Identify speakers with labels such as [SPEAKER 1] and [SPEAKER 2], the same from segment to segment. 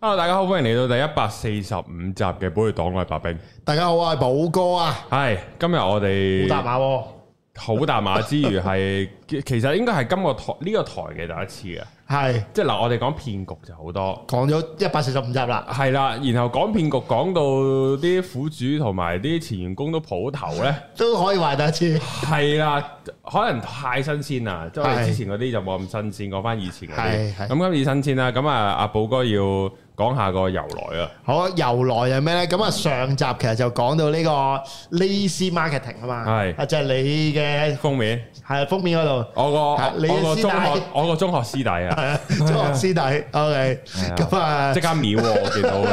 [SPEAKER 1] Hello，大家好，歡迎嚟到第一百四十五集嘅《寶藥黨》，我係白冰。
[SPEAKER 2] 大家好，我係寶哥啊，
[SPEAKER 1] 係今日我
[SPEAKER 3] 好搭
[SPEAKER 1] 哋
[SPEAKER 3] 馬喎，
[SPEAKER 1] 好大馬之餘係， 其其實應該係今個台呢、個台嘅第一次嘅。
[SPEAKER 2] 係
[SPEAKER 1] 即係嗱，我哋講騙局就好多，
[SPEAKER 2] 講咗一百四十五集啦，
[SPEAKER 1] 係啦，然後講騙局講到啲苦主同埋啲前員工都抱頭咧，
[SPEAKER 2] 都可以話第一次，
[SPEAKER 1] 係啦，可能太新鮮啦，即係我哋
[SPEAKER 2] 係
[SPEAKER 1] 之前嗰啲就冇咁新鮮，講翻以前嗰
[SPEAKER 2] 係
[SPEAKER 1] 啲，
[SPEAKER 2] 係
[SPEAKER 1] 咁今次新鮮啦，咁啊阿寶哥要講下個由來啊，
[SPEAKER 2] 好由來係咩咧？咁啊上集其實就講到呢個 lazy marketing 啊嘛，
[SPEAKER 1] 係
[SPEAKER 2] 啊就係你嘅
[SPEAKER 1] 封面。
[SPEAKER 2] 係封面 嗰度。
[SPEAKER 1] 我個
[SPEAKER 2] 係你嘅
[SPEAKER 1] 我個
[SPEAKER 2] 師
[SPEAKER 1] 中學
[SPEAKER 2] 弟
[SPEAKER 1] 我個中學師弟啊，
[SPEAKER 2] 係啊，中學師弟，OK，
[SPEAKER 1] 啊
[SPEAKER 2] 咁 啊
[SPEAKER 1] 即，刻秒喎我見到佢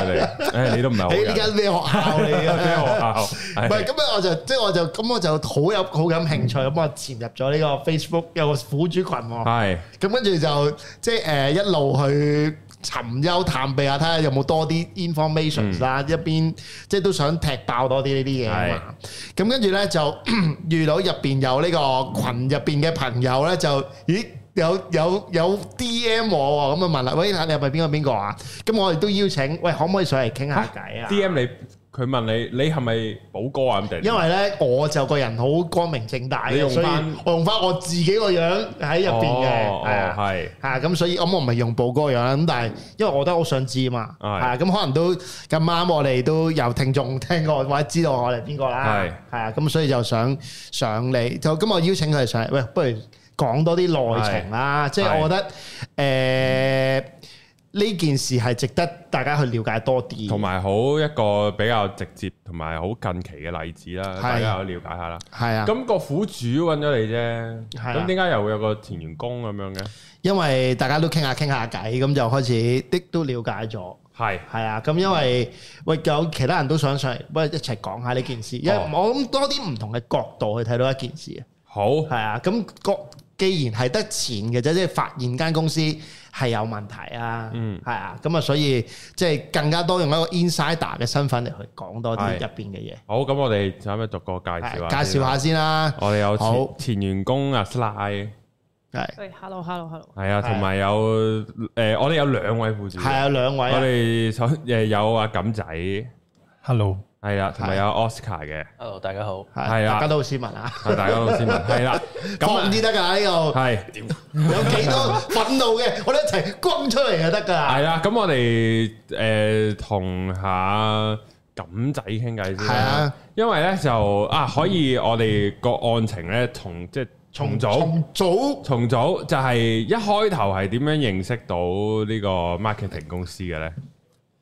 [SPEAKER 1] 哋，誒你都唔係好
[SPEAKER 2] 喺
[SPEAKER 1] 人
[SPEAKER 2] 呢，間咩學校 嚟
[SPEAKER 1] 咩
[SPEAKER 2] 嘅？
[SPEAKER 1] 學校？
[SPEAKER 2] 唔係
[SPEAKER 1] 係
[SPEAKER 2] 咁咧，我就即係我就咁我就好有好感興趣，咁我潛入咗呢個 Facebook 有個苦主群喎。
[SPEAKER 1] 係
[SPEAKER 2] 咁跟住就即係誒一路去尋幽探秘啊，睇下有冇多啲
[SPEAKER 1] 嗯
[SPEAKER 2] information 啦、一邊即係都想踢爆多啲呢啲嘢啊嘛。咁跟住咧就 遇到入邊有呢個群入邊嘅朋友咧，就咦有有有 DM 我喎，咁啊問啦，喂，你係咪邊個邊個啊？咁我哋都邀請，喂，可唔可以上嚟傾下偈啊？
[SPEAKER 1] D M 你，佢問你你係咪寶哥啊咁定？
[SPEAKER 2] 因為咧，我就個人好光明正大
[SPEAKER 1] 你
[SPEAKER 2] 嘅，
[SPEAKER 1] 用
[SPEAKER 2] 所以
[SPEAKER 1] 返
[SPEAKER 2] 我用翻我自己個樣喺入邊嘅，
[SPEAKER 1] 哦
[SPEAKER 2] 係啊
[SPEAKER 1] 哦。係
[SPEAKER 2] 嚇咁所以咁我唔係用報嗰樣啦，咁但係因為我都好想知嘛，
[SPEAKER 1] 係
[SPEAKER 2] 係啊咁可能都咁啱我哋都有聽眾聽過或者知道我哋邊個啦，係啊咁所以就想上嚟，就咁我邀請佢哋上嚟，喂，不如講多啲內情啦，即係
[SPEAKER 1] 係
[SPEAKER 2] 我覺得誒。呃呢件事係值得大家去了解多啲，
[SPEAKER 1] 同埋好一個比較直接同埋好近期嘅例子啦，
[SPEAKER 2] 係
[SPEAKER 1] 大家有了解下啦。
[SPEAKER 2] 係啊，
[SPEAKER 1] 咁個苦主揾咗你啫，
[SPEAKER 2] 係啊
[SPEAKER 1] 咁點解又會有個前員工咁樣嘅？
[SPEAKER 2] 因為大家都傾下傾下偈，咁就開始的都了解咗。
[SPEAKER 1] 係
[SPEAKER 2] 係啊，咁因為喂有其他人都想上嚟，喂一齊講下呢件事，因為
[SPEAKER 1] 哦
[SPEAKER 2] 我諗多啲唔同嘅角度去睇到一件事啊。
[SPEAKER 1] 好
[SPEAKER 2] 係啊，咁個既然係得錢嘅啫，即係發現間公司係有問題啊。
[SPEAKER 1] 嗯，
[SPEAKER 2] 係啊，咁啊，所以即係更加多用一個 insider 嘅身份嚟去講多啲
[SPEAKER 1] 係
[SPEAKER 2] 入邊嘅嘢，
[SPEAKER 1] 好，咁我哋使唔使逐個介紹
[SPEAKER 2] 係
[SPEAKER 1] 下？
[SPEAKER 2] 介紹下，先啦。
[SPEAKER 1] 我哋有
[SPEAKER 2] 好
[SPEAKER 1] 前前員工啊，Sly。
[SPEAKER 2] 係
[SPEAKER 3] 喂，hello hello hello，
[SPEAKER 1] 系啊，同埋有诶、我哋有兩位副主，
[SPEAKER 2] 係啊，兩
[SPEAKER 1] 我
[SPEAKER 2] 位啊
[SPEAKER 1] 哋首诶有阿錦仔，係
[SPEAKER 4] Hello，
[SPEAKER 1] 啦，同埋有 Oscar 嘅，
[SPEAKER 5] Hello，大家好。
[SPEAKER 1] 係啊
[SPEAKER 2] 大家都好斯文啊，
[SPEAKER 1] 係大家好先問，係啦，咁
[SPEAKER 2] 放唔
[SPEAKER 1] 啊
[SPEAKER 2] 知得㗎 呢度，
[SPEAKER 1] 係
[SPEAKER 2] 有幾多憤怒嘅，我哋一齊轟出嚟就得㗎啦。
[SPEAKER 1] 係啦，咁我哋诶同下錦仔傾偈先
[SPEAKER 2] 係
[SPEAKER 1] 啦
[SPEAKER 2] 啊，
[SPEAKER 1] 因為咧就啊可以我哋個案情咧重即係重組。
[SPEAKER 2] 重組。
[SPEAKER 1] 重組就係一開頭係點樣認識到呢個 marketing 公司嘅咧？
[SPEAKER 4] 誒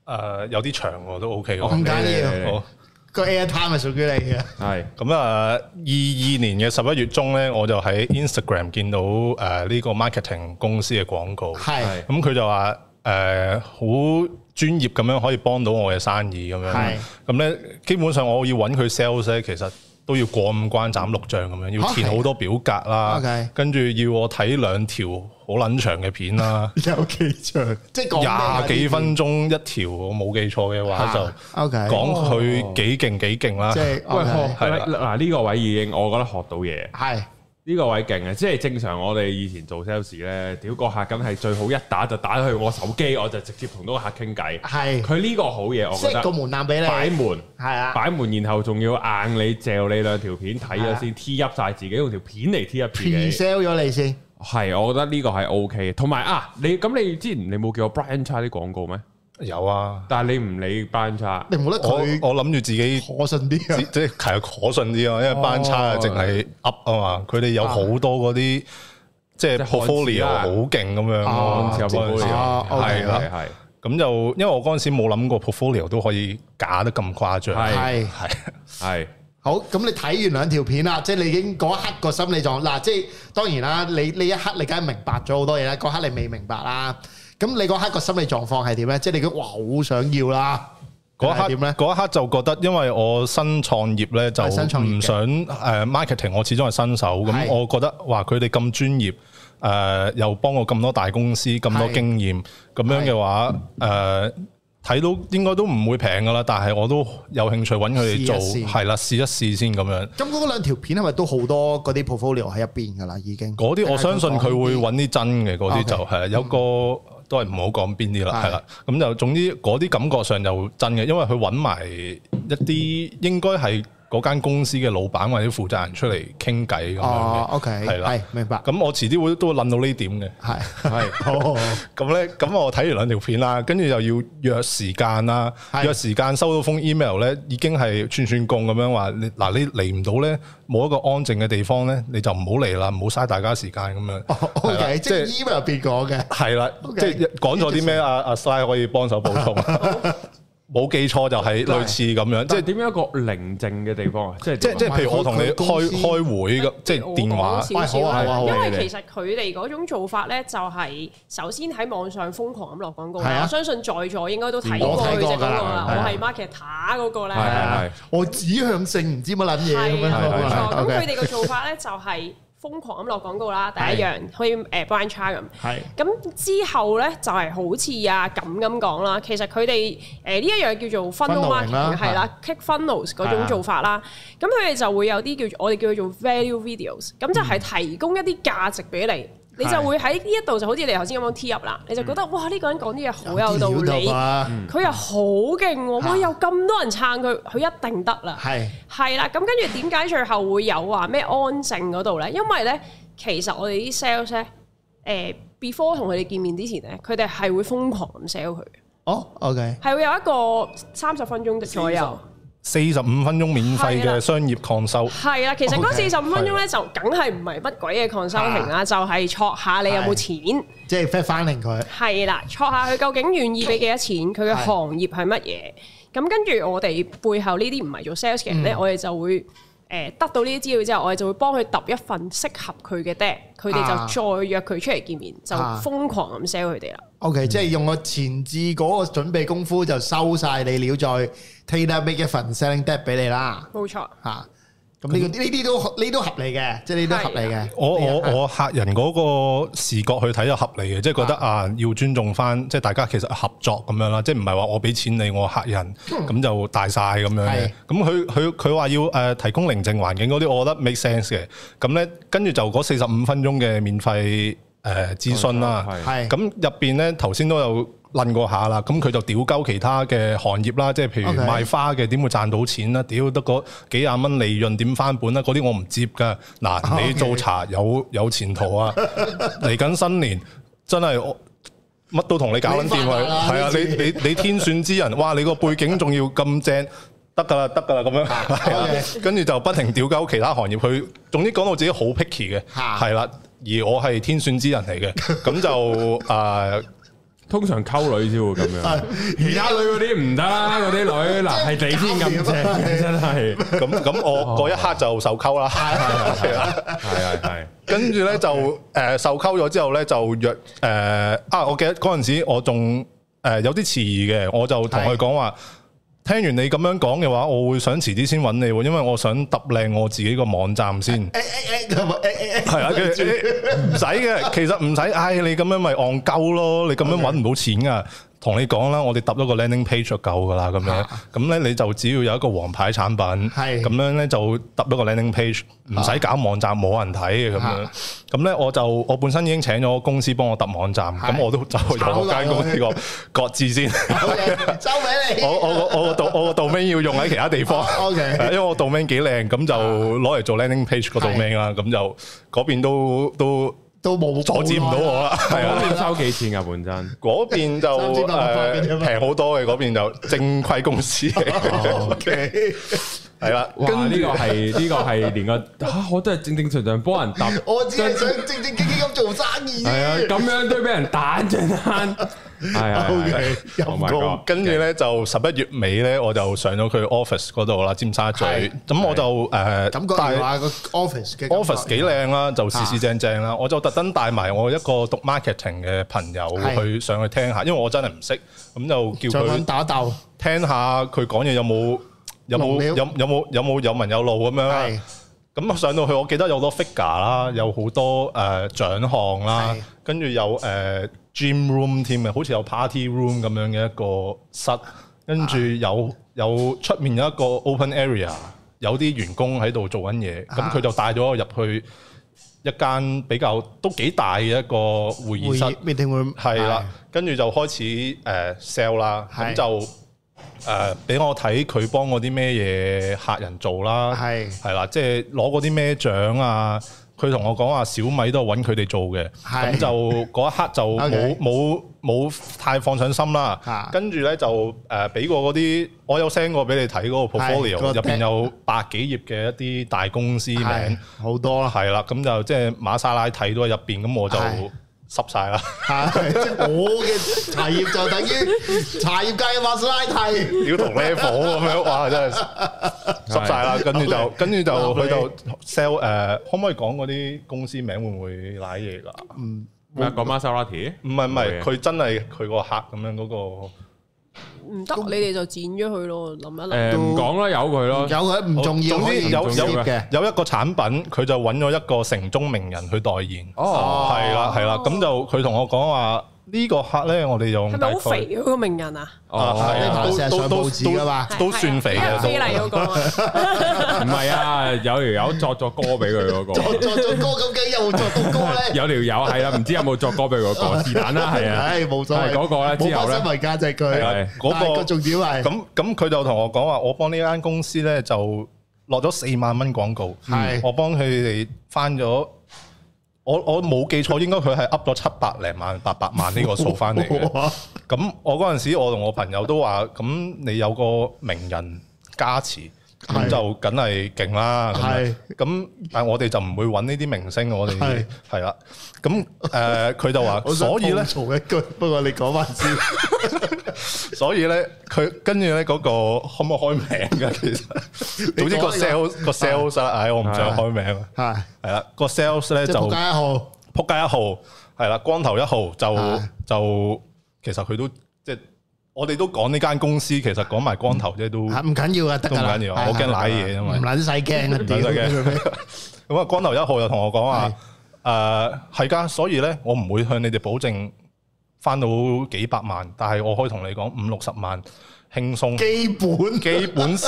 [SPEAKER 4] 呃有啲長我都 OK
[SPEAKER 2] 唔
[SPEAKER 4] 嘅。
[SPEAKER 2] 緊要
[SPEAKER 1] 嚟嚟嚟
[SPEAKER 4] 好，
[SPEAKER 2] 個 airtime 係屬於你嘅，
[SPEAKER 1] 係
[SPEAKER 4] 咁啊，二二年嘅十一月中咧，我就喺 Instagram 見到誒呢個 marketing 公司嘅廣告，咁
[SPEAKER 2] 係
[SPEAKER 4] 佢就話誒好專業咁樣可以幫到我嘅生意咁樣
[SPEAKER 2] 係。
[SPEAKER 4] 咁咧，基本上我要揾佢 sales 咧，其實都要過五關斬六將咁樣，要填
[SPEAKER 2] 嚇係
[SPEAKER 4] 好多表格啦
[SPEAKER 2] OK，
[SPEAKER 4] 跟住要我睇兩條好撚長嘅片啦。
[SPEAKER 2] 有幾長，即係
[SPEAKER 4] 廿幾分鐘一條，我冇記錯嘅話就
[SPEAKER 2] O K，
[SPEAKER 4] 講佢幾勁幾勁啦
[SPEAKER 2] 即。係
[SPEAKER 1] 喂，
[SPEAKER 2] OK，
[SPEAKER 1] 學
[SPEAKER 4] 係啦
[SPEAKER 1] 嗱呢個位已經我覺得學到嘢。
[SPEAKER 2] 係
[SPEAKER 1] 呢個位勁嘅，啊即係正常我哋以前做 sales 咧，屌個客梗係最好一打就打去我手機，我就直接同到個客傾偈。
[SPEAKER 2] 係，
[SPEAKER 1] 佢呢個好嘢，我
[SPEAKER 2] 即
[SPEAKER 1] 覺
[SPEAKER 2] 係個
[SPEAKER 1] 得
[SPEAKER 2] 門檻俾你，
[SPEAKER 1] 擺門
[SPEAKER 2] 係啊，
[SPEAKER 1] 擺門，然後仲要硬你嚼你兩條片睇咗先 T 噏晒自己，用條片嚟 T 噏自己。
[SPEAKER 2] pre sell 咗你先，
[SPEAKER 1] 係，我覺得呢個係 O K 嘅。同埋啊，你咁你之前你冇叫我 Brian Cha 啲廣告咩？
[SPEAKER 4] 有啊，
[SPEAKER 1] 但係你唔理 Brian Cha，
[SPEAKER 2] 你唔覺得
[SPEAKER 4] 我
[SPEAKER 2] 佢
[SPEAKER 4] 我諗住自己
[SPEAKER 2] 可信啲
[SPEAKER 4] 即
[SPEAKER 2] 啊？
[SPEAKER 4] 即係可信啲啊，因為班差
[SPEAKER 2] 哦
[SPEAKER 4] 啊，淨係 up 啊嘛，佢哋有好多嗰啲即
[SPEAKER 1] 即係
[SPEAKER 4] 係
[SPEAKER 1] 漢字
[SPEAKER 4] portfolio
[SPEAKER 1] 啦
[SPEAKER 4] 好勁咁樣
[SPEAKER 2] 哦
[SPEAKER 4] 咯
[SPEAKER 1] 有。
[SPEAKER 4] 嗰陣時
[SPEAKER 2] 哦，OK
[SPEAKER 4] 係啦，
[SPEAKER 1] 係
[SPEAKER 4] 咁就因為我嗰陣時冇諗過 portfolio 都可以假得咁誇張，
[SPEAKER 1] 係
[SPEAKER 2] 係
[SPEAKER 4] 係
[SPEAKER 1] 係
[SPEAKER 2] 好，咁你睇完兩條片啦，即係你已經嗰一刻個心理狀嗱，即係當然啦，你呢一刻你梗係明白咗好多嘢啦，嗰刻你未明白啦。咁你嗰刻個心理狀況係點咧？即係你覺得哇好想要啦，
[SPEAKER 4] 嗰
[SPEAKER 2] 係
[SPEAKER 4] 一
[SPEAKER 2] 點
[SPEAKER 4] 刻
[SPEAKER 2] 咧？
[SPEAKER 4] 嗰一刻就覺得，因為我新創業咧就
[SPEAKER 2] 係新創業嘅
[SPEAKER 4] 唔想誒 marketing，我始終係新手，
[SPEAKER 2] 係
[SPEAKER 4] 咁我覺得哇佢哋咁專業，誒、又幫我咁多大公司咁多
[SPEAKER 2] 係
[SPEAKER 4] 經驗，咁樣嘅話誒。睇到應該都唔會平噶啦，但係我都有興趣揾佢哋做，
[SPEAKER 2] 試一試
[SPEAKER 4] 係啦，試一試先咁樣。
[SPEAKER 2] 咁嗰兩條片係咪都好多嗰啲 portfolio 喺入邊㗎啦？已經
[SPEAKER 4] 嗰啲我相信佢會
[SPEAKER 2] 定係講
[SPEAKER 4] 揾啲真嘅，嗰啲就
[SPEAKER 2] OK
[SPEAKER 4] 係有個都係唔好講邊啲啦，
[SPEAKER 2] 嗯係
[SPEAKER 4] 係啦。咁就總之嗰啲感覺上就真嘅，因為佢揾埋一啲應該係嗰間公司嘅老闆或者負責人出嚟傾偈咁樣
[SPEAKER 2] 哦
[SPEAKER 4] 嘅。
[SPEAKER 2] ，OK，
[SPEAKER 4] 係啦
[SPEAKER 2] 係明白，
[SPEAKER 4] 咁我遲啲會都會諗到呢點嘅。
[SPEAKER 2] 係
[SPEAKER 1] 系
[SPEAKER 2] 好，
[SPEAKER 4] 咁咧，咁我睇完兩條片啦，跟住又要約時間啦，
[SPEAKER 2] 係
[SPEAKER 4] 約時間收到封 email 咧，已經係串串供咁樣話，你嗱你嚟唔到咧，冇一個安靜嘅地方咧，你就唔好嚟啦，唔好嘥大家時間咁樣。
[SPEAKER 2] 哦
[SPEAKER 4] 係啦
[SPEAKER 2] ，OK，即
[SPEAKER 4] 即係
[SPEAKER 2] 係 email 入邊講嘅，
[SPEAKER 4] 係啦，
[SPEAKER 2] OK，
[SPEAKER 4] 即係講咗啲咩啊？阿 Sly 可以幫手補充，冇記錯就係類似咁樣，
[SPEAKER 1] 即
[SPEAKER 4] 即
[SPEAKER 1] 系
[SPEAKER 4] 係
[SPEAKER 1] 點樣一個寧靜嘅地方啊？即係
[SPEAKER 4] 即係即係譬如我同你
[SPEAKER 2] 唔係佢公
[SPEAKER 4] 開
[SPEAKER 2] 司
[SPEAKER 4] 開會咁，即係
[SPEAKER 3] 我
[SPEAKER 4] 電
[SPEAKER 3] 講。
[SPEAKER 4] 話
[SPEAKER 3] 少少
[SPEAKER 2] 喂好啊
[SPEAKER 3] 啦
[SPEAKER 2] 好啊好啊
[SPEAKER 3] 因
[SPEAKER 1] 你哋
[SPEAKER 3] 為其實佢哋嗰種做法咧，就係首先喺網上瘋狂咁落廣告
[SPEAKER 2] 係
[SPEAKER 3] 啦。
[SPEAKER 2] 啊
[SPEAKER 3] 我相信在座應該都睇
[SPEAKER 2] 我
[SPEAKER 3] 過
[SPEAKER 2] 睇
[SPEAKER 3] 佢
[SPEAKER 2] 過
[SPEAKER 3] 只廣
[SPEAKER 2] 㗎
[SPEAKER 3] 告
[SPEAKER 2] 啦
[SPEAKER 3] 啦，
[SPEAKER 1] 係啊
[SPEAKER 3] 我係 marketer 嗰個咧。
[SPEAKER 1] 係
[SPEAKER 2] 啊
[SPEAKER 1] 係係
[SPEAKER 2] 我指向性唔知乜撚嘢咁
[SPEAKER 3] 係
[SPEAKER 2] 樣
[SPEAKER 3] 啊，冇
[SPEAKER 1] 係
[SPEAKER 3] 錯。咁佢
[SPEAKER 2] ，OK，
[SPEAKER 3] 哋嘅做法咧就係瘋狂咁落廣告啦，第
[SPEAKER 2] 係
[SPEAKER 3] 一樣可以誒 Brian Char 咁。
[SPEAKER 2] 係
[SPEAKER 3] 咁之後咧就係好似啊咁咁講啦，其實佢哋誒呢一樣叫做 funnel
[SPEAKER 2] Funneling 啦
[SPEAKER 3] marketing 係啦，kick funnels 嗰種做法啦。咁佢哋就會有啲叫做我哋叫做 value videos，咁就係提供一啲價值俾你。你就會喺呢一度就好似你頭先咁樣 tee up 啦，你就覺得哇呢個人講啲嘢好有道理，
[SPEAKER 2] 啊，
[SPEAKER 3] 佢又好勁喎，哇
[SPEAKER 2] 嚇
[SPEAKER 3] 有咁多人撐佢，佢一定得啦。
[SPEAKER 2] 係
[SPEAKER 3] 係啦，咁跟住點解最後會有話咩安靜嗰度咧？因為咧，其實我哋啲 sales 咧，誒、before 同佢哋見面之前咧，佢哋係會瘋狂咁 sell 佢，
[SPEAKER 2] 哦，OK，
[SPEAKER 3] 係會有一個三十分鐘的左右。
[SPEAKER 4] 四十五分鐘免費
[SPEAKER 3] 係
[SPEAKER 4] 嘅
[SPEAKER 3] 啦
[SPEAKER 4] 商業抗收，
[SPEAKER 3] 係啦，其實
[SPEAKER 2] OK，
[SPEAKER 3] 嗰四十五分鐘咧就梗係唔係乜鬼嘢 consulting 啦，就係戳下你有冇錢，
[SPEAKER 2] 即係 fat 翻令佢，
[SPEAKER 3] 係啦，戳下佢究竟願意俾幾多錢，佢嘅行業係乜嘢。咁跟住我哋背後呢啲唔係做 sales 嘅
[SPEAKER 2] 嗯
[SPEAKER 3] 人咧，我哋就會。誒得到呢啲資料之後，我哋就會幫佢揼一份適合佢嘅 deck，佢
[SPEAKER 2] 啊
[SPEAKER 3] 哋就再約佢出嚟見面，就
[SPEAKER 2] 啊
[SPEAKER 3] 瘋狂咁 sell 佢哋啦。
[SPEAKER 2] OK，即係用我前置嗰個準備功夫就收晒你料，再 tailor make 一份 selling deck 俾你啦，
[SPEAKER 3] 冇錯，
[SPEAKER 2] 嚇。咁呢個呢啲都呢啲都合理嘅，即係呢啲都合理嘅。
[SPEAKER 4] 我我
[SPEAKER 2] 呢個
[SPEAKER 4] 我客人嗰個視覺去睇就合理嘅，即係覺得啊，要尊重翻，即係大家其實合作咁樣啦，即係唔係話我俾錢你，我客人咁就大晒咁樣
[SPEAKER 2] 係
[SPEAKER 4] 嘅。咁佢佢佢話要誒提供寧靜環境嗰啲，我覺得 make sense 嘅。咁咧，跟住就嗰四十五分鐘嘅免費誒諮詢啦。
[SPEAKER 1] 哦係
[SPEAKER 2] 係
[SPEAKER 4] 咁入邊咧，頭先都有論過下啦。咁佢就屌鳩其他嘅行業啦，即係譬如
[SPEAKER 2] OK
[SPEAKER 4] 賣花嘅點會賺到錢啦？屌得嗰幾廿蚊利潤點翻本啦？嗰啲我唔接噶。嗱，
[SPEAKER 2] 啊 OK
[SPEAKER 4] 你做茶有有前途 啊！嚟緊新年真係我。乜都同你搞撚掂
[SPEAKER 2] 你發
[SPEAKER 4] 佢，
[SPEAKER 2] 達啦
[SPEAKER 4] 係啊！
[SPEAKER 2] 呢
[SPEAKER 4] 你
[SPEAKER 2] 次
[SPEAKER 4] 你你天選之人，哇！你個背景仲要咁正，得㗎啦，得㗎啦咁樣，係啊
[SPEAKER 2] OK
[SPEAKER 4] 跟住就不停屌鳩其他行業，佢總之講到自己好 picky 嘅，
[SPEAKER 2] 嚇
[SPEAKER 4] 係啦。而我係天選之人嚟 嘅，咁就啊誒
[SPEAKER 1] 通常溝女先會咁樣。而家女嗰啲唔得啦，嗰啲女嗱係 你先咁正
[SPEAKER 4] 啊
[SPEAKER 1] 嘅，真係
[SPEAKER 4] 咁咁，我嗰一刻就受溝啦。係啊
[SPEAKER 1] 係係係。
[SPEAKER 4] 跟住咧就誒、呃受溝咗之後咧就約誒、呃啊！我記得嗰陣時我仲誒、呃有啲遲疑嘅，我就同佢講話。聽完你咁樣講嘅話，我會想遲啲先揾你喎，因為我想揼靚我自己個網站先。
[SPEAKER 2] 誒誒誒，咁啊誒誒
[SPEAKER 4] 係啊，跟住
[SPEAKER 2] 誒，
[SPEAKER 4] 唔使嘅，其實唔使。唉，你咁樣咪戇鳩咯，你咁樣揾唔到錢噶。同你講啦，我哋揼咗個 landing page 就夠噶啦，咁樣。咁咧你就只要有一個黃牌產品，
[SPEAKER 2] 啊係
[SPEAKER 4] 咁樣咧就揼咗個 landing page，唔使搞網站冇人睇嘅咁樣
[SPEAKER 2] 啊。
[SPEAKER 4] 咁咧我就我本身已經請咗公司幫我揼網站，
[SPEAKER 2] 係
[SPEAKER 4] 咁我都走去同間公司講各自先。
[SPEAKER 2] OK，收俾你
[SPEAKER 4] 我。我我我個 domain 我個 domain 要用喺其他地方。
[SPEAKER 2] OK
[SPEAKER 4] 係因為我 domain 幾靚，咁就攞嚟做 landing page 個 domain 啦，咁就嗰邊都都
[SPEAKER 2] 都冇
[SPEAKER 4] 阻止唔到我啦，係
[SPEAKER 1] 嗰
[SPEAKER 4] 啊。
[SPEAKER 1] 邊收幾錢啊？本身
[SPEAKER 4] 嗰邊就
[SPEAKER 2] 三千八百蚊
[SPEAKER 4] 誒
[SPEAKER 2] 嗰啲嘛
[SPEAKER 4] 平好多嘅，嗰邊就正規 公司嚟，
[SPEAKER 2] OK，
[SPEAKER 4] 係啦。
[SPEAKER 1] 哇！
[SPEAKER 4] 跟
[SPEAKER 1] 呢
[SPEAKER 4] 住
[SPEAKER 1] 個係呢個係連個嚇，我都係正正常常幫人搭，
[SPEAKER 2] 我只係想正正經經咁做生意
[SPEAKER 1] 係啊，
[SPEAKER 2] 啫。
[SPEAKER 1] 咁樣都俾人打 張單，係啊
[SPEAKER 2] OK，
[SPEAKER 1] Oh
[SPEAKER 2] 陰
[SPEAKER 1] my
[SPEAKER 2] 公
[SPEAKER 1] god。
[SPEAKER 4] 跟住咧就十一月尾咧，我就上咗佢 office 嗰度啦，尖沙咀。
[SPEAKER 2] 係
[SPEAKER 4] 咁我就誒
[SPEAKER 2] 感覺
[SPEAKER 4] 帶
[SPEAKER 2] 係話個 office 嘅感覺
[SPEAKER 4] 啊 office 幾靚
[SPEAKER 2] 啊
[SPEAKER 4] 啦，就事事正正啦。我就特登帶埋我一個讀 marketing 嘅朋友
[SPEAKER 2] 係
[SPEAKER 4] 去上去聽下，因為我真係唔識，咁就叫
[SPEAKER 2] 再
[SPEAKER 4] 佢
[SPEAKER 2] 揾打鬥，
[SPEAKER 4] 聽下佢講嘢有冇有冇
[SPEAKER 2] 龍料
[SPEAKER 4] 有有冇有冇有文有路咁樣啊啦。
[SPEAKER 2] 係
[SPEAKER 4] 咁上到去，我記得有好多 figure 啦，有好多誒獎項啦
[SPEAKER 2] 係，
[SPEAKER 4] 跟住有誒呃 gym room 添嘅，啊好似有 party room 咁樣嘅一個室，跟住有有出面有一個 open area，有啲員工喺度做緊嘢，咁
[SPEAKER 2] 啊
[SPEAKER 4] 佢就帶咗我入去一間比較都幾大嘅一個會議室。
[SPEAKER 2] meeting room
[SPEAKER 4] 係啦，跟住就開始誒 sell 啦，
[SPEAKER 2] 係
[SPEAKER 4] 咁就誒俾我睇佢幫我啲咩嘢客人做啦，
[SPEAKER 2] 係
[SPEAKER 4] 係啦，即係攞嗰啲咩獎啊，佢同我講話小米都係揾佢哋做嘅，
[SPEAKER 2] 係
[SPEAKER 4] 咁就嗰一刻就
[SPEAKER 2] OK
[SPEAKER 4] 冇冇冇太放上心
[SPEAKER 2] 嚇
[SPEAKER 4] 啦，跟住咧就誒俾過嗰啲，我有 send 過俾你睇嗰個
[SPEAKER 2] 係
[SPEAKER 4] portfolio，
[SPEAKER 2] 個
[SPEAKER 4] 入邊
[SPEAKER 2] deck
[SPEAKER 4] 有百幾頁嘅一啲大公司
[SPEAKER 2] 係
[SPEAKER 4] 名。
[SPEAKER 2] 好多啦，
[SPEAKER 4] 係啦，咁就即係馬莎拉蒂都喺入邊，咁我就
[SPEAKER 2] 係
[SPEAKER 4] 濕晒 啦。
[SPEAKER 2] 係即係我嘅茶葉就等於茶葉界嘅馬斯拉提，
[SPEAKER 4] 屌同 level 咁樣，哇！真 係濕晒啦，跟住就跟住就佢就 sell 誒，可唔可以講嗰啲公司名會唔會賴嘢㗎？
[SPEAKER 1] 咩講 Maserati？Oh
[SPEAKER 4] 唔係唔
[SPEAKER 1] 冇嘢
[SPEAKER 4] 係，佢真係佢個客咁樣嗰個
[SPEAKER 3] 唔得，你哋就剪咗佢咯，諗一諗。
[SPEAKER 1] 誒唔講啦，由佢咯。
[SPEAKER 2] 有佢唔重要，
[SPEAKER 4] 總
[SPEAKER 2] 可
[SPEAKER 4] 之
[SPEAKER 2] 以
[SPEAKER 4] 有
[SPEAKER 2] 唔
[SPEAKER 4] 有
[SPEAKER 2] 接嘅。
[SPEAKER 4] 有一個產品，佢就揾咗一個城中名人去代言。
[SPEAKER 1] 哦，
[SPEAKER 4] 係啦係啦，咁就佢同我講話呢個客咧，我哋用
[SPEAKER 3] 係
[SPEAKER 4] 大
[SPEAKER 3] 咪
[SPEAKER 4] 概
[SPEAKER 3] 好肥嗰個名人啊？
[SPEAKER 4] 啊
[SPEAKER 1] 哦，
[SPEAKER 4] 係
[SPEAKER 2] 呢排
[SPEAKER 4] 啊，
[SPEAKER 2] 成日上
[SPEAKER 4] 都都
[SPEAKER 2] 報紙㗎嘛
[SPEAKER 4] 都都算肥
[SPEAKER 3] 係啊
[SPEAKER 4] 嘅
[SPEAKER 3] 非
[SPEAKER 4] 都。
[SPEAKER 3] 禮嗰個啊，
[SPEAKER 1] 唔係啊，有條友作咗歌俾佢 嗰
[SPEAKER 2] 作
[SPEAKER 1] 個，
[SPEAKER 2] 作作歌咁嘅又作到歌 咧，
[SPEAKER 1] 有條友係啦，唔知有冇作歌俾佢嗰個，是但 啦，係啊，
[SPEAKER 2] 唉冇所謂，
[SPEAKER 1] 係嗰個咧
[SPEAKER 2] 冇
[SPEAKER 1] 之後
[SPEAKER 2] 發
[SPEAKER 1] 咧
[SPEAKER 2] 新聞價值佢，
[SPEAKER 1] 係
[SPEAKER 2] 但
[SPEAKER 1] 啊
[SPEAKER 4] 嗰個
[SPEAKER 2] 係個重點係
[SPEAKER 4] 咁咁佢就同我講話，我幫呢間公司咧就落咗四萬蚊廣告，
[SPEAKER 2] 係
[SPEAKER 4] 我幫佢哋翻咗，我我冇記錯，應該佢係噏咗七百零萬、八百萬呢個數翻嚟 嘅。
[SPEAKER 2] 哇
[SPEAKER 4] 咁我嗰陣時，我同我朋友都話，咁你有個名人加持，
[SPEAKER 2] 係
[SPEAKER 4] 咁就梗係勁啦。咁樣
[SPEAKER 2] 係
[SPEAKER 4] 咁，但係我哋就唔會揾呢啲明星，我
[SPEAKER 2] 係
[SPEAKER 4] 哋係啦。咁誒，佢就話，
[SPEAKER 2] 我想
[SPEAKER 4] 所以咧
[SPEAKER 2] 吐。槽一句，不過你講翻先，
[SPEAKER 4] 所以咧，佢跟住咧嗰個可唔可以開名㗎？其實，總
[SPEAKER 2] 你
[SPEAKER 4] 之個
[SPEAKER 2] 講
[SPEAKER 4] sales 個 sales 啦，唉，我唔想開名啊。
[SPEAKER 2] 係
[SPEAKER 4] 係啦，個 sales 咧
[SPEAKER 2] 即
[SPEAKER 4] 就
[SPEAKER 2] 係仆街一號，
[SPEAKER 4] 仆街一號，係啦，光頭一號就
[SPEAKER 2] 啊
[SPEAKER 4] 就其實佢都即係我哋都講呢間公司，其實講埋光頭啫都。
[SPEAKER 2] 係唔緊要啊，得㗎啦，
[SPEAKER 4] 都唔緊要
[SPEAKER 2] 係
[SPEAKER 4] 我驚
[SPEAKER 2] 係
[SPEAKER 4] 舐嘢因為
[SPEAKER 2] 唔撚使驚啊，
[SPEAKER 4] 唔使
[SPEAKER 2] 屌
[SPEAKER 4] 驚 咁啊，光頭一號又同我講話，誒係㗎，所以咧我唔會向你哋保證翻到幾百萬，但係我可以同你講五六十萬輕鬆。
[SPEAKER 2] 基本
[SPEAKER 4] 基本事，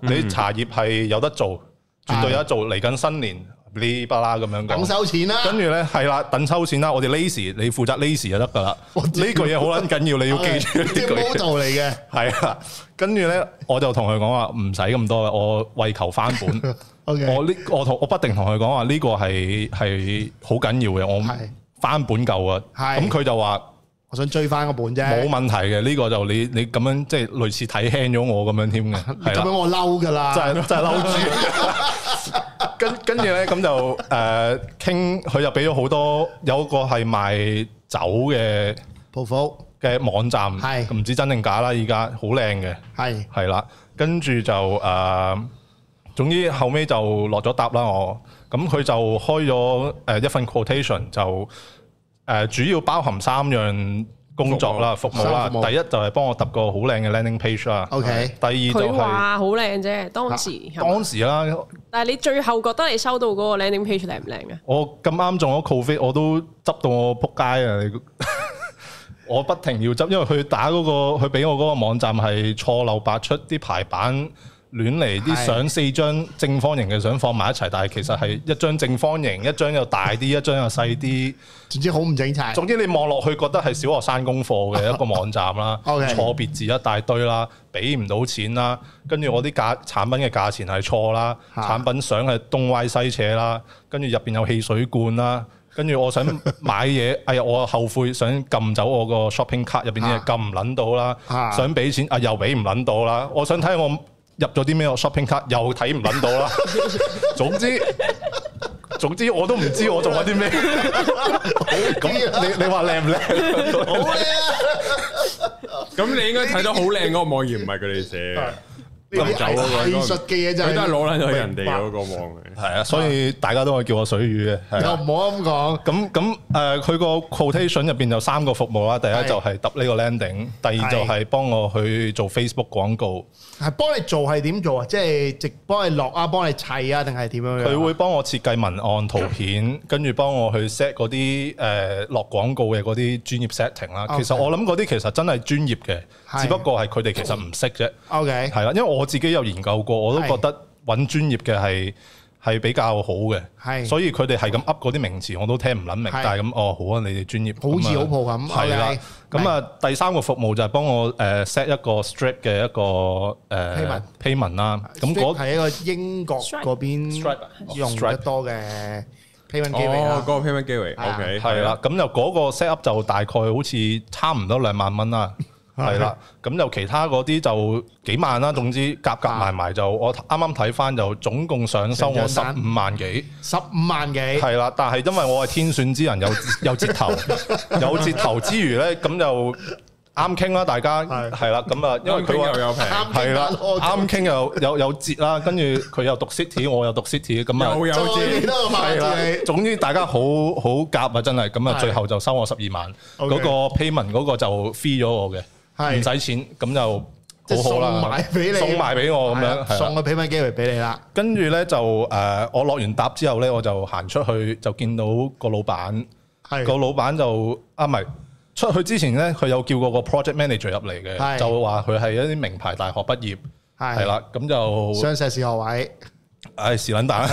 [SPEAKER 4] 你茶葉係有得做，絕對有得做。嚟緊新年，呢巴啦咁樣
[SPEAKER 2] 等
[SPEAKER 4] 講。
[SPEAKER 2] 收錢啦，
[SPEAKER 4] 跟住咧，係啦，等抽錢啦，我哋 lazy，你負責 lazy 就得噶啦。
[SPEAKER 2] 我
[SPEAKER 4] 呢句嘢好撚緊要，你要記住呢
[SPEAKER 2] 即係
[SPEAKER 4] 句嘢。
[SPEAKER 2] model 嚟嘅，
[SPEAKER 4] 係啊，跟住咧，我就同佢講話唔使咁多啦，我為求翻 本。
[SPEAKER 2] OK
[SPEAKER 4] 我呢，我同我不定同佢講話呢個係係好緊要嘅，我
[SPEAKER 2] 係
[SPEAKER 4] 翻本夠啊。
[SPEAKER 2] 係
[SPEAKER 4] 咁佢就話。
[SPEAKER 2] 我想追翻個本啫，
[SPEAKER 4] 冇問題嘅，呢、個就你你咁樣即係類似睇輕咗我咁 樣添嘅，係
[SPEAKER 2] 咁
[SPEAKER 4] 啦
[SPEAKER 2] 樣，我嬲㗎啦，
[SPEAKER 4] 真係真係嬲住。啊跟跟住咧，咁就誒傾，佢就俾咗好多，有個係賣酒嘅
[SPEAKER 2] 報復
[SPEAKER 4] 嘅網站，
[SPEAKER 2] 係
[SPEAKER 4] 唔知真定假啦，而家好靚嘅，
[SPEAKER 2] 係
[SPEAKER 4] 係啦。跟住就誒、總之後尾就落咗答啦我。咁佢就開咗誒、一份 quotation 就誒、主要包含三樣工作啦，服務啦。
[SPEAKER 2] 三個服務
[SPEAKER 4] 第一就係幫我揼個好靚嘅 landing page 啦。
[SPEAKER 2] OK
[SPEAKER 4] 第二
[SPEAKER 3] 佢
[SPEAKER 4] 就係、
[SPEAKER 3] 話好靚啫，當時
[SPEAKER 2] 啊
[SPEAKER 3] 係嘛
[SPEAKER 4] 當時啦，
[SPEAKER 3] 但係你最後覺得你收到嗰個 landing page 靚唔靚啊？
[SPEAKER 4] 我咁啱中咗 Covid，我都執到我仆街啊！你 我不停要執，因為佢打嗰、個，佢俾我嗰個網站係錯漏百出，啲排版亂嚟，啲
[SPEAKER 2] 係
[SPEAKER 4] 相四張正方形嘅相放埋一齊，但係其實係一張正方形，一張又大啲，一張又細啲。
[SPEAKER 2] 總之好唔整齊，，
[SPEAKER 4] 總之你望落去覺得係小學生功課嘅一個網站啦
[SPEAKER 2] OK
[SPEAKER 4] 錯別字一大堆啦，俾唔到錢啦，跟住我啲價產品嘅價錢係錯啦，
[SPEAKER 2] 嚇
[SPEAKER 4] 產品相係東歪西斜啦，跟住入邊有汽水罐啦，跟住我想買嘢， 哎呀我後悔想撳走我個 shopping cart 入邊啲嘢
[SPEAKER 2] 嚇
[SPEAKER 4] 撳唔撚到啦，
[SPEAKER 2] 嚇
[SPEAKER 4] 想俾錢啊又俾唔撚到啦，我想睇我入咗啲咩我 shopping cart 又睇唔撚到啦，總之。總之我都唔知我做緊啲咩，咁你你話靚唔靚？
[SPEAKER 2] 好靚啊！
[SPEAKER 1] 咁你應該睇到好靚嗰個網頁，唔係佢哋 寫嘅，
[SPEAKER 2] 啊呢啲
[SPEAKER 1] 走嗰個
[SPEAKER 2] 藝術嘅嘢就係
[SPEAKER 1] 佢都係攞撚咗人哋嗰個網嘅。
[SPEAKER 4] 係啊，所以大家都可以叫我水魚嘅。係
[SPEAKER 2] 又
[SPEAKER 4] 啊
[SPEAKER 2] 唔好咁講，
[SPEAKER 4] 咁咁誒，佢個 quotation 入邊有三個服務啦，第
[SPEAKER 2] 係
[SPEAKER 4] 一就係揼呢個 landing，第二就係幫我去做 Facebook 廣告，
[SPEAKER 2] 係幫你做係點做啊？即係直幫你落啊，幫你砌啊，定係點樣樣？
[SPEAKER 4] 佢會幫我設計文案、圖片，跟住幫我去 set 嗰啲誒落廣告嘅嗰啲專業 setting 啦。
[SPEAKER 2] OK
[SPEAKER 4] 其實我諗嗰啲其實真係專業
[SPEAKER 2] 係
[SPEAKER 4] 嘅，只不過係佢哋其實唔識啫。
[SPEAKER 2] OK
[SPEAKER 4] 係啦，因為我自己有研究過，我都覺得揾專業嘅係係比較好嘅，
[SPEAKER 2] 係
[SPEAKER 4] 所以佢哋係咁噏嗰啲名詞我都聽唔撚明，
[SPEAKER 2] 係
[SPEAKER 4] 但係咁哦好啊，你哋專業，
[SPEAKER 2] 好似好蒲咁
[SPEAKER 4] 係啦
[SPEAKER 2] OK，
[SPEAKER 4] 咁啊第三個服務就係幫我誒 set 一個 strip 嘅一個
[SPEAKER 2] Payment
[SPEAKER 4] 誒 payment 啦，咁嗰
[SPEAKER 2] 係一個英國
[SPEAKER 3] Stripe
[SPEAKER 2] 嗰邊
[SPEAKER 4] Stripe 啊
[SPEAKER 2] 用得多嘅 payment 機嚟
[SPEAKER 1] 哦
[SPEAKER 2] 啦，，
[SPEAKER 1] 嗰個 payment 機會
[SPEAKER 2] 係啊
[SPEAKER 1] ，OK，
[SPEAKER 4] 係啦，，咁就嗰個 set up 就大概好似差唔多兩萬蚊啦，係啦，咁就其他嗰啲就幾萬啦，總之夾夾埋埋就我啱啱睇翻就總共想收我
[SPEAKER 2] 成
[SPEAKER 4] 十
[SPEAKER 2] 張單
[SPEAKER 4] 五萬幾，
[SPEAKER 2] 十五萬幾，
[SPEAKER 4] 係啦，但係因為我係天選之人，有有折頭，有折頭之餘咧，咁就啱傾啦，大家
[SPEAKER 2] 係
[SPEAKER 4] 係啦，咁啊，因為
[SPEAKER 1] 因為佢
[SPEAKER 4] 佢
[SPEAKER 1] 又
[SPEAKER 4] 話。
[SPEAKER 1] 有平，
[SPEAKER 2] 啱
[SPEAKER 4] 係啦，
[SPEAKER 2] 傾得多
[SPEAKER 4] 啱傾又有有折啦，跟住佢又讀 city，我又讀 city，咁啊
[SPEAKER 1] 又有
[SPEAKER 2] 再幾
[SPEAKER 1] 折，
[SPEAKER 2] 多個萬
[SPEAKER 4] 係
[SPEAKER 2] 字
[SPEAKER 4] 啦
[SPEAKER 2] 你，
[SPEAKER 4] 總之大家好好夾啊，真係咁
[SPEAKER 2] 係
[SPEAKER 4] 啊，最後就收我十二萬，
[SPEAKER 2] OK
[SPEAKER 4] 嗰個 payment 嗰個就 free 咗我嘅，
[SPEAKER 2] 係
[SPEAKER 4] 唔使錢，咁
[SPEAKER 2] 即係
[SPEAKER 4] 就好好
[SPEAKER 2] 送
[SPEAKER 4] 啦，
[SPEAKER 2] 埋俾你，
[SPEAKER 4] 送埋俾我咁
[SPEAKER 2] 係啦
[SPEAKER 4] 樣，係
[SPEAKER 2] 送
[SPEAKER 4] 啦。
[SPEAKER 2] 個 payment 機會俾你啦，
[SPEAKER 4] 跟住咧就誒，呃我落完搭之後咧，我就行出去就見到個老闆，
[SPEAKER 2] 係
[SPEAKER 4] 個老闆就啊唔係。出去之前咧，佢有叫過個 project manager 入嚟
[SPEAKER 2] 係
[SPEAKER 4] 嘅，就話佢係一啲名牌大學畢業，
[SPEAKER 2] 係
[SPEAKER 4] 係啦，咁就
[SPEAKER 2] 雙碩士學位，
[SPEAKER 4] 唉，是撚 蛋。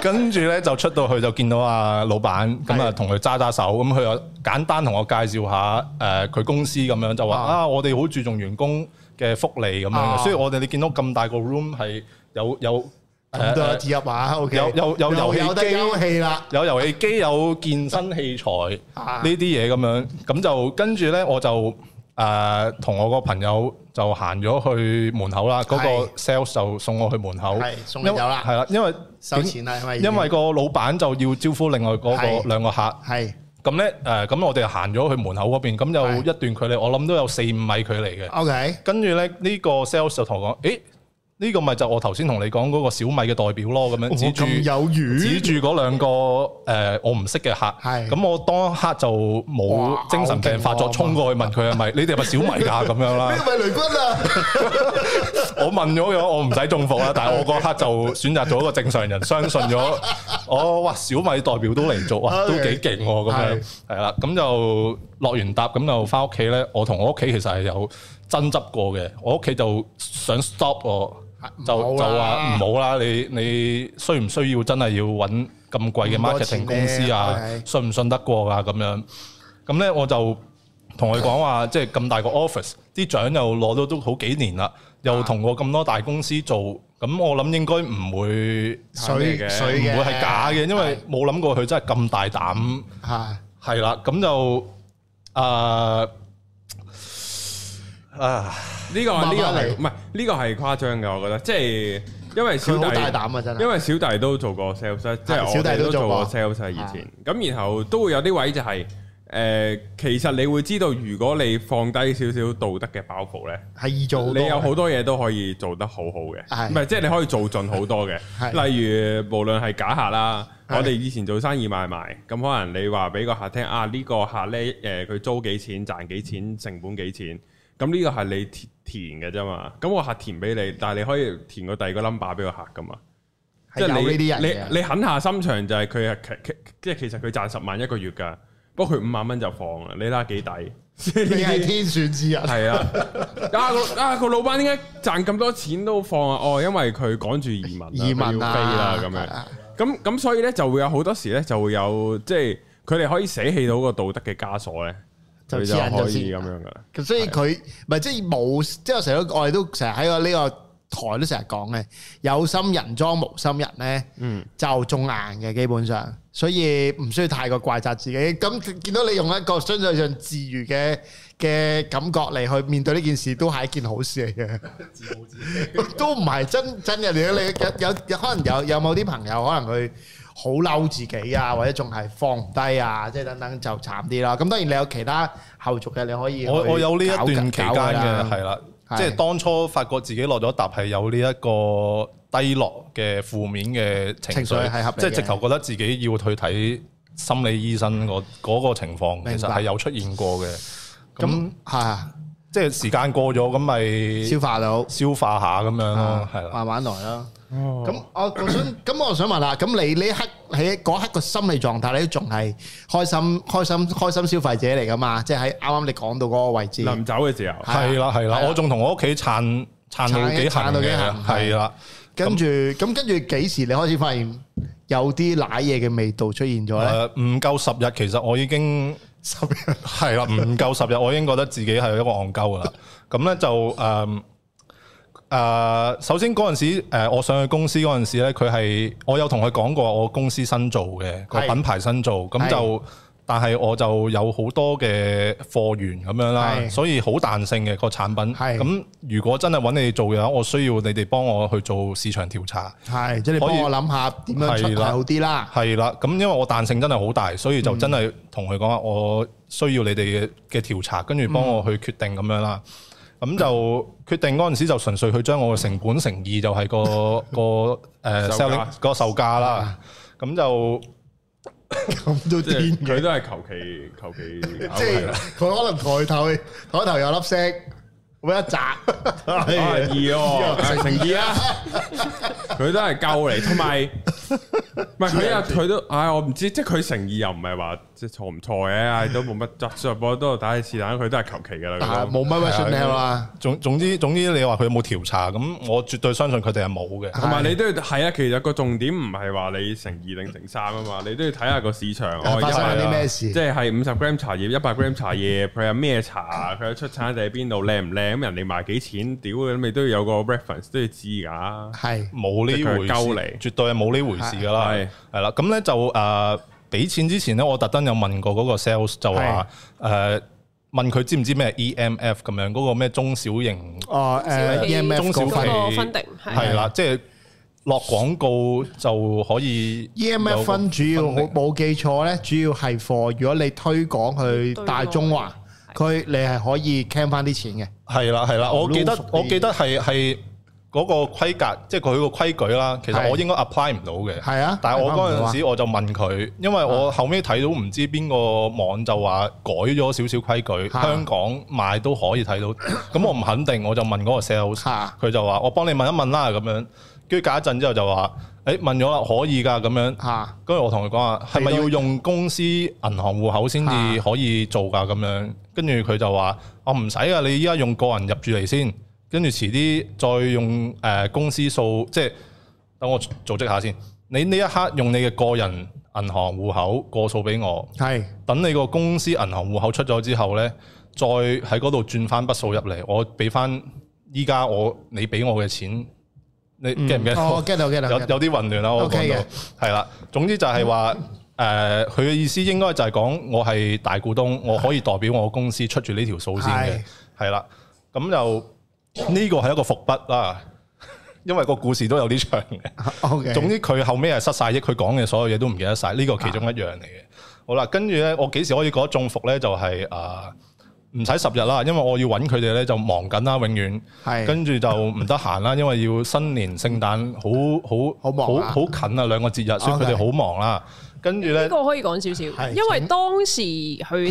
[SPEAKER 4] 跟住咧就出到去就見到阿老闆，咁啊
[SPEAKER 2] 係
[SPEAKER 4] 同佢揸揸手，咁佢又簡單同我介紹下誒佢、公司咁樣，就話
[SPEAKER 2] 啊
[SPEAKER 4] 啊我哋好注重員工嘅福利咁樣，
[SPEAKER 2] 啊
[SPEAKER 4] 所以我哋你見到咁大個 room 係有有
[SPEAKER 2] 咁都有
[SPEAKER 4] 誒
[SPEAKER 2] 置入啊，OK，
[SPEAKER 4] 有有有
[SPEAKER 2] 又
[SPEAKER 4] 遊戲
[SPEAKER 2] 有得
[SPEAKER 4] 機
[SPEAKER 2] 休憩啦，
[SPEAKER 4] 有遊戲機、有健身器材呢
[SPEAKER 2] 啊
[SPEAKER 4] 啲嘢咁樣，咁就跟住呢，我就誒同、我個朋友就行咗去門口啦，嗰、個
[SPEAKER 2] 係
[SPEAKER 4] sales 就送我去門口
[SPEAKER 2] 係，送你走啦
[SPEAKER 4] 因為係啦，因為
[SPEAKER 2] 收錢啦，係咪已經？
[SPEAKER 4] 因為個老闆就要招呼另外嗰
[SPEAKER 2] 係
[SPEAKER 4] 個兩個客，
[SPEAKER 2] 係
[SPEAKER 4] 咁咧誒，咁我哋行咗去門口嗰邊，咁
[SPEAKER 2] 係
[SPEAKER 4] 有一段距離，我諗都有四五米距離嘅。
[SPEAKER 2] OK，
[SPEAKER 4] 跟住咧，呢個 sales 就同我講：，誒，呢個咪就我頭先同你講嗰個小米嘅代表咯，咁
[SPEAKER 2] 我
[SPEAKER 4] 樣指
[SPEAKER 2] 哦咁
[SPEAKER 4] 住
[SPEAKER 2] 有
[SPEAKER 4] 指
[SPEAKER 2] 餘，
[SPEAKER 4] 住嗰兩個誒我唔識嘅客。
[SPEAKER 2] 係
[SPEAKER 4] 咁我當刻就
[SPEAKER 2] 哇
[SPEAKER 4] 冇精神病發
[SPEAKER 2] 好勁
[SPEAKER 4] 作，
[SPEAKER 2] 喎
[SPEAKER 4] 衝過去問佢 係咪你哋係咪小米㗎咁樣
[SPEAKER 2] 呢
[SPEAKER 4] 啦。
[SPEAKER 2] 個咪雷軍啊，
[SPEAKER 4] 我問咗嘅，我唔使中伏啦，但係我嗰刻就選擇咗一個正 常人，相信咗，哦，哇，小米代表都嚟做，哇，都
[SPEAKER 2] Okay
[SPEAKER 4] 幾勁喎，咁樣
[SPEAKER 2] 係
[SPEAKER 4] 係啦，咁就落完搭，咁就翻屋企咧。我同我屋企其實係有爭執過嘅，我屋企就想 stop 我，就
[SPEAKER 2] 唔
[SPEAKER 4] 就
[SPEAKER 2] 好啦
[SPEAKER 4] 話唔好啦，你你需唔需要真係要揾咁貴嘅
[SPEAKER 2] 咁多錢
[SPEAKER 4] marketing 公司啊
[SPEAKER 2] 咧？係
[SPEAKER 4] 信唔信得過啊？咁樣咁咧，我就同佢講話，即係咁大個 office，啲獎又攞到都好幾年啦，又
[SPEAKER 2] 啊
[SPEAKER 4] 同過咁多大公司做，咁我諗應該唔會
[SPEAKER 2] 水
[SPEAKER 1] 嘅
[SPEAKER 2] 水
[SPEAKER 4] 唔
[SPEAKER 2] 嘅，
[SPEAKER 4] 會係假嘅，因為冇諗過佢真係咁大膽。
[SPEAKER 2] 嚇。
[SPEAKER 4] 係啦，咁就啊啊
[SPEAKER 1] 呢個
[SPEAKER 2] 慢慢
[SPEAKER 1] 呢個
[SPEAKER 2] 嚟
[SPEAKER 1] 係唔係呢個係誇張嘅？我覺得即係因為小
[SPEAKER 2] 佢好
[SPEAKER 1] 弟
[SPEAKER 2] 大膽啊！真
[SPEAKER 1] 因
[SPEAKER 2] 係，
[SPEAKER 1] 為小弟都做過 sales，啦即啊係
[SPEAKER 2] 係
[SPEAKER 1] 我
[SPEAKER 2] 啊小
[SPEAKER 1] 哋
[SPEAKER 2] 弟都
[SPEAKER 1] 都
[SPEAKER 2] 做
[SPEAKER 1] 做
[SPEAKER 2] 過啊
[SPEAKER 1] 過 sales 啊啦以前。咁然後都會有啲位就係、誒，其實你會知道，如果你放低少少道德嘅包袱咧，
[SPEAKER 2] 係易做好多。
[SPEAKER 1] 你有好多嘢都可以做得好好嘅，
[SPEAKER 2] 係
[SPEAKER 1] 唔係即係你可以做盡好多嘅。
[SPEAKER 2] 係
[SPEAKER 1] 例如無論係假客啦，
[SPEAKER 2] 係
[SPEAKER 1] 我哋以前做生意賣賣，咁可能你話俾個客聽啊，呢、個客呢，誒、佢租幾錢賺幾錢，成本幾錢，咁呢個係你填填嘅啫嘛。咁個客填俾你，但係你可以填個第二個 number 俾個客噶嘛。
[SPEAKER 2] 係有呢啲
[SPEAKER 1] 你
[SPEAKER 2] 人嘅
[SPEAKER 1] 你你狠下心腸就係佢係其其即係其實佢賺十萬一個月㗎，不過佢五萬蚊就放啦，你睇下幾抵。
[SPEAKER 2] 你係天選之人，
[SPEAKER 1] 係啊，啊個啊個老闆點解賺咁多錢都放啊？哦，因為佢趕住移民啊，
[SPEAKER 2] 移民
[SPEAKER 1] 佢
[SPEAKER 2] 啊
[SPEAKER 1] 要飛啦咁樣。咁咁所以咧就會有好多時咧就會有即係佢哋可以捨棄到個道德嘅枷鎖咧，
[SPEAKER 2] 就
[SPEAKER 1] 佢
[SPEAKER 2] 知人
[SPEAKER 1] 就
[SPEAKER 2] 就
[SPEAKER 1] 可以
[SPEAKER 2] 知
[SPEAKER 1] 咁樣噶啦。
[SPEAKER 2] 咁所以佢咪即係冇，即係我成日都我哋都成日喺個呢個台都成日講嘅，有心人裝無心人咧，
[SPEAKER 1] 嗯，
[SPEAKER 2] 就中硬嘅基本上，所以唔需要太過怪責自己。咁見到你用一個相對上自如嘅嘅感覺嚟去面對呢件事，都係一件好事嚟嘅。 都唔係真真嘅，你你有有有可能有有某啲朋友可能佢好嬲自己啊，或者仲係放唔低啊，即係等等就慘啲啦。咁當然你有其他後續嘅，你可以
[SPEAKER 4] 我
[SPEAKER 2] 去
[SPEAKER 4] 我有呢一
[SPEAKER 2] 搞
[SPEAKER 4] 段期間
[SPEAKER 2] 搞佢啦
[SPEAKER 4] 嘅係啦，
[SPEAKER 2] 係
[SPEAKER 4] 即係當初發覺自己落咗搭係有呢一個低落嘅負面嘅情
[SPEAKER 2] 情緒係合理嘅
[SPEAKER 4] 緒，即係直頭覺得自己要去睇心理醫生嗰嗰個情況，
[SPEAKER 2] 明白
[SPEAKER 4] 其實係有出現過嘅。
[SPEAKER 2] 咁係
[SPEAKER 4] 即係時間過咗，咁咪
[SPEAKER 2] 消化啊到，
[SPEAKER 4] 消化下咁樣咯，係啦。
[SPEAKER 2] 慢慢來啦。
[SPEAKER 1] 咁
[SPEAKER 2] 咁我我想咁我想問啦，咁你呢一刻喺嗰一刻個心理狀態，你都仲係開心開心開心消費者嚟噶嘛？即係喺啱啱你講到嗰個位置，
[SPEAKER 1] 臨走嘅時候，
[SPEAKER 2] 係啊
[SPEAKER 4] 係啦係
[SPEAKER 2] 係啊
[SPEAKER 4] 啦，我仲同我屋企撐撐到幾
[SPEAKER 2] 撐撐到
[SPEAKER 4] 痕
[SPEAKER 2] 幾
[SPEAKER 4] 嘅
[SPEAKER 2] 痕，
[SPEAKER 4] 係啦。
[SPEAKER 2] 跟住咁跟住幾時你開始發現有啲奶嘢嘅味道出現咗咧？
[SPEAKER 4] 誒唔夠十日，其實我已經
[SPEAKER 2] 十日
[SPEAKER 4] 係啦，唔夠十日，我已經覺得自己係一個戇鳩噶啦。咁咧就誒誒、首先嗰陣時誒我上去公司嗰陣時咧，佢係我有同佢講過我公司新做嘅個
[SPEAKER 2] 係
[SPEAKER 4] 品牌新做，咁
[SPEAKER 2] 係
[SPEAKER 4] 就但係我就有好多嘅貨源咁樣啦，
[SPEAKER 2] 係
[SPEAKER 4] 所以好彈性嘅個產品。
[SPEAKER 2] 係
[SPEAKER 4] 咁，如果真係揾你哋做嘅話，我需要你哋幫我去做市場調查。
[SPEAKER 2] 係即係你幫
[SPEAKER 4] 可以
[SPEAKER 2] 我諗下點樣出
[SPEAKER 4] 係
[SPEAKER 2] 係
[SPEAKER 4] 啦
[SPEAKER 2] 好啲啦。
[SPEAKER 4] 係啦，咁因為我彈性真係好大，所以就真
[SPEAKER 1] 嗯
[SPEAKER 4] 係同佢講話，我需要你哋嘅嘅調查，跟住
[SPEAKER 1] 嗯
[SPEAKER 4] 幫我去決定咁樣啦。咁就決定嗰陣時就純粹去將我嘅成本乘以就係個 個誒
[SPEAKER 1] 售價
[SPEAKER 4] selling 嗰個售價啦。咁就
[SPEAKER 2] 咁都
[SPEAKER 1] 即係
[SPEAKER 2] 癲
[SPEAKER 1] 佢
[SPEAKER 2] 嘅，
[SPEAKER 1] 都係求其求 其搞
[SPEAKER 2] 即係
[SPEAKER 1] 係啦。
[SPEAKER 2] 佢可能抬頭，抬頭有粒色，咁一扎，
[SPEAKER 1] 啊二哦，係成二啦，佢都係夠嚟，同埋唔係佢 又佢都，唉，我唔知，即係佢誠意又唔係話即係錯唔錯嘅，唉都冇乜質素，不過都打起是但，佢都係求其噶啦。
[SPEAKER 2] 啊
[SPEAKER 1] 佢都
[SPEAKER 2] 冇乜乜信你
[SPEAKER 4] 係
[SPEAKER 2] 啦。
[SPEAKER 4] 總總之總之，你話佢有冇調查？咁我絕對相信佢哋係冇嘅。
[SPEAKER 1] 同埋你都要係啊，其實個重點唔係話你成二定成三啊嘛，你都要睇下個市場。我
[SPEAKER 2] 發生緊
[SPEAKER 4] 係啊
[SPEAKER 2] 啲咩
[SPEAKER 1] 即
[SPEAKER 2] 事？
[SPEAKER 1] 係五十 gram 茶葉、一百 gram 茶葉，佢有咩茶，佢有出產地喺邊度，靚唔靚？咁人哋賣幾錢？屌，咁你都要有個 reference，都要知㗎。
[SPEAKER 2] 係
[SPEAKER 4] 冇呢回
[SPEAKER 1] 即係佢鳩你
[SPEAKER 4] 事，絕對係冇呢回事噶啦
[SPEAKER 1] 係，
[SPEAKER 4] 係啦。咁咧就誒俾錢之前咧，我特登有問過嗰個 sales 就話誒問佢知唔知咩 EMF 咁樣嗰個咩中小型
[SPEAKER 2] 哦誒
[SPEAKER 3] 小企
[SPEAKER 2] EMF
[SPEAKER 4] 中小
[SPEAKER 2] 嗰
[SPEAKER 4] 費
[SPEAKER 2] 份
[SPEAKER 3] 嗰個分定係
[SPEAKER 4] 係啦，即係落廣告就可以
[SPEAKER 2] EMF
[SPEAKER 4] 有個
[SPEAKER 2] E 分主要冇
[SPEAKER 4] 分定
[SPEAKER 2] 冇記錯咧，主要係貨。如果你推廣去大中華區，你係可以 can 翻啲錢嘅。
[SPEAKER 4] 係啦係啦，我記
[SPEAKER 2] 撈熟啲
[SPEAKER 4] 得我記得係係嗰個規格，即係佢個規矩啦。其實
[SPEAKER 2] 係
[SPEAKER 4] 我應該 apply 唔到嘅。
[SPEAKER 2] 係啊
[SPEAKER 4] 但係我
[SPEAKER 2] apply 唔到
[SPEAKER 4] 嗰
[SPEAKER 2] 啊
[SPEAKER 4] 陣時我就問佢，因為我後尾睇到唔知邊個網就話改咗少少規矩，
[SPEAKER 2] 嚇
[SPEAKER 4] 香港賣都可以睇到。咁我唔肯定，我就問嗰個 sales，
[SPEAKER 2] 嚇
[SPEAKER 4] 佢就話我幫你問一問啦咁樣。跟住隔一陣之後就話，誒問咗啦，可以㗎咁樣。
[SPEAKER 2] 嚇
[SPEAKER 4] 跟住我同佢講話，係咪要用公司銀行戶口先至可以做㗎咁樣？跟住佢就話：我唔使啊，你依家用個人入住嚟先，跟住遲啲再用誒、呃公司數，即係等我組織下先。你呢一刻用你嘅個人銀行戶口過數俾我，
[SPEAKER 2] 係
[SPEAKER 4] 等你個公司銀行戶口出咗之後呢，再喺嗰度轉翻筆數入嚟，我俾翻依家我你俾我嘅錢，你 get 唔 get
[SPEAKER 2] 哦
[SPEAKER 4] 到？
[SPEAKER 2] Ờ, ，get 到 get 到
[SPEAKER 4] 有
[SPEAKER 2] get 到
[SPEAKER 4] 有啲混亂啦，我
[SPEAKER 2] OK
[SPEAKER 4] 講
[SPEAKER 2] 嘅
[SPEAKER 4] 到係啦。總之就係話誒，佢嘅意思應該就係講我係大股東，我可以代表我公司出住呢條數先嘅
[SPEAKER 2] 係，
[SPEAKER 4] 係啦。咁就呢個係一個伏筆啦，因為個故事都有啲長嘅。
[SPEAKER 2] Ờ, OK。
[SPEAKER 4] 總之佢後尾係失晒憶，佢講嘅所有嘢都唔記得晒，呢個其中一樣嚟嘅。好啦，跟住咧，我幾時可以覺得中伏咧？就係誒唔使十日啦，因為我要揾佢哋咧就忙緊啦，永遠。
[SPEAKER 2] 係
[SPEAKER 4] 跟住就唔得閒啦，因為要新年聖誕好好
[SPEAKER 2] 好忙啊
[SPEAKER 4] 好好近啊兩個節日，所以佢哋好忙啦。跟住
[SPEAKER 3] 呢
[SPEAKER 4] 咧，
[SPEAKER 3] 個可以講少少，
[SPEAKER 2] 係
[SPEAKER 3] 因為
[SPEAKER 2] 請
[SPEAKER 3] 當時 佢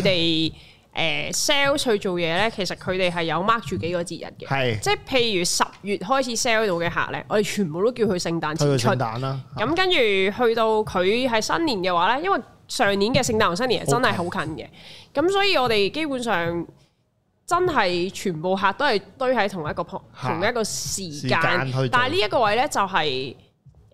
[SPEAKER 3] 哋誒 sales 去做嘢咧，其實佢哋係有 mark 住幾個節日嘅，
[SPEAKER 2] 係
[SPEAKER 3] 即係譬如十月開始 sell 到嘅客咧，我哋全部都叫佢聖誕
[SPEAKER 2] 推到
[SPEAKER 3] 前出
[SPEAKER 2] 聖。誕啦。
[SPEAKER 3] 咁跟住去到佢係新年嘅話咧，因為上年嘅聖誕同新年係真係好近嘅，咁所以我哋基本上真係全部客都係堆喺同一個 po-
[SPEAKER 2] 嚇
[SPEAKER 3] 同一個時
[SPEAKER 2] 時
[SPEAKER 3] 間
[SPEAKER 2] 間去做，
[SPEAKER 3] 但係呢一個位咧就係、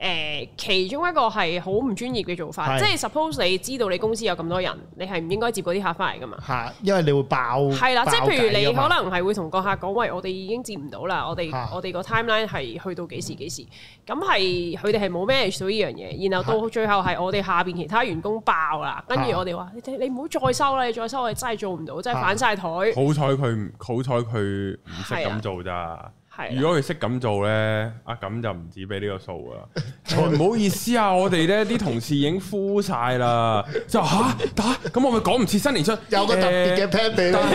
[SPEAKER 3] 誒、其中一個係好唔專業嘅做法，
[SPEAKER 2] 係
[SPEAKER 3] 即係 suppose 你知道你公司有咁多人，你係唔應該接嗰啲客翻嚟噶嘛？
[SPEAKER 2] 嚇，因為你會爆
[SPEAKER 3] 係啦，即係
[SPEAKER 2] 爆
[SPEAKER 3] 譬如
[SPEAKER 2] 計
[SPEAKER 3] 你
[SPEAKER 2] 㗎嘛
[SPEAKER 3] 可能係會同個客講，喂，我哋已經接唔到啦，我哋
[SPEAKER 2] 啊
[SPEAKER 3] 我哋個 timeline 係去到幾時幾時，咁係佢哋係冇 manage 到呢樣嘢，然後到最後係我哋下邊其他員工爆啦，跟住
[SPEAKER 2] 啊
[SPEAKER 3] 我哋話你你唔好再收啦，你再收我哋真係做唔到，真係
[SPEAKER 2] 啊
[SPEAKER 3] 反晒 台，
[SPEAKER 1] 好彩佢唔好彩佢唔識咁做咋。
[SPEAKER 3] 啊係啊
[SPEAKER 1] 如
[SPEAKER 3] 啦
[SPEAKER 1] 果佢識咁做咧，啊咁就唔止俾呢個數啊！哎唔好意思啊，我哋咧啲同事已經敷晒啦，就吓打咁我咪講唔切新年出
[SPEAKER 2] 有個特別
[SPEAKER 1] 誒
[SPEAKER 2] 嘅 plan 俾
[SPEAKER 1] 但
[SPEAKER 2] 你。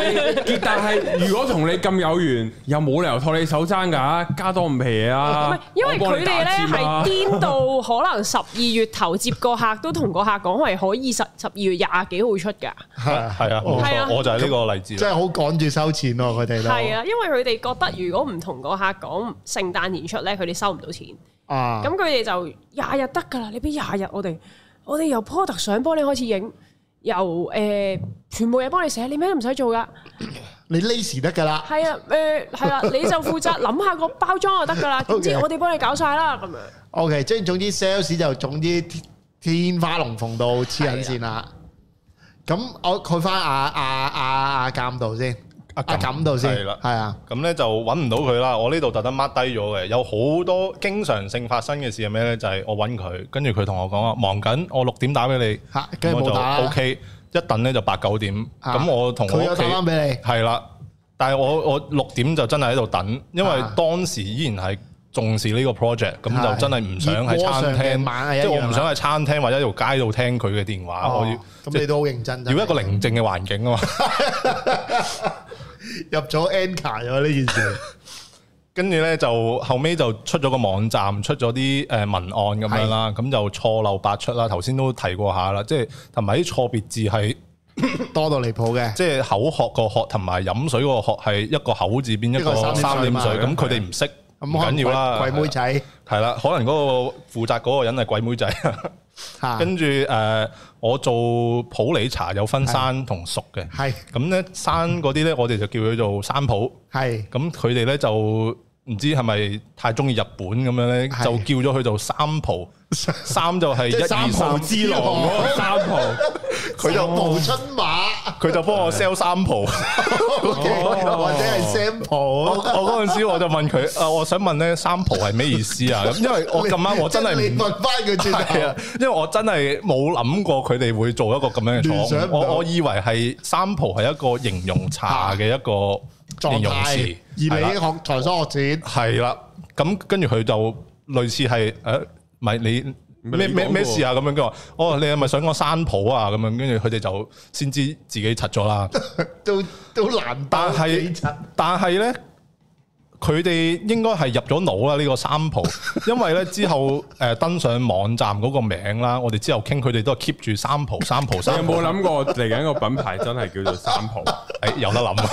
[SPEAKER 1] 係但係如果同你咁有緣，又冇理由拖你手踭㗎，加多唔皮
[SPEAKER 3] 唔
[SPEAKER 1] 啊
[SPEAKER 3] 係！因為
[SPEAKER 1] 我幫
[SPEAKER 3] 佢
[SPEAKER 1] 你
[SPEAKER 3] 哋
[SPEAKER 1] 打
[SPEAKER 3] 咧
[SPEAKER 1] 尖啊
[SPEAKER 3] 係癲到可能十二月頭接個客都同個客講係可以十十二月廿幾號出㗎。
[SPEAKER 4] 係啊，冇
[SPEAKER 3] 係啊
[SPEAKER 4] 錯，我就係呢個例子
[SPEAKER 2] 真
[SPEAKER 4] 啦。
[SPEAKER 2] 係好趕住收錢咯，佢哋都
[SPEAKER 3] 係啊，因為佢哋覺得如果唔同個客講聖誕演出咧，佢哋收唔到錢。
[SPEAKER 2] 啊，
[SPEAKER 3] 咁佢哋就廿日得㗎啦，你俾廿日我哋，我哋由 product 相幫你開始影，由誒、呃全部嘢幫你寫，你咩都唔使做㗎。
[SPEAKER 2] 你 lazy 得㗎啦。
[SPEAKER 3] 係啊，誒係啦，你就負責諗下個包裝就得㗎啦。總之
[SPEAKER 2] Okay
[SPEAKER 3] 我哋幫你搞晒啦咁樣。
[SPEAKER 2] OK，即係總之 sales 就總之天天花龍鳳到黐緊線啦。咁我佢翻阿阿阿阿鑑度先，
[SPEAKER 4] 阿
[SPEAKER 2] 阿
[SPEAKER 4] 鑑
[SPEAKER 2] 錦度先，
[SPEAKER 4] 啊係啦
[SPEAKER 2] 係啊，
[SPEAKER 4] 咁咧就揾唔到佢啦。我呢度特登 mark 低咗嘅，有好多經常性發生嘅事係咩咧？就係、我揾佢，跟住佢同我講啊，忙緊，我六點打俾你，
[SPEAKER 2] 嚇跟住
[SPEAKER 4] 咁我
[SPEAKER 2] 冇
[SPEAKER 4] 就
[SPEAKER 2] 打啦
[SPEAKER 4] O K。一等咧就八九點，
[SPEAKER 2] 啊
[SPEAKER 4] 咁我同我
[SPEAKER 2] 佢
[SPEAKER 4] 屋
[SPEAKER 2] 有
[SPEAKER 4] 企
[SPEAKER 2] 打翻俾你
[SPEAKER 4] 係啦，但係我我六點就真係喺度等，因為
[SPEAKER 2] 啊
[SPEAKER 4] 當時依然係重視呢個 project，咁
[SPEAKER 2] 係
[SPEAKER 4] 就真係唔想
[SPEAKER 2] 熱
[SPEAKER 4] 喺
[SPEAKER 2] 鍋
[SPEAKER 4] 餐
[SPEAKER 2] 上嘅晚係
[SPEAKER 4] 廳，
[SPEAKER 2] 一
[SPEAKER 4] 即係
[SPEAKER 2] 樣
[SPEAKER 4] 我
[SPEAKER 2] 啦
[SPEAKER 4] 唔想喺餐廳或者條街度聽佢嘅電話，我要
[SPEAKER 2] 哦咁你都好認真真係，
[SPEAKER 4] 要一個寧靜嘅環境啊嘛。
[SPEAKER 2] 入咗 anchor 咗呢件事，
[SPEAKER 4] 跟住咧就後尾就出咗個網站，出咗啲誒呃文案咁樣啦，咁就錯漏百出啦。頭先都提過下啦，即係同埋啲錯別字係
[SPEAKER 2] 多到離譜嘅。
[SPEAKER 4] 即係口渴個渴同埋飲水個渴係一個口字邊一
[SPEAKER 2] 一個三
[SPEAKER 4] 個
[SPEAKER 2] 點水
[SPEAKER 4] 三點
[SPEAKER 2] 嘛啊
[SPEAKER 4] 水，
[SPEAKER 1] 係
[SPEAKER 4] 咁佢哋唔識唔
[SPEAKER 2] 咁可能
[SPEAKER 4] 緊要啦。
[SPEAKER 2] 鬼鬼妹仔
[SPEAKER 4] 係啦，可能嗰個負責嗰個人係鬼妹仔。
[SPEAKER 2] 嚇，
[SPEAKER 4] 跟住誒，我做普洱茶有分生同熟嘅，
[SPEAKER 2] 係
[SPEAKER 4] 咁咧生嗰啲咧，我哋就叫佢做生普。
[SPEAKER 2] 係
[SPEAKER 4] 咁佢哋咧就唔知係咪太中意日本咁樣咧，
[SPEAKER 2] 係
[SPEAKER 4] 就叫咗佢做三 浦。三就係
[SPEAKER 2] 即
[SPEAKER 4] 一
[SPEAKER 2] 係
[SPEAKER 4] 二
[SPEAKER 2] 三
[SPEAKER 4] 三
[SPEAKER 2] 浦，
[SPEAKER 1] 之狼嗰個三號，
[SPEAKER 4] 佢就
[SPEAKER 2] 無春馬，
[SPEAKER 4] 佢就幫我 sell 三浦。
[SPEAKER 2] 或者係
[SPEAKER 4] 我
[SPEAKER 2] sample。
[SPEAKER 4] 我嗰陣時我就問佢啊，我想問咧三浦係咩意思啊？咁因為我咁啱我真係
[SPEAKER 2] 即你
[SPEAKER 4] 唔
[SPEAKER 2] 問翻佢轉
[SPEAKER 4] 係
[SPEAKER 2] 頭
[SPEAKER 4] 啊，因為我真係冇諗過佢哋會做一個咁樣嘅
[SPEAKER 2] 聯想
[SPEAKER 4] 錯
[SPEAKER 2] 唔
[SPEAKER 4] 誤。
[SPEAKER 2] 到
[SPEAKER 4] 我我以為係三浦係一個形容茶嘅一個
[SPEAKER 2] 狀
[SPEAKER 4] 形容
[SPEAKER 2] 態
[SPEAKER 4] 詞，，
[SPEAKER 2] 而你
[SPEAKER 4] 係啦
[SPEAKER 2] 學才疏學淺，
[SPEAKER 4] 係啦，咁跟住佢就類似係誒，唔係你咩咩咩事啊咁樣跟住我話，哦，你係咪想講山普啊咁樣？跟住佢哋就先知自己柒咗啦。
[SPEAKER 2] 都都難
[SPEAKER 4] 但
[SPEAKER 2] 打幾
[SPEAKER 4] 係
[SPEAKER 2] 層。
[SPEAKER 4] 但係咧，佢哋應該係入咗腦啦呢個三 浦，因為咧之後誒登上網站嗰個名啦，我哋之後傾佢哋都係 keep 住三浦三浦
[SPEAKER 1] 你
[SPEAKER 4] 三
[SPEAKER 1] 有
[SPEAKER 4] 浦，
[SPEAKER 1] 冇諗過 嚟緊個品牌真係叫做三號？
[SPEAKER 4] 誒有得諗 啊，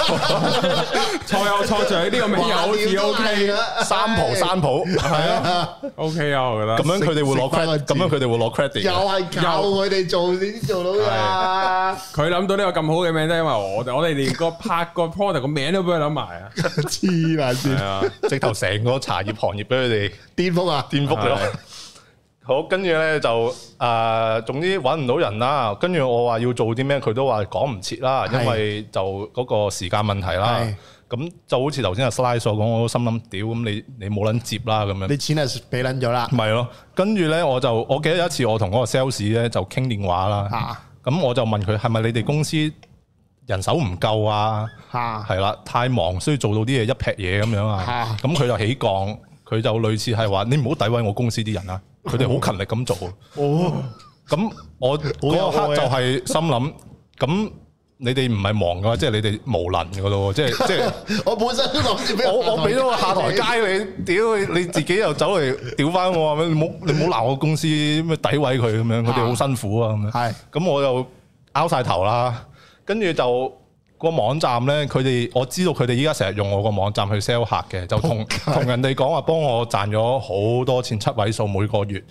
[SPEAKER 1] 錯有錯在呢個名又好似 O K
[SPEAKER 4] 三浦三浦係啊，
[SPEAKER 1] O K 啊，我覺得
[SPEAKER 4] 咁樣佢哋會
[SPEAKER 2] 食
[SPEAKER 4] 攞
[SPEAKER 2] 返個
[SPEAKER 4] credit，
[SPEAKER 2] 字
[SPEAKER 4] 咁樣佢哋會攞 credit
[SPEAKER 2] 又
[SPEAKER 4] 嘅。
[SPEAKER 2] 係靠佢哋做先做到噶，
[SPEAKER 1] 佢諗到呢個咁好嘅名，都係因為我 我哋連個拍個 product 個名都俾佢諗埋啊，
[SPEAKER 2] 黐埋
[SPEAKER 1] 係
[SPEAKER 2] 線，
[SPEAKER 1] 啊，
[SPEAKER 4] 直頭成個茶葉行業俾佢哋
[SPEAKER 2] 顛覆啊！
[SPEAKER 4] 顛覆咗
[SPEAKER 1] 係。
[SPEAKER 4] 好，跟住咧就誒、呃，總之揾唔到人啦。跟住我話要做啲咩，佢都話講唔切啦，
[SPEAKER 2] 係
[SPEAKER 4] 因為就嗰個時間問題啦
[SPEAKER 2] 係。
[SPEAKER 4] 咁就好似頭先阿 Slide 所講，我都心諗屌咁你你冇撚接啦咁樣。
[SPEAKER 2] 你錢係俾撚咗啦，
[SPEAKER 4] 咪咯，跟住咧我就我記得有一次我同嗰個 sales 咧就傾電話啦，
[SPEAKER 2] 嚇
[SPEAKER 4] 咁我就問佢係咪你哋公司人手唔夠啊？
[SPEAKER 2] 嚇
[SPEAKER 4] 係啦，太忙，需要做到啲嘢一劈嘢咁樣啊。
[SPEAKER 2] 嚇
[SPEAKER 4] 咁佢就起降，佢就類似係話：你唔好詆毀我公司啲人啊！ 佢哋好勤力咁做。
[SPEAKER 2] 哦，
[SPEAKER 4] 咁我
[SPEAKER 2] 有愛啊
[SPEAKER 4] 嗰刻就係心諗，咁你哋唔係忙嘅話，即係你哋無能嘅咯喎，即係即係。
[SPEAKER 2] 我本身都諗住俾人
[SPEAKER 4] 我我俾咗個下台
[SPEAKER 2] 你
[SPEAKER 4] 階你，屌你你自己又走嚟屌翻我，啊你唔好你唔好鬧我公司咩詆毀佢咁樣，佢哋好辛苦啊咁樣。
[SPEAKER 2] 係
[SPEAKER 4] 咁我就拗晒頭啦，跟住就個網站咧，佢哋我知道佢哋依家成日用我個網站去 sell 客嘅，就同同人哋講話幫我賺咗好多錢七位數每個月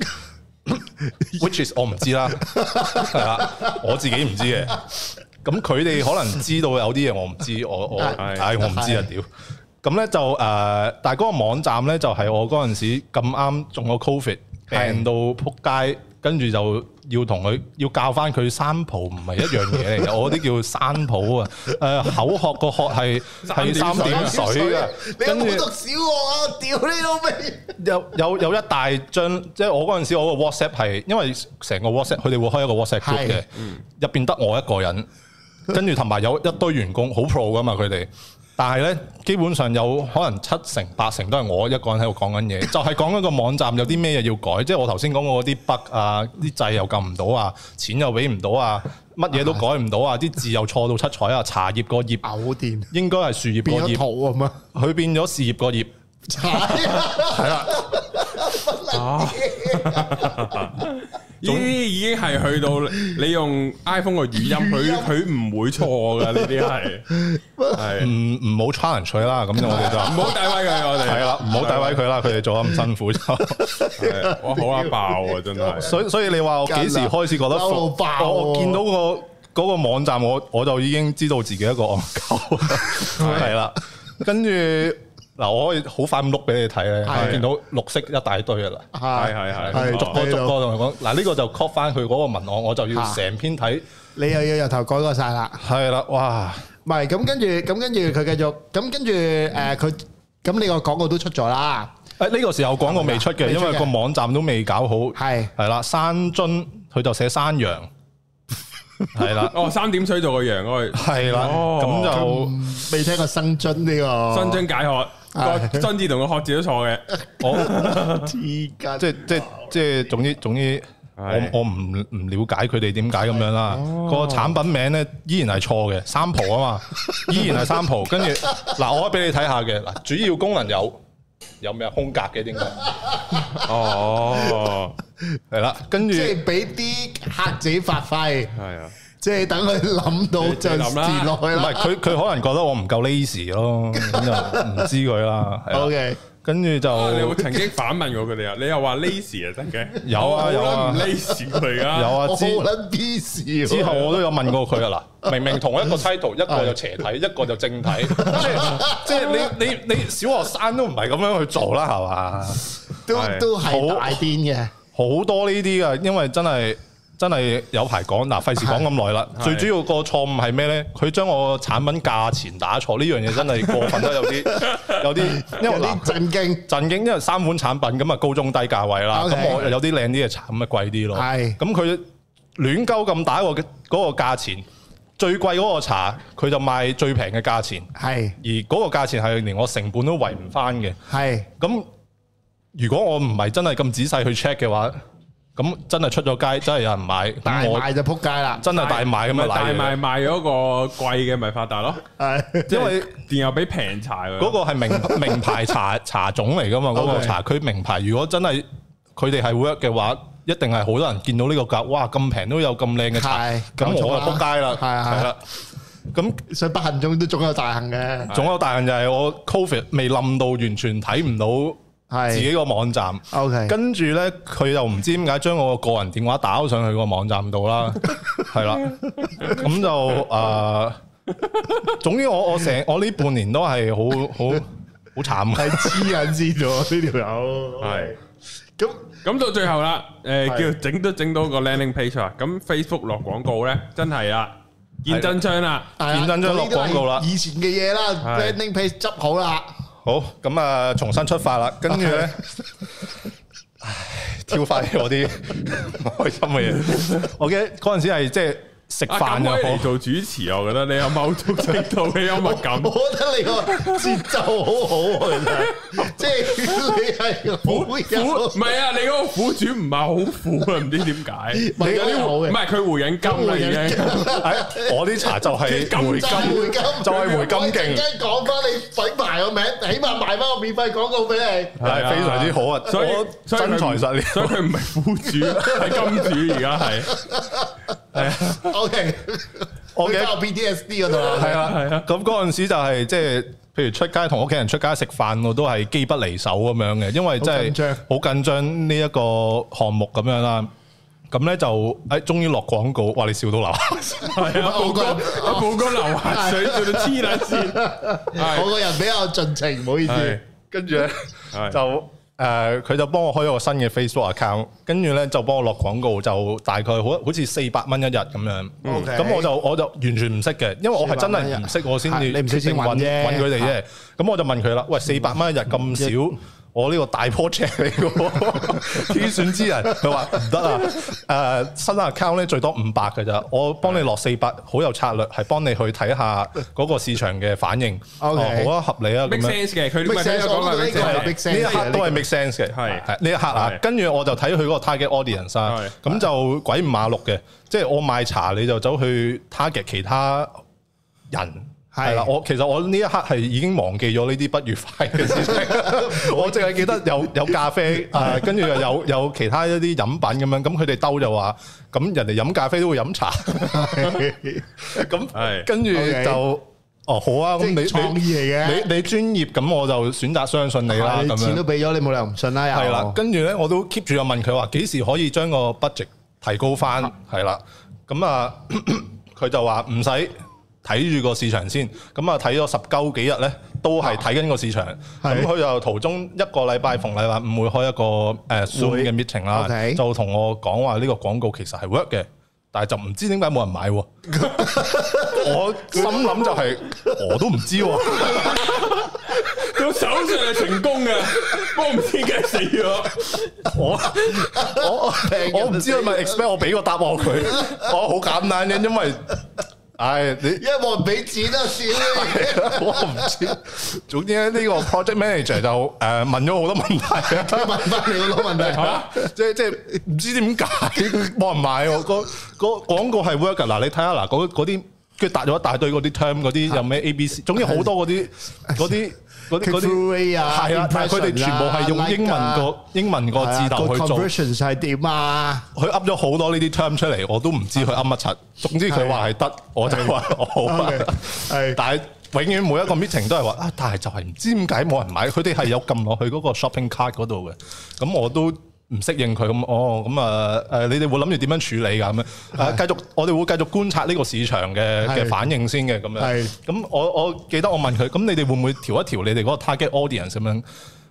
[SPEAKER 4] ，which is 我唔知啦，係啦，我自己唔知嘅。咁佢哋可能知道有啲嘢我唔知，我我
[SPEAKER 1] 係
[SPEAKER 4] 唉我唔知啊屌！咁咧就誒、呃但係嗰個網站咧就係、我嗰陣時咁啱中咗 covid，
[SPEAKER 2] 係
[SPEAKER 4] 病到撲街，跟住就要同佢要教翻佢三浦唔係一樣嘢 嚟嘅，我啲叫山浦啊！誒、口渴個渴係係三點
[SPEAKER 2] à?
[SPEAKER 4] 水啊嘅，
[SPEAKER 2] 你有
[SPEAKER 4] 跟
[SPEAKER 2] 冇
[SPEAKER 4] 住
[SPEAKER 2] 讀小學啊？屌你老味！
[SPEAKER 4] 有有有一大張，即係我嗰陣時我個 WhatsApp 係因為成個 WhatsApp 佢哋會開一個 WhatsApp group
[SPEAKER 2] 係
[SPEAKER 4] 嘅，入邊得我一個人，跟住同埋有一堆員工好 pro 噶嘛佢哋，但係咧基本上有可能七成八成都係我一個人喺度講緊嘢， 就係講緊個網站有啲咩嘢要改，即係我頭先講過嗰啲 bug 啊，啲掣又撳唔到啊，錢又俾唔到啊，乜嘢都改唔到啊，啲字又錯到七彩啊，茶葉個葉
[SPEAKER 2] 牛電
[SPEAKER 4] 應該係樹葉
[SPEAKER 2] 變
[SPEAKER 4] 個
[SPEAKER 2] 咗
[SPEAKER 4] 葉，
[SPEAKER 2] 圖啊嘛，
[SPEAKER 4] 佢變咗事業個葉。
[SPEAKER 2] 係啦，
[SPEAKER 1] 呢啲已經係去 到你用 iPhone 個語音，佢佢唔會錯㗎。呢啲係 係
[SPEAKER 4] 唔唔好 challenge 佢啦，咁就我哋就
[SPEAKER 1] 唔好詆毀佢，我哋
[SPEAKER 4] 係啊啦，唔好詆毀佢
[SPEAKER 2] 啊
[SPEAKER 4] 啦，佢哋做得咁 辛苦就，
[SPEAKER 1] 係我好啊爆啊，真係
[SPEAKER 4] 所以所以你話我幾時開始覺得
[SPEAKER 2] 啊嬲到
[SPEAKER 4] 服
[SPEAKER 2] 爆喎啊
[SPEAKER 4] 我我見到個嗰個網站我我就已經知道自己一個戇 鳩啦，係啦。跟住嗱，我可以好快咁碌俾你睇
[SPEAKER 2] 係
[SPEAKER 4] 咧，見到綠色一大堆噶啦。
[SPEAKER 1] 係係係
[SPEAKER 2] 係
[SPEAKER 1] 哦
[SPEAKER 2] 逐
[SPEAKER 4] 我
[SPEAKER 2] 個
[SPEAKER 4] 逐
[SPEAKER 2] 逐個，
[SPEAKER 4] 個同佢講，嗱呢個就 copy 翻佢嗰個文案，我就要
[SPEAKER 2] 嚇
[SPEAKER 4] 成篇睇。
[SPEAKER 2] 你又要由頭改過晒啦。
[SPEAKER 4] 係啦，哇！
[SPEAKER 2] 唔係咁跟住，咁跟住佢繼續，咁跟住誒佢，咁你個廣告都出咗啦，
[SPEAKER 4] 誒呢個時候廣告未出嘅，
[SPEAKER 2] 啊未出
[SPEAKER 4] 因
[SPEAKER 2] 嘅
[SPEAKER 4] 為個網站都未搞好。
[SPEAKER 2] 係
[SPEAKER 4] 係啦，山津佢就寫 山羊，係啦，
[SPEAKER 1] 哦，三點水做個羊嗰個
[SPEAKER 4] 係啦，
[SPEAKER 1] 哦
[SPEAKER 4] 咁就。
[SPEAKER 2] 未聽過生津呢
[SPEAKER 4] 哦
[SPEAKER 2] 個
[SPEAKER 1] 新津解 渴，
[SPEAKER 2] 啊
[SPEAKER 1] 個津字同個渴字都錯嘅。
[SPEAKER 4] 我
[SPEAKER 2] 津黐筋，
[SPEAKER 4] 即係即係即係總之總之，
[SPEAKER 1] 係哦
[SPEAKER 4] 我我唔唔了解佢哋點解咁樣啦。個產品名咧依然係錯嘅，三浦啊嘛， 依然係三浦。跟住嗱，我可以俾你睇下嘅嗱，主要功能有有咩啊空格嘅應該
[SPEAKER 1] 哦，
[SPEAKER 4] 係啦，跟住
[SPEAKER 2] 即係俾啲客自己發揮，
[SPEAKER 1] 係啊，
[SPEAKER 2] 即係等佢諗到
[SPEAKER 1] 你
[SPEAKER 2] 就
[SPEAKER 1] 你諗啦
[SPEAKER 2] 填落去
[SPEAKER 4] 唔係
[SPEAKER 2] 啦。
[SPEAKER 4] 佢佢可能覺得我唔夠 lazy 咯，咁就唔知佢啦。係啦
[SPEAKER 2] OK，
[SPEAKER 4] 跟住就
[SPEAKER 1] 啊你有曾經反問過佢哋啊？你又話 lazy 啊，得嘅，
[SPEAKER 4] 有啊
[SPEAKER 1] 我
[SPEAKER 4] 有啊
[SPEAKER 1] 好撚唔 lazy 佢
[SPEAKER 4] 有
[SPEAKER 1] 啊，
[SPEAKER 4] 啊
[SPEAKER 2] 我好
[SPEAKER 4] 之。
[SPEAKER 2] 撚 B 事
[SPEAKER 4] 之 後我都有問過佢啊嗱，明明同一個 title，一個就斜體，一個 就正體，即係即係你你你小學生都唔係咁樣去做啦，係嘛？
[SPEAKER 2] 都
[SPEAKER 1] 係
[SPEAKER 2] 都係
[SPEAKER 4] 好
[SPEAKER 2] 大癲嘅，
[SPEAKER 4] 好多呢啲噶，因為真係真係有排講嗱，費事講咁耐啦。
[SPEAKER 1] 係
[SPEAKER 4] 最主要個錯誤係咩咧？佢將我產品價錢打錯，呢樣嘢真係過分得有 啲有啲，因
[SPEAKER 2] 有
[SPEAKER 4] 為嗱
[SPEAKER 2] 啲。震驚，
[SPEAKER 4] 陣經因為三款產品咁啊，高中低價位啦，
[SPEAKER 2] OK
[SPEAKER 4] 咁我有啲靚啲嘅產咪貴啲咯。
[SPEAKER 2] 係
[SPEAKER 4] 咁佢亂鳩咁打個嗰個價錢，最貴嗰個茶佢就賣最平嘅價錢，
[SPEAKER 2] 係
[SPEAKER 4] 而嗰個價錢係連我成本都圍唔翻嘅。
[SPEAKER 2] 係
[SPEAKER 4] 咁如果我唔係真係咁仔細去 check 嘅話，咁真係出咗街，真係有人買，
[SPEAKER 2] 大
[SPEAKER 4] 咁我
[SPEAKER 2] 賣就撲街啦，
[SPEAKER 4] 真係大賣咁
[SPEAKER 1] 咪
[SPEAKER 4] 啊！
[SPEAKER 1] 大
[SPEAKER 4] 賴
[SPEAKER 1] 賣
[SPEAKER 4] 嘢
[SPEAKER 1] 賣咗個貴嘅咪發達咯，
[SPEAKER 2] 係
[SPEAKER 4] 因為
[SPEAKER 1] 然後俾平茶佢。
[SPEAKER 4] 嗰個係 名名牌茶茶種嚟噶嘛，嗰、個
[SPEAKER 2] OK
[SPEAKER 4] 茶區名牌。如果真係佢哋係 work 嘅話，一定係好多人見到呢個價，哇咁平都有咁靚嘅茶
[SPEAKER 2] 係，
[SPEAKER 4] 咁
[SPEAKER 2] 咁
[SPEAKER 4] 我
[SPEAKER 2] 中啦
[SPEAKER 4] 就撲街啦，
[SPEAKER 2] 係係
[SPEAKER 4] 係啦。咁
[SPEAKER 2] 所以不幸中都總有大幸嘅，
[SPEAKER 4] 總有大人就係我 covid 未冧到，完全睇唔到自己
[SPEAKER 2] 係
[SPEAKER 4] 個網站。
[SPEAKER 2] OK，
[SPEAKER 4] 跟住呢，佢又唔知點解將我個個人電話打咗上去個網站度 啦，係啦，咁就誒、呃，總之我我成我呢半年都係好好好慘啊
[SPEAKER 2] 係
[SPEAKER 4] 嘅
[SPEAKER 2] 黐人知咗呢條友，
[SPEAKER 1] 係
[SPEAKER 2] 咁
[SPEAKER 1] 咁到最後啦，誒
[SPEAKER 2] 係
[SPEAKER 1] 叫整都整到個 landing page 啦。咁 Facebook 落廣告咧，真係啦，見真章啦。
[SPEAKER 2] 係啦
[SPEAKER 4] 見真章落廣告
[SPEAKER 2] 嗰啲都
[SPEAKER 4] 啦
[SPEAKER 2] 係以前嘅嘢啦
[SPEAKER 1] 係
[SPEAKER 2] ，landing page 執好啦，
[SPEAKER 4] 好，咁啊，重新出發啦。跟住咧，唉跳翻我啲唔開心嘅嘢。我記得嗰陣時係即係食
[SPEAKER 1] 啊，咁可
[SPEAKER 4] 飯
[SPEAKER 1] 以
[SPEAKER 4] 又
[SPEAKER 1] 嚟
[SPEAKER 4] 好，
[SPEAKER 1] 做主持，我覺得你有某種程度嘅幽 默感
[SPEAKER 2] 我，覺得你個節奏好好啊，其實即係你係
[SPEAKER 1] 苦
[SPEAKER 2] 好
[SPEAKER 1] 苦唔
[SPEAKER 2] 有
[SPEAKER 1] 係啊，你嗰個苦主唔係好苦啊，唔知點 解。
[SPEAKER 2] 唔係
[SPEAKER 1] 你
[SPEAKER 2] 有啲好嘅
[SPEAKER 1] 唔係佢回緊金啦已經。
[SPEAKER 4] 哎我啲茶就係回
[SPEAKER 2] 就係回
[SPEAKER 4] 金，
[SPEAKER 2] 金，
[SPEAKER 4] 就係回金
[SPEAKER 2] 我一陣
[SPEAKER 4] 勁
[SPEAKER 2] 間講翻你品牌個名，起碼賣翻個免費廣告俾你。
[SPEAKER 4] 係非常之好啊！
[SPEAKER 1] 所以
[SPEAKER 4] 我
[SPEAKER 1] 所以佢唔
[SPEAKER 4] 真材實料，
[SPEAKER 1] 所以佢唔係苦主，係金主而家係。
[SPEAKER 2] O K，
[SPEAKER 4] 我記得
[SPEAKER 2] 交 B T S D 嗰度啊
[SPEAKER 4] 係啊
[SPEAKER 1] 係
[SPEAKER 4] 係
[SPEAKER 1] 啊
[SPEAKER 4] 啊。咁嗰陣時就係即係，譬如出街同屋企人出街食飯，我都係機不離手咁樣嘅，因為
[SPEAKER 2] 好緊
[SPEAKER 4] 真
[SPEAKER 2] 張
[SPEAKER 4] 係好緊張呢一個項目咁樣啦。咁咧就誒，終於落廣告，哇！你笑到流口水
[SPEAKER 1] 係啊，
[SPEAKER 2] 我
[SPEAKER 1] 報
[SPEAKER 2] 覺
[SPEAKER 1] 哥，
[SPEAKER 2] 得哦
[SPEAKER 1] 阿報哥流下水笑到黐撚線，
[SPEAKER 2] 我
[SPEAKER 1] 係
[SPEAKER 2] 個人比較盡情，唔好意
[SPEAKER 1] 係
[SPEAKER 2] 思。
[SPEAKER 4] 跟 住咧
[SPEAKER 1] 係
[SPEAKER 4] 就誒，呃佢、就幫我開咗個新嘅 Facebook account，跟住咧就幫我落廣告，就大概好好似四百蚊一日咁樣。
[SPEAKER 2] OK
[SPEAKER 4] 咁我就我就完全唔識嘅，因為我係真係唔識，我先
[SPEAKER 2] 係
[SPEAKER 4] 至
[SPEAKER 2] 你唔識先
[SPEAKER 4] 揾
[SPEAKER 2] 揾啫嗯
[SPEAKER 4] 揾佢哋啫。咁我就問佢啦：，喂，四百蚊一日咁少？我呢個大 project 嚟嘅喎， 天選之人，佢話唔得啊！ 誒、新 account 咧最多五百嘅咋，我幫你落四百，好有策略，係幫你去睇下嗰個市場嘅反應。
[SPEAKER 2] OK
[SPEAKER 4] 哦好啊，合理啊，咁
[SPEAKER 1] make
[SPEAKER 4] 樣。
[SPEAKER 1] sense 嘅，佢呢
[SPEAKER 2] Make
[SPEAKER 1] 個聽
[SPEAKER 2] sense，
[SPEAKER 1] 講
[SPEAKER 2] 我
[SPEAKER 1] 話
[SPEAKER 2] 覺得
[SPEAKER 1] make
[SPEAKER 2] 呢個係
[SPEAKER 1] sense 嘅。
[SPEAKER 2] make sense
[SPEAKER 4] 呢一刻
[SPEAKER 2] 嘅
[SPEAKER 4] 都係 make sense 嘅，
[SPEAKER 1] 係
[SPEAKER 4] 係呢一刻啊
[SPEAKER 1] 係。
[SPEAKER 4] 跟住我就睇佢嗰個 target audience 啊
[SPEAKER 1] 係，
[SPEAKER 4] 咁就鬼五馬六嘅，即係我賣茶你就走去 target 其他人。
[SPEAKER 2] 係
[SPEAKER 4] 係啦，我其實我呢一刻係已經忘記咗呢啲不愉快嘅 事情，我淨係記得有有咖啡，誒跟住又有有其他一啲飲品咁樣，咁佢哋兜就話，咁人哋飲咖啡都會飲茶，
[SPEAKER 1] 係
[SPEAKER 4] 咁跟住
[SPEAKER 2] OK
[SPEAKER 4] 就哦好啊，咁
[SPEAKER 2] 即係
[SPEAKER 4] 你你
[SPEAKER 2] 創意嚟嘅
[SPEAKER 4] 你你專業咁我就選擇相信你啦，咁
[SPEAKER 2] 你
[SPEAKER 4] 樣
[SPEAKER 2] 錢都俾咗，你冇理由唔信啦。又
[SPEAKER 4] 係啦，跟住咧我都 keep 住又問佢話幾時可以將個 budget 提高翻，係啦，咁啊 佢佢就話唔使睇住個市場先，咁啊睇咗十鳩幾日咧，都係睇緊個市場。
[SPEAKER 2] 係
[SPEAKER 4] 咁佢就途中一個禮拜逢禮拜五會開一個誒 Zoom 嘅 meeting 啦
[SPEAKER 2] OK，
[SPEAKER 4] 就同我講話呢個廣告其實係 work 嘅。但係就唔知點解冇人買喎，我心諗就係、我都唔知喎、
[SPEAKER 1] 到手上係成功 嘅，不過唔知點解死咗。
[SPEAKER 4] 我我我唔知佢咪 expect 我俾個答案 佢，我好簡單嘅，因為唉你
[SPEAKER 2] 因為冇人俾錢啊，少
[SPEAKER 4] 我唔知，總之呢個 project manager 就誒問咗好多問題啊，
[SPEAKER 2] 問翻你好多問題。
[SPEAKER 4] 即係即係唔知點解冇人買 喎，個個廣告係 work 㗎嗱，你睇下嗱嗰嗰啲。跟住答咗一大堆嗰啲 term 嗰啲有咩 A B C，總之好多嗰 啲嗰啲嗰啲嗰
[SPEAKER 2] Click-through rate
[SPEAKER 4] 啲
[SPEAKER 2] 啊
[SPEAKER 4] 係啊，但係佢
[SPEAKER 2] impression
[SPEAKER 4] 哋全部係
[SPEAKER 2] 啊
[SPEAKER 4] 用英文
[SPEAKER 2] like
[SPEAKER 4] 個英文啊個字頭去做。
[SPEAKER 2] conversion 啊係點啊？
[SPEAKER 4] 佢噏咗好多呢啲 term 出嚟，我都唔知佢噏乜柒。總之佢話係得，我就話好啊
[SPEAKER 2] OK，係。
[SPEAKER 4] 但係永遠每一個 meeting 都係話啊，但係就係唔知點解冇人買，佢哋係有撳落去嗰個 shopping cart 嗰度嘅。咁我都唔適應佢咁，哦咁啊誒，你哋會諗住點樣處理㗎咁樣？誒，繼續我哋會繼續觀察呢個市場嘅
[SPEAKER 2] 係
[SPEAKER 4] 嘅反應先嘅咁
[SPEAKER 2] 係
[SPEAKER 4] 樣。咁我我記得我問佢，咁你哋會唔會調一調你哋嗰個 target audience 咁樣？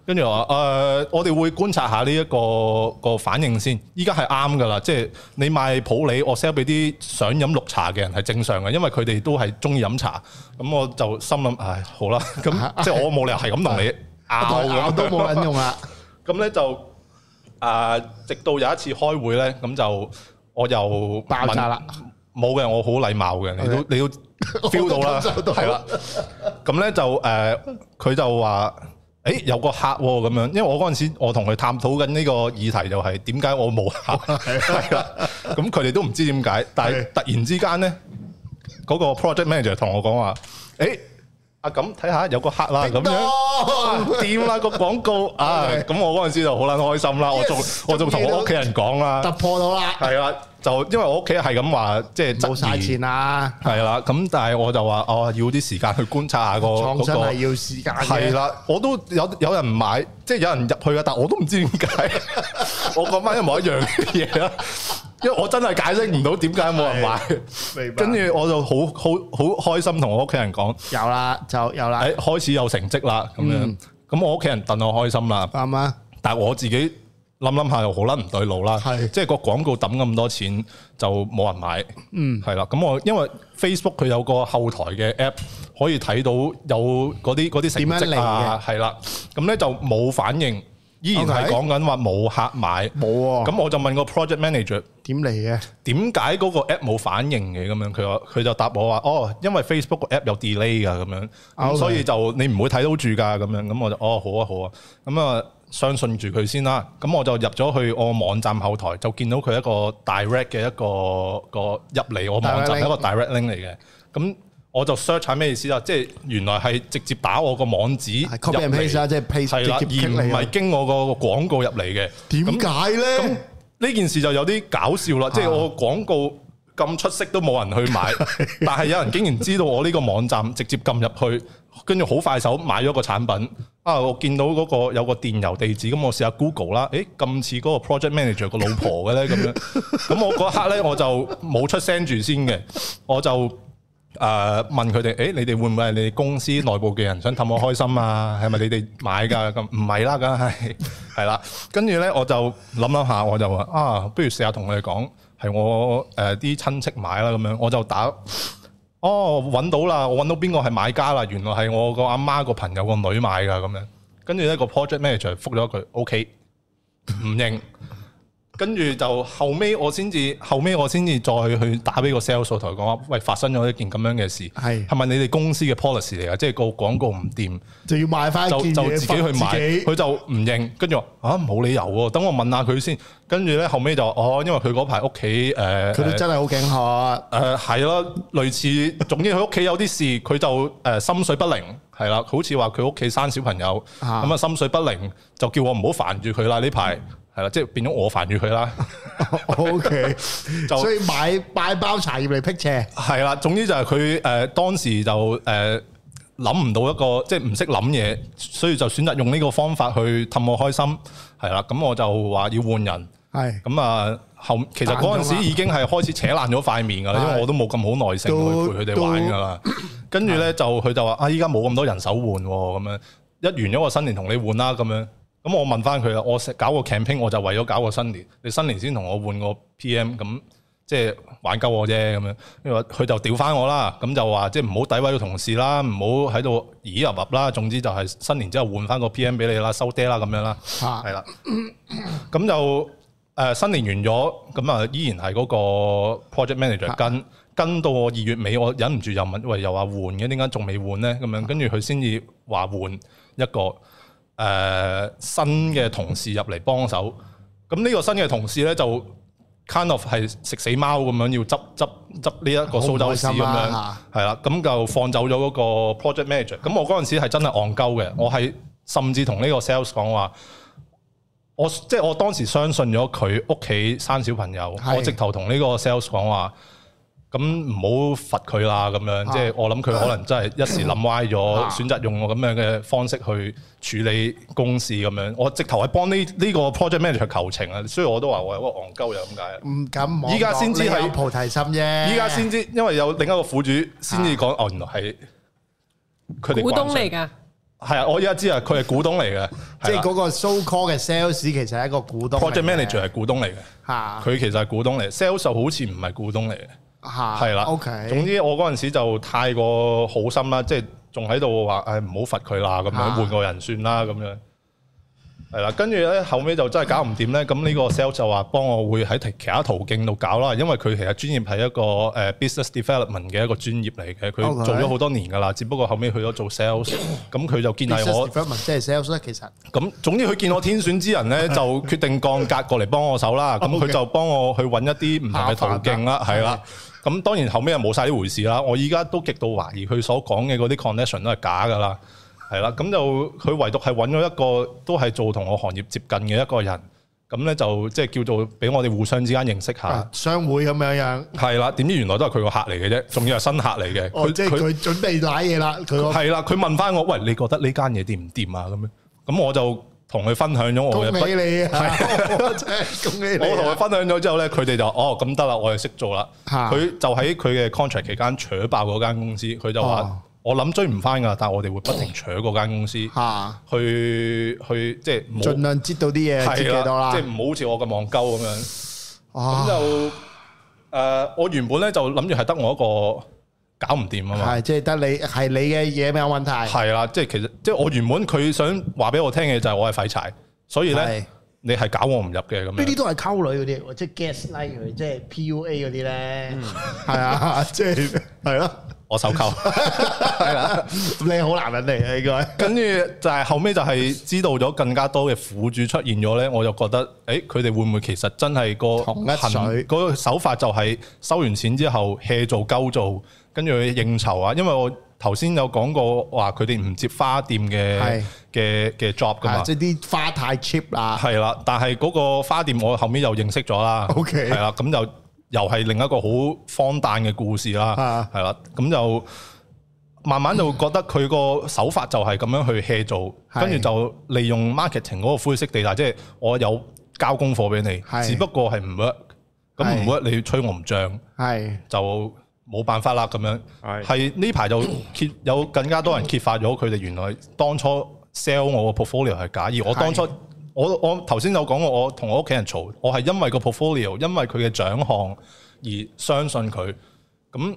[SPEAKER 4] 跟住我話誒，呃我哋會觀察下呢一個個反應先。依家係啱㗎啦，即係你賣普洱，我 sell 俾啲想飲綠茶嘅人係正常嘅，因為佢哋都係中意飲茶。咁我就心諗，唉，好啦，咁即係我冇理由係咁同你拗 㗎
[SPEAKER 2] 我都冇撚用啊啦。
[SPEAKER 4] 咁咧就啊、直到有一次開會咧，咁就我又
[SPEAKER 2] 爆炸啦
[SPEAKER 4] 問！冇嘅，我好禮貌嘅，你都
[SPEAKER 2] Okay
[SPEAKER 4] 你都 feel 到啦，
[SPEAKER 2] 我都感受到
[SPEAKER 4] 係啦。咁咧就誒，佢、就話。誒有個客喎咁樣，因為我嗰陣時我同佢探討緊呢個議題，就係點解我冇客，
[SPEAKER 2] 啊
[SPEAKER 4] 係啦，咁佢哋都唔知點解，但
[SPEAKER 2] 嗯
[SPEAKER 4] 係突然之間咧，嗰、個 project manager 同我講話，誒啊咁睇下有個客啦 咁樣。
[SPEAKER 2] 多
[SPEAKER 4] 掂啊啦個廣告 啊！咁我嗰陣時就好撚開心啦，我仲
[SPEAKER 2] Yes，
[SPEAKER 4] 我仲同
[SPEAKER 2] 終於
[SPEAKER 4] 我
[SPEAKER 2] 都
[SPEAKER 4] 屋企人講 啦，
[SPEAKER 2] 突破到啦，
[SPEAKER 4] 係啦，就因為我屋企係咁話，即係
[SPEAKER 2] 冇晒
[SPEAKER 4] 質疑
[SPEAKER 2] 錢，啦，
[SPEAKER 4] 係啦，咁但係我就話哦，要啲時間去觀察下個
[SPEAKER 2] 創新係
[SPEAKER 4] 嗰
[SPEAKER 2] 要時間
[SPEAKER 4] 個係
[SPEAKER 2] 嘅。
[SPEAKER 4] 啦，我都有有人買，即係有人入去啊嘅，但我都唔知 點解，我講翻一模一樣嘅嘢啦，因為我真係解釋唔到點解冇人買，
[SPEAKER 2] 明白
[SPEAKER 4] 跟住我就好好好開心同我屋企人講，
[SPEAKER 2] 有啦，就有啦，
[SPEAKER 4] 誒開始有成績啦咁
[SPEAKER 2] 嗯
[SPEAKER 4] 樣，咁我屋企人戥我開心啦。
[SPEAKER 2] 啱啊，
[SPEAKER 4] 但係我自己諗諗下又好撚唔對路啦，
[SPEAKER 2] 係
[SPEAKER 4] 即係個廣告抌咁多錢就冇人買，嗯，係啦。咁我因為 Facebook 佢有個後台嘅 app 可以睇到有嗰啲嗰啲成
[SPEAKER 2] 點樣嚟
[SPEAKER 4] 績啊
[SPEAKER 2] 嘅，
[SPEAKER 4] 係啦。咁咧就冇反應，依然係
[SPEAKER 2] OK
[SPEAKER 4] 講緊話冇客買。
[SPEAKER 2] 冇喎，
[SPEAKER 4] 咁我就問個 project manager
[SPEAKER 2] 點嚟嘅？
[SPEAKER 4] 點解嗰個 app 冇反應嘅咁樣，佢話佢就答我話哦，因為 Facebook 個 app 有 delay 㗎咁
[SPEAKER 2] 啊
[SPEAKER 4] 樣，咁
[SPEAKER 2] OK
[SPEAKER 4] 所以就你唔會睇到住㗎咁樣，咁我就哦好啊好啊，咁啊相信住佢先啦，咁我就入咗去我網站後台，就見到佢一個 direct 嘅一個個入嚟我網
[SPEAKER 2] Direct
[SPEAKER 4] 站
[SPEAKER 2] link
[SPEAKER 4] 一個 direct link 嚟嘅，咁我就 search 下咩意思啦，即係原來係直接打我個網址入
[SPEAKER 2] 係 copy and
[SPEAKER 4] 嚟，
[SPEAKER 2] paste 啦即係 paste
[SPEAKER 4] 係啦，而
[SPEAKER 2] 直接 click
[SPEAKER 4] 唔
[SPEAKER 2] 嚟嘅啊
[SPEAKER 4] 係經我個廣告入嚟嘅，咁
[SPEAKER 2] 點解咧？
[SPEAKER 4] 呢件事就有啲搞笑啦，即係我廣告咁出色都冇人去買，但係有人竟然知道我呢個網站，直接撳入去，跟住好快手買咗個產品。啊！我見到嗰個有個電郵地址，咁我試下 Google 啦。誒，咁似嗰個 project manager 個老婆嘅咧，咁樣。咁我嗰刻咧，我就冇出聲住先嘅，我就。誒、呃問佢哋，誒、你哋會唔會係你哋公司內部嘅人想氹我開心啊？係咪你哋買㗎？咁唔係啦，梗係 係啦。跟住咧，我就諗諗下，我就話啊，不如試下同佢哋講，係我誒啲、親戚買啦咁樣，我就打。哦，揾到啦！我揾到邊個係買家啦？原來係我個阿媽個朋友個女買噶咁樣。跟住呢個 project manager 覆咗一句 OK，唔認。跟住就後尾我先至，後尾我先至再去打俾個 sales 同佢講話，喂，發生咗一件咁樣嘅事，
[SPEAKER 2] 係
[SPEAKER 4] 係咪你哋公司嘅 policy 嚟噶？即係個廣告唔掂，
[SPEAKER 2] 就要買翻
[SPEAKER 4] 就
[SPEAKER 2] 件
[SPEAKER 4] 就
[SPEAKER 2] 嘢，
[SPEAKER 4] 自己去買，佢就唔認。跟住話啊，冇理由喎，等我問下佢先。跟住咧後尾就哦，因為佢嗰排屋企誒，呃
[SPEAKER 2] 佢都真係好 頸渴。
[SPEAKER 4] 誒呃係咯，類似，總之佢屋企有啲事，佢就誒、心水不寧，係啦，好似話佢屋企生小朋友，
[SPEAKER 2] 啊
[SPEAKER 4] 咁啊心水不寧，就叫我唔好煩住佢啦呢排，係啦，即係變咗我煩住佢啦，
[SPEAKER 2] O K，
[SPEAKER 4] 就
[SPEAKER 2] 所以買買包茶葉嚟辟邪，
[SPEAKER 4] 係啦，總之就係佢誒當時就誒諗唔到一個，即係唔識諗嘢，所以就選擇用呢個方法去氹我開心，係啦，咁我就話要換人。
[SPEAKER 2] 係
[SPEAKER 4] 咁啊，後其實嗰陣時已經係開始扯爛咗塊面㗎啦，因為我都冇咁好耐性去陪佢哋玩㗎啦。跟住咧就佢就話：啊，依家冇咁多人手換喎，咁樣一完咗個新年同你換啦，咁樣。咁我問翻佢啦，我食搞個 camping 我就為咗搞個新年，你新年先同我換個 PM 咁。即係玩鳩我啫咁樣，因為佢就屌翻我啦，咁就話即係唔好詆毀個同事啦，唔好喺度咦入入啦，總之就係新年之後換翻個 PM 俾你啦，收爹啦咁樣啦，
[SPEAKER 2] 嚇
[SPEAKER 4] 係啦，咁就誒、呃新年完咗，咁啊依然係嗰個 project manager 跟跟到我二月尾，我忍唔住又問，喂又話換嘅，點解仲未換咧？咁樣跟住佢先至話換一個誒、呃新嘅同事入嚟幫手，咁呢個新嘅同事咧就 kind of 係食死貓咁樣要執執執呢一個蘇州市咁
[SPEAKER 2] 好唔開心
[SPEAKER 4] 樣。
[SPEAKER 2] 啊
[SPEAKER 4] 係啦，咁就放走咗嗰個 project manager。咁我嗰陣時係真係戇鳩嘅，我係甚至同呢個 sales 講話，我即係我當時相信咗佢屋企生小朋友，
[SPEAKER 2] 係
[SPEAKER 4] 我直頭同呢個 sales 講話，咁唔好罰佢啦，咁樣
[SPEAKER 2] 啊
[SPEAKER 4] 即係我諗佢可能真係一時諗歪
[SPEAKER 2] 啊
[SPEAKER 4] 咗，選擇用我咁樣嘅方式去處理公事咁樣。我直頭係幫呢呢個 project manager 求情啊，所以我都話我有個戇鳩就係咁解啦。
[SPEAKER 2] 唔敢望落，
[SPEAKER 4] 依家先知係
[SPEAKER 2] 你有菩提心啫。
[SPEAKER 4] 依家先知，因為有另一個苦主先至講，哦，原來係佢哋
[SPEAKER 3] 股東嚟
[SPEAKER 4] 嘅，
[SPEAKER 3] 㗎，
[SPEAKER 4] 係啊，我依家知啊，佢係股東嚟嘅，
[SPEAKER 2] 即
[SPEAKER 4] 即
[SPEAKER 2] 係
[SPEAKER 4] 係
[SPEAKER 2] 嗰個 so call 嘅 sales 其實係一個股東嚟嘅
[SPEAKER 4] project manager 係股東嚟嘅，
[SPEAKER 2] 嚇
[SPEAKER 4] 佢其實係股東嚟，sales 就好似唔係股東嚟嘅，
[SPEAKER 2] 嚇
[SPEAKER 4] 係啦。
[SPEAKER 2] 啊 OK，
[SPEAKER 4] 總之我嗰陣時就太過好心啦，即係仲喺度話，誒唔好罰佢啦，咁樣
[SPEAKER 2] 啊
[SPEAKER 4] 換個人算啦，咁樣。係啦，跟住咧後尾就真係搞唔掂咧，咁呢個 sales 就話幫我會喺其其他途徑度搞啦，因為佢其實專業係一個誒、呃 business development 嘅一個專業嚟嘅，佢
[SPEAKER 2] OK
[SPEAKER 4] 做咗好多年噶啦，只不過後尾去咗做 sales，咁佢就建議
[SPEAKER 2] business
[SPEAKER 4] 我，
[SPEAKER 2] development 即係 sales 咧，其實
[SPEAKER 4] 咁總之佢見我天選之 人咧，就決定降格過嚟幫我手啦，咁
[SPEAKER 2] 哦 OK
[SPEAKER 4] 佢就幫我去揾一啲唔同嘅途
[SPEAKER 2] 麻煩
[SPEAKER 4] 徑啦，
[SPEAKER 2] 啦
[SPEAKER 4] 係啦。咁當然後尾又冇晒呢回事啦，我依家都極度懷疑佢所講嘅嗰啲 connection 都係假噶啦。係啦，咁就佢唯獨係揾咗一個都係做同我行業接近嘅一個人，咁咧就即係叫做俾我哋互相之間認識下
[SPEAKER 2] 啊。商會咁樣樣。
[SPEAKER 4] 係啦，點知原來都係佢個客嚟嘅啫，仲要係新客嚟嘅。
[SPEAKER 2] 哦，即係
[SPEAKER 4] 佢
[SPEAKER 2] 佢準備攋嘢啦，佢個
[SPEAKER 4] 係啦，佢問翻我，喂，你覺得呢間嘢掂唔掂啊？咁樣，咁我就同佢分享咗我
[SPEAKER 2] 恭
[SPEAKER 4] 嘅不
[SPEAKER 2] 喜你啊！我 真係恭喜你
[SPEAKER 4] 我
[SPEAKER 2] 啊！
[SPEAKER 4] 同佢分享咗之後咧，佢哋就哦咁得啦，我係識做啦。
[SPEAKER 2] 嚇
[SPEAKER 4] 佢就喺佢嘅 contract 期間扯爆嗰間公司，佢就話、
[SPEAKER 2] 哦
[SPEAKER 4] 我諗追唔翻噶，但係我哋會不停扯嗰間公司，
[SPEAKER 2] 嚇，
[SPEAKER 4] 去去即係唔好
[SPEAKER 2] 盡量擠到啲嘢，擠幾多啦
[SPEAKER 4] 即係？唔好好似我咁戇鳩咁樣。咁
[SPEAKER 2] 哦，
[SPEAKER 4] 就誒、呃我原本咧就諗住係得我一個搞唔掂啊嘛。
[SPEAKER 2] 係即係得你係你嘅嘢咩有問題？
[SPEAKER 4] 係啦，即係其實即係我原本佢想話俾我聽嘅就係我係廢柴，所以
[SPEAKER 2] 係
[SPEAKER 4] 咧你係搞我唔入嘅咁
[SPEAKER 5] 呢
[SPEAKER 4] 樣
[SPEAKER 5] 啲。都係溝女嗰啲嚟喎，即係 gaslight 佢，即係 PUA 嗰啲咧。
[SPEAKER 2] 係啊， 即係係咯，
[SPEAKER 4] 我 手扣。
[SPEAKER 2] 係啦，咁你好男人嚟嘅應該。
[SPEAKER 4] 跟住就係後尾就係知道咗更加多嘅苦主出現咗咧，我就覺得，誒佢哋會唔會其實真係個
[SPEAKER 2] 同一
[SPEAKER 4] 行
[SPEAKER 2] 水
[SPEAKER 4] 嗰個手法就係收完錢之後 hea 做鳩做，跟住去應酬啊？因為我頭先有講過話佢哋唔接花店嘅
[SPEAKER 2] 係
[SPEAKER 4] 嘅嘅 job 噶
[SPEAKER 2] 啊
[SPEAKER 4] 嘛。
[SPEAKER 2] 即係啲花太 cheap 啦，
[SPEAKER 4] 係啦，但係嗰個花店我後面又認識咗啦。
[SPEAKER 2] OK
[SPEAKER 4] 係啦，咁就又係另一個好荒誕嘅故事啦
[SPEAKER 2] 啊。
[SPEAKER 4] 係啦，咁就慢慢就覺得佢個手法就係咁樣去 hea 做，
[SPEAKER 2] 係
[SPEAKER 4] 跟住就利用 marketing 嗰個灰色地帶，即係我有交功課俾你，
[SPEAKER 2] 係
[SPEAKER 4] 只不過係唔 work。咁唔
[SPEAKER 2] 係
[SPEAKER 4] work 你吹我唔漲，
[SPEAKER 2] 係
[SPEAKER 4] 就冇辦法啦咁樣。
[SPEAKER 1] 係
[SPEAKER 4] 係呢排就 揭有更加多人揭發咗佢哋原來當初 sell 我個 portfolio 係假，而我當初我我頭先有講過，我同我屋企人嘈，我係因為個 portfolio，因為佢嘅獎項而相信佢，咁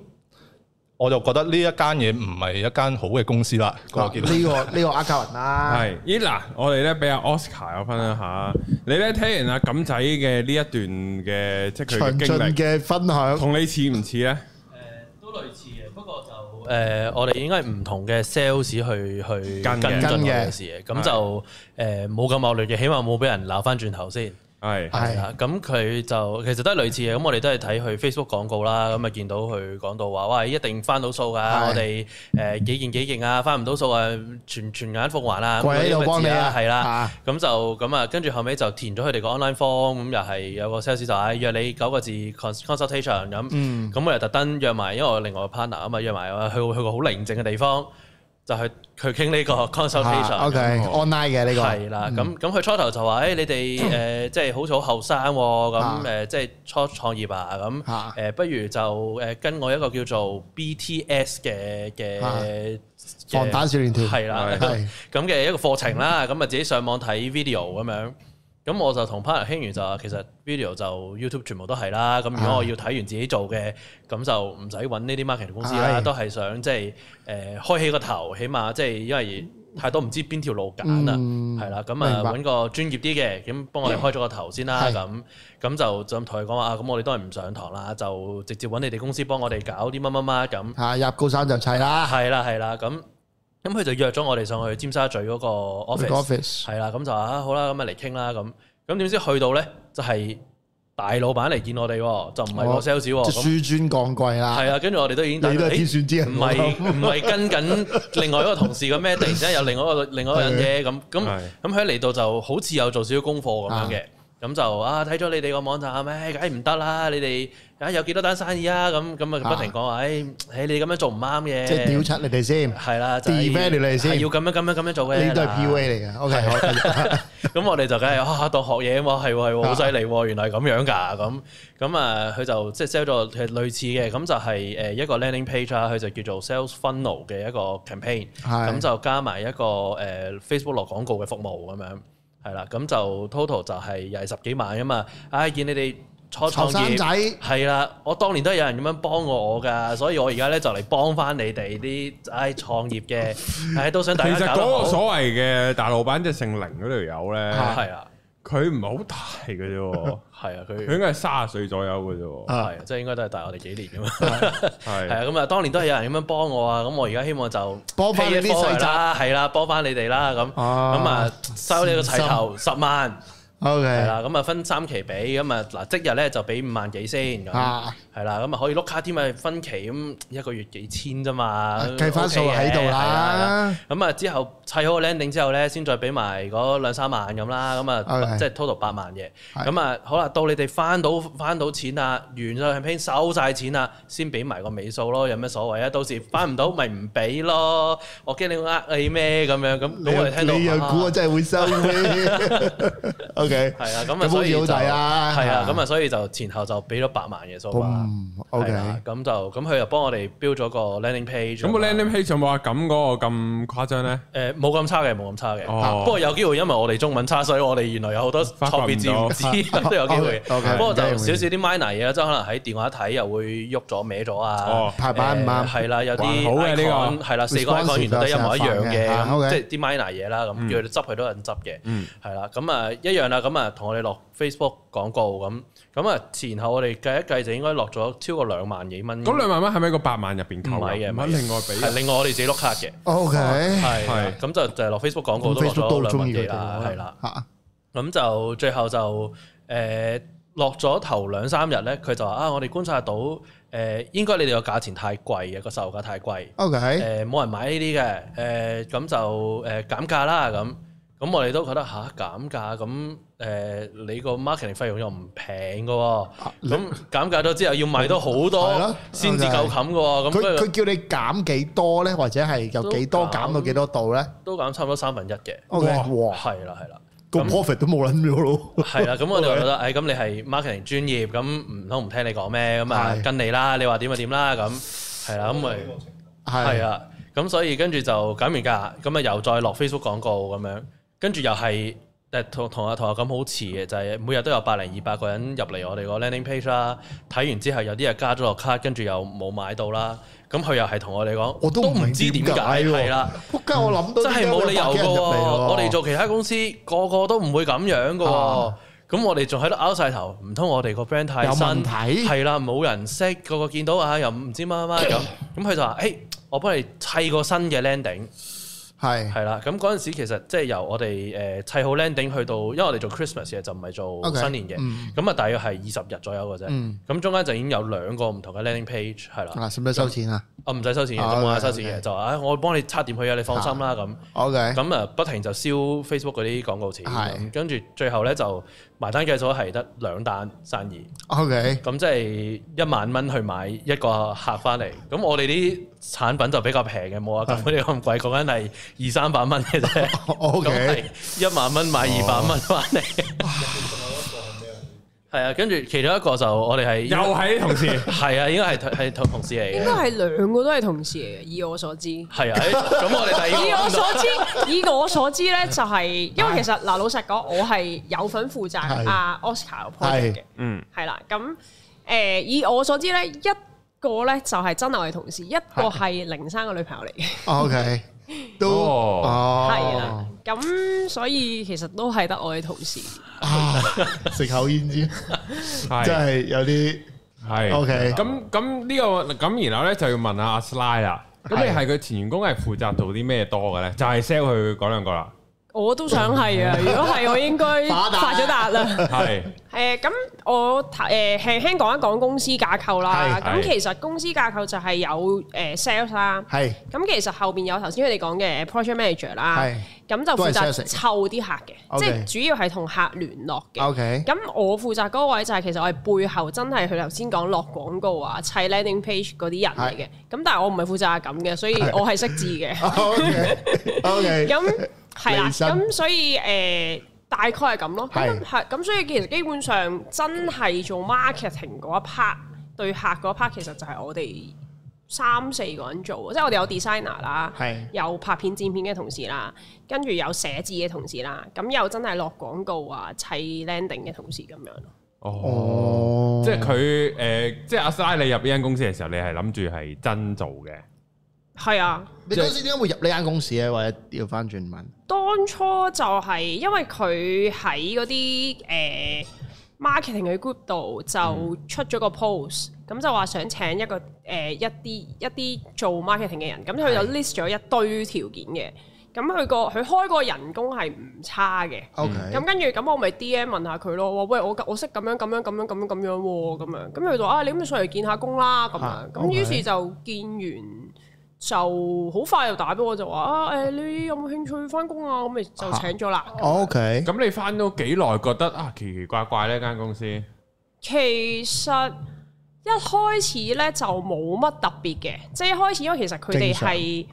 [SPEAKER 4] 我就覺得呢一間嘢唔係一間好嘅公司啦。個
[SPEAKER 2] 啊
[SPEAKER 4] 結
[SPEAKER 2] 呢
[SPEAKER 4] 論
[SPEAKER 2] 個呢個呃鳩人啦，
[SPEAKER 1] 係，咦嗱，我哋咧俾阿 Oscar 我分享下，你咧聽完阿錦仔嘅呢一段嘅即係佢
[SPEAKER 2] 詳
[SPEAKER 1] 嘅經
[SPEAKER 2] 盡
[SPEAKER 1] 歷，
[SPEAKER 2] 嘅分享，
[SPEAKER 1] 同你似唔似咧？
[SPEAKER 6] 誒呃都類似嘅，不過就誒、呃我哋應該唔同嘅 sales 去去
[SPEAKER 1] 跟嘅
[SPEAKER 6] 跟進
[SPEAKER 2] 跟
[SPEAKER 6] 我
[SPEAKER 2] 嘅
[SPEAKER 6] 嘅事嘅，咁就誒冇咁惡劣嘅，起碼冇俾人鬧翻轉頭先。
[SPEAKER 1] 係
[SPEAKER 2] 係
[SPEAKER 6] 係啦，咁佢就其實都係類似嘅，咁我哋都係睇佢 Facebook 廣告啦，咁啊見到佢講到話，哇一定翻到數㗎，
[SPEAKER 2] 係
[SPEAKER 6] 我哋誒幾件幾件啊，翻唔到數啊，全全眼奉還啊，
[SPEAKER 2] 跪喺度
[SPEAKER 6] 咁嗰啲
[SPEAKER 2] 幫你啊
[SPEAKER 6] 乜字係啦
[SPEAKER 2] 啊，
[SPEAKER 6] 咁就咁啊，跟住後尾就填咗佢哋個 online form，咁又係有個 sales 就嗌約你九個字 cons- consultation
[SPEAKER 2] 嗯
[SPEAKER 6] 咁，咁我又特登約埋，因為我另外個 partner 啊嘛，約埋去去個好寧靜嘅地方。就去去傾呢 個 consultation。
[SPEAKER 2] 啊 OK online 嘅呢個嗯
[SPEAKER 6] 係啦，咁咁佢初頭就話：，誒你哋誒呃即係好早後生喎，
[SPEAKER 2] 啊
[SPEAKER 6] 咁呃誒即係初創業啊，
[SPEAKER 2] 啊
[SPEAKER 6] 咁誒不如就誒跟我一個叫做 BTS 嘅
[SPEAKER 2] 啊
[SPEAKER 6] 嘅
[SPEAKER 2] 防彈少年團
[SPEAKER 6] 係啦，
[SPEAKER 2] 係
[SPEAKER 6] 咁嘅一個課程啦，咁啊自己上網睇 video 咁樣。咁我就同 partner 傾完就話，其實 video 就 YouTube 全部都係啦。咁如果我要睇完自己做嘅，咁就唔使揾呢啲 marketing 公司啦，
[SPEAKER 2] 係
[SPEAKER 6] 都係想即係誒開起個頭，起碼即係因為太多唔知邊條路揀啦，
[SPEAKER 2] 嗯
[SPEAKER 6] 係啦、咁啊
[SPEAKER 2] 明白
[SPEAKER 6] 揾個專業啲嘅，咁幫我哋開咗個頭先啦。
[SPEAKER 2] 係
[SPEAKER 6] 咁咁就就咁同佢講話啊，咁我哋都係唔上堂啦，就直接揾你哋公司幫我哋搞啲乜乜乜咁。
[SPEAKER 2] 啊入高三就砌啦，
[SPEAKER 6] 啊係啦係啦，咁咁佢就約咗我哋上去尖沙咀嗰個 office，
[SPEAKER 2] office
[SPEAKER 6] 係啦，咁就話啊好啦，咁啊嚟傾啦咁，咁點知去到咧就係大老闆嚟見我哋喎，就唔係個
[SPEAKER 2] 哦
[SPEAKER 6] sales 喎，
[SPEAKER 2] 即
[SPEAKER 6] 咁
[SPEAKER 2] 係書專降貴啦，
[SPEAKER 6] 係啊，跟住我哋都已經打
[SPEAKER 2] 你都係
[SPEAKER 6] 咦
[SPEAKER 2] 天啊選之人
[SPEAKER 6] 唔
[SPEAKER 2] 喎
[SPEAKER 6] 係唔係跟緊另外一個同事嘅咩？突然之間有另外一個另外一個人嘅咁咁
[SPEAKER 1] 係
[SPEAKER 6] 咁佢一嚟到就好似有做少少功課咁樣嘅，咁就啊睇咗你哋個網站，唉，梗係唔得啦！你哋啊有幾多單生意啊？咁咁啊不停講話，唉唉你咁樣做唔啱 嘅，
[SPEAKER 2] 即係屌柒你哋先，呢
[SPEAKER 6] 系啦，就係
[SPEAKER 2] Devalue 你先
[SPEAKER 6] 係要咁樣咁樣咁樣做嘅，
[SPEAKER 2] 啲都係
[SPEAKER 6] 嗱
[SPEAKER 2] PUA 嚟嘅。OK，好繼續
[SPEAKER 6] 咁我哋就梗係啊當學嘢啊嘛，係喎係喎，好犀利喎，原來係咁樣㗎咁咁啊，佢就即係 sell 咗係類似嘅，咁就係誒一個 landing page 啦，佢就叫做 sales funnel 嘅一個 campaign，
[SPEAKER 2] 係
[SPEAKER 6] 咁就加埋一個誒 Facebook 落廣告嘅服務咁樣，係啦，咁就 total 就係又係十幾萬啊嘛，唉見你哋初創
[SPEAKER 2] 後生
[SPEAKER 6] 業
[SPEAKER 2] 仔。
[SPEAKER 6] 係啦，我當年都有人咁樣幫過我㗎，所以我而家咧就嚟幫翻你哋啲唉創業嘅，唉都想大
[SPEAKER 1] 其
[SPEAKER 6] 家
[SPEAKER 1] 實
[SPEAKER 6] 搞得
[SPEAKER 1] 嗰
[SPEAKER 6] 好
[SPEAKER 1] 個所謂嘅大老闆即係姓凌嗰條友咧，
[SPEAKER 6] 係啊
[SPEAKER 1] 佢唔係好大嘅啫喎，
[SPEAKER 6] 係啊，
[SPEAKER 1] 佢
[SPEAKER 6] 佢
[SPEAKER 1] 應該係卅歲左右嘅啫
[SPEAKER 6] 係啊即係應該都係大我哋幾年 㗎嘛。
[SPEAKER 1] 喎，
[SPEAKER 6] 係啊，
[SPEAKER 1] 係
[SPEAKER 6] 咁啊，當年都係有人咁樣幫我啊，咁我而家希望就
[SPEAKER 2] 幫返你啲
[SPEAKER 6] pay it forward
[SPEAKER 2] 細侄
[SPEAKER 6] 啦，係啦，幫翻你哋啦，咁咁
[SPEAKER 2] 啊
[SPEAKER 6] 啊收你個齊頭十萬，係
[SPEAKER 2] OK，
[SPEAKER 6] 啦，咁啊分三期俾，咁啊嗱即日咧就俾五萬幾先，咁
[SPEAKER 2] 啊
[SPEAKER 6] 係啦，咁啊可以碌卡添啊，分期咁一個月幾千啫嘛，
[SPEAKER 2] 啊計翻數喺度
[SPEAKER 6] OK 嘅係啦。
[SPEAKER 2] 啦，
[SPEAKER 6] 咁啊之後砌好個 landing 之後咧，先再俾埋嗰兩三萬咁啦，咁啊
[SPEAKER 2] OK
[SPEAKER 6] 即係 total 八萬嘅。
[SPEAKER 2] 係
[SPEAKER 6] 咁啊好啦，到你哋翻到翻到錢啦，完咗 campaign 收晒錢啦，先俾埋個尾數咯，有咩所謂啊？到時翻唔到咪唔俾咯，我驚你呃你咩咁樣咁。
[SPEAKER 2] 你
[SPEAKER 6] 咁我哋聽到
[SPEAKER 2] 又你又估
[SPEAKER 6] 啊
[SPEAKER 2] 我真係會收 咩？OK，
[SPEAKER 6] 係啊，咁啊
[SPEAKER 2] 咁好
[SPEAKER 6] 所以
[SPEAKER 2] 似好
[SPEAKER 6] 就
[SPEAKER 2] 大啊，
[SPEAKER 6] 係啊，咁啊所以就前後就俾咗八萬嘅數啦。
[SPEAKER 2] 嗯
[SPEAKER 6] 係
[SPEAKER 2] OK
[SPEAKER 6] 啦。咁就咁佢又幫我哋標咗個 landing page
[SPEAKER 1] 咁個
[SPEAKER 6] 咁啊。
[SPEAKER 1] landing page 有冇話咁嗰個咁誇張咧？
[SPEAKER 6] 誒呃冇咁差嘅，冇咁差嘅。
[SPEAKER 1] 哦
[SPEAKER 6] 不過有機會，因為我哋中文差，所以我哋原來有好多
[SPEAKER 1] 發
[SPEAKER 6] 錯別字唔知，
[SPEAKER 2] 掘唔到
[SPEAKER 6] 都有機會。
[SPEAKER 2] OK，OK，
[SPEAKER 6] 不過就
[SPEAKER 2] 唔緊要
[SPEAKER 6] 少少啲 minor 嘢啦，即係可能喺電話睇又會喐咗歪咗啊
[SPEAKER 1] 哦。
[SPEAKER 2] 排版唔啱
[SPEAKER 6] 誒係啦，有
[SPEAKER 1] 還
[SPEAKER 6] 啲
[SPEAKER 1] 好嘅呢個
[SPEAKER 6] icon 係啦，四個 icon
[SPEAKER 2] Responsive
[SPEAKER 6] 原來都一模一樣
[SPEAKER 2] 啊成
[SPEAKER 6] 嘅，
[SPEAKER 2] 日發嘅啊
[SPEAKER 6] 咁
[SPEAKER 2] OK
[SPEAKER 6] 即係啲 minor 嘢啦。咁叫佢哋執，佢都有人執嘅。
[SPEAKER 1] 嗯
[SPEAKER 6] 係啦，咁啊一樣啦，咁啊同我哋落 Facebook 廣告咁，咁啊前後我哋計一計就應該落咗超過兩萬幾蚊。
[SPEAKER 1] 咁兩萬蚊係咪喺個八萬入邊
[SPEAKER 6] 唔
[SPEAKER 1] 扣㗎？
[SPEAKER 6] 係嘅，
[SPEAKER 1] 唔係另外俾
[SPEAKER 6] 係
[SPEAKER 1] 嘅。
[SPEAKER 6] 另外我哋自己碌卡嘅。
[SPEAKER 2] OK，
[SPEAKER 6] 啊係
[SPEAKER 1] 係
[SPEAKER 6] 咁就就係落 Facebook 廣
[SPEAKER 2] 咁
[SPEAKER 6] 告都落
[SPEAKER 2] Facebook 都
[SPEAKER 6] 咗
[SPEAKER 2] 好
[SPEAKER 6] 兩
[SPEAKER 2] 中
[SPEAKER 6] 萬
[SPEAKER 2] 意
[SPEAKER 6] 幾
[SPEAKER 2] 佢哋
[SPEAKER 6] 啦，
[SPEAKER 2] 喎
[SPEAKER 6] 係啦。
[SPEAKER 2] 嚇
[SPEAKER 6] 咁就最後就誒落咗頭兩三日咧，佢就話啊，我哋觀察到誒、呃、應該你哋個價錢太貴嘅，個售價太貴，誒
[SPEAKER 2] OK，
[SPEAKER 6] 冇、人買呢啲嘅，誒咁就誒、呃、減價啦咁。咁我哋都覺得吓、減價咁誒、呃你個 marketing 費用又唔平嘅喎，咁減價咗之後要賣多好
[SPEAKER 2] 啊係
[SPEAKER 6] 多
[SPEAKER 2] 咯
[SPEAKER 6] 先至夠冚嘅喎，咁
[SPEAKER 2] 佢
[SPEAKER 6] 跟住
[SPEAKER 2] 佢叫你減幾多咧，或者係由幾多
[SPEAKER 6] 都減
[SPEAKER 2] 減到幾多度咧
[SPEAKER 6] 都減差唔多三分一嘅，
[SPEAKER 2] ？OK，哇，
[SPEAKER 6] 係啦係啦。
[SPEAKER 2] 個 profit 都冇撚咗咯，
[SPEAKER 6] 係啦，咁
[SPEAKER 2] 啊
[SPEAKER 6] 我就覺得，誒，咁你係 marketing 專業，咁唔通唔聽你講咩？咁啊
[SPEAKER 2] 係，
[SPEAKER 6] 跟你啦，你話點就點啦，咁係啦，咁咪係
[SPEAKER 2] 係
[SPEAKER 6] 啊，咁所以跟住就減完價，咁啊又再落 Facebook 廣告咁樣，跟住又係誒同同阿同阿咁好似嘅，就係、每日都有百零二百個人入嚟我哋個 landing page 啦，睇完之後有啲人加咗落卡，跟住又冇買到啦，咁佢又係同我哋講，
[SPEAKER 2] 我都唔明
[SPEAKER 6] 知點
[SPEAKER 2] 點解喎
[SPEAKER 6] 係啦。嗯
[SPEAKER 2] 仆街，我諗到
[SPEAKER 6] 真係冇理由
[SPEAKER 2] 點解會有百幾
[SPEAKER 6] 嘅
[SPEAKER 2] 人
[SPEAKER 6] 喎，
[SPEAKER 2] 入嚟喎
[SPEAKER 6] 我哋做其他公司個個都唔會咁樣嘅喎
[SPEAKER 2] 啊。
[SPEAKER 6] 咁我哋仲喺度拗晒頭，唔通我哋個 friend 太
[SPEAKER 2] 有
[SPEAKER 6] 新，
[SPEAKER 2] 問題
[SPEAKER 6] 係啦，冇人識，個個見到啊，又唔知乜乜 乜咁。咁佢就話：，誒、哎我幫你砌個新嘅 landing，
[SPEAKER 2] 係
[SPEAKER 6] 係啦。咁嗰陣時其實即係由我哋誒砌好 landing 去到，因為我哋做 Christmas 嘅，就唔係做
[SPEAKER 2] OK，
[SPEAKER 6] 新年嘅。
[SPEAKER 2] 嗯
[SPEAKER 6] 咁啊，大約係二十日左右嘅啫。
[SPEAKER 2] 嗯
[SPEAKER 6] 咁中間就已經有兩個唔同嘅 landing page 係啦。
[SPEAKER 2] 啊，使唔使收錢啊
[SPEAKER 6] 我唔使收錢嘅，
[SPEAKER 2] 啊
[SPEAKER 6] 就冇嗌
[SPEAKER 2] OK，
[SPEAKER 6] 收錢嘅，
[SPEAKER 2] OK
[SPEAKER 6] 就話：，誒，哎我幫你插掂佢啊，你放心啦咁。
[SPEAKER 2] ？OK，
[SPEAKER 6] 咁啊，不停就燒 Facebook 嗰啲廣告錢，
[SPEAKER 2] 係
[SPEAKER 6] 咁跟住最後咧就埋單計數係得兩單生意，
[SPEAKER 2] OK，
[SPEAKER 6] 咁即係一萬蚊去買一個客翻嚟。咁我哋啲產品就比較平嘅，冇啊咁佢哋咁貴，講緊係二三百蚊嘅 啫。
[SPEAKER 2] OK
[SPEAKER 6] 咁係一萬蚊買二百蚊翻嚟。 係啊，跟住其中一個就我哋係
[SPEAKER 1] 又係啲同事，
[SPEAKER 6] 係啊，應該係同係同同事嚟
[SPEAKER 3] 應
[SPEAKER 6] 嘅
[SPEAKER 3] 該。係兩個都係同事嚟嘅，以我所知。以
[SPEAKER 6] 係啊，誒咁我哋第二
[SPEAKER 3] 我
[SPEAKER 6] 個
[SPEAKER 3] 所 知，以我所知咧，就係因為其實嗱，老實講，我係有份負責
[SPEAKER 2] 係
[SPEAKER 3] 阿 Oscar 個 project 嘅，
[SPEAKER 1] 嗯，
[SPEAKER 3] 係啦。咁誒，以我所知咧，一個咧就係真係我哋同事，一個係零生嘅女朋友嚟嘅，
[SPEAKER 2] OK，都
[SPEAKER 1] 哦
[SPEAKER 2] 哦，
[SPEAKER 3] 係啦。咁所以其實都係得我哋同事。
[SPEAKER 2] 啊，食口煙先，真
[SPEAKER 1] 係
[SPEAKER 2] 係有啲
[SPEAKER 1] 係
[SPEAKER 2] OK
[SPEAKER 1] 咁咁呢個咁，然後咧就要問下阿 Sly 啦。咁你係佢前員工係負責做啲咩多嘅咧？就係 sell 佢嗰兩個啦，
[SPEAKER 3] 我都想係啊！如果係，我應該
[SPEAKER 2] 發達
[SPEAKER 3] 發咗達 啦。
[SPEAKER 1] 係
[SPEAKER 3] 誒咁、我誒輕輕講一講公司架構啦。
[SPEAKER 2] 係
[SPEAKER 3] 咁
[SPEAKER 1] 係
[SPEAKER 3] 其實公司架構就係有誒 sales 啦。
[SPEAKER 2] 係
[SPEAKER 3] 咁其實後邊有頭先佢哋講嘅 project manager 啦
[SPEAKER 2] 係，
[SPEAKER 3] 咁就
[SPEAKER 2] 都係
[SPEAKER 3] 負
[SPEAKER 2] sales
[SPEAKER 3] 責湊啲客嘅，即
[SPEAKER 2] OK
[SPEAKER 3] 係主要係同客聯絡嘅。
[SPEAKER 2] OK，
[SPEAKER 3] 咁我負責嗰位就係其實我係背後真係佢頭先講落廣告啊、砌 landing page 嗰啲人嚟嘅。咁但係我唔係負責咁嘅，所以我係識字 嘅。
[SPEAKER 2] OK OK，
[SPEAKER 3] 咁係啦，
[SPEAKER 2] 離身
[SPEAKER 3] 咁所以誒、呃大概係咁咯。
[SPEAKER 2] 係
[SPEAKER 3] 咁係咁，所以其實基本上真係做 marketing 嗰一 part 對客嗰一 part，其實就係我哋三四個人做，即係我哋有 designer 啦
[SPEAKER 2] 係，
[SPEAKER 3] 有拍片剪片嘅同事啦，跟住有寫字嘅同事啦，咁有真係落廣告啊、砌 landing 嘅同事咁樣咯。
[SPEAKER 1] 哦。
[SPEAKER 2] 哦，
[SPEAKER 1] 即係佢誒，即係阿 Sly 你入呢間公司嘅時候，你係諗住係真做嘅，
[SPEAKER 3] 係啊。
[SPEAKER 2] 你嗰陣時點解會入呢間公司咧？或者調翻轉
[SPEAKER 1] 嗯
[SPEAKER 2] 問？
[SPEAKER 3] 當初就係因為佢喺嗰啲誒 marketing 嘅 group 度就出咗個 post，咁就話想請一個誒、呃一啲一啲做 marketing 嘅人，咁佢就 list 咗一堆條件嘅，咁佢個佢開個人工係唔差嘅。
[SPEAKER 2] OK，
[SPEAKER 3] 咁跟住咁我咪 D.M 問下佢咯，話喂我我識咁樣咁樣咁樣咁樣咁樣喎，咁樣咁佢就話啊你咁上嚟見下工啦咁
[SPEAKER 2] 啊
[SPEAKER 3] 樣，咁於
[SPEAKER 2] OK
[SPEAKER 3] 是就見完就好快就打俾我就話啊誒你有冇興趣翻工啊？咁咪就請咗啦。
[SPEAKER 2] OK，
[SPEAKER 1] 咁你翻咗幾耐，覺得啊奇奇怪怪呢間公司，
[SPEAKER 3] 其實一開始咧就冇乜特別嘅，即係一開始因為其實佢哋係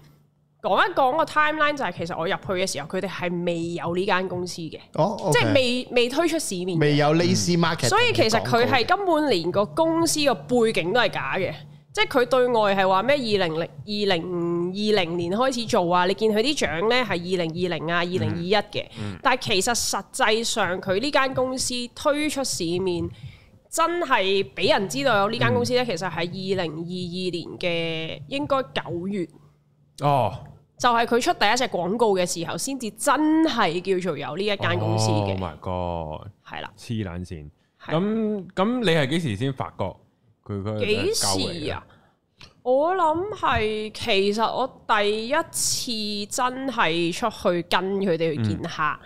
[SPEAKER 3] 講一講個 timeline 就係其實我入去嘅時候佢哋係未有呢間公司嘅，
[SPEAKER 2] 哦，
[SPEAKER 3] 即係未未推出市面嘅。
[SPEAKER 2] 未有 lazy market，
[SPEAKER 3] 所以其實佢係根本連個公司個背景都係假嘅，即係佢對外係話咩二零零二零二零年開始做啊，你見佢啲獎呢係二零二零啊、二零二一嘅，但係其實實際上佢呢間公司推出市面。真係俾人知道有呢間公司呢，其實係二零二二年嘅應該九月，
[SPEAKER 1] 哦，
[SPEAKER 3] 就係、佢出第一隻廣告嘅時候，先至真係叫做有呢一間公司嘅
[SPEAKER 1] Oh，my god，
[SPEAKER 3] 係啦、
[SPEAKER 1] 黐撚線。
[SPEAKER 3] 係啊
[SPEAKER 1] 咁咁你係幾時先發覺佢佢
[SPEAKER 3] 幾時啊？？我諗係其實我第一次真係出去跟佢哋去見客
[SPEAKER 2] 嗯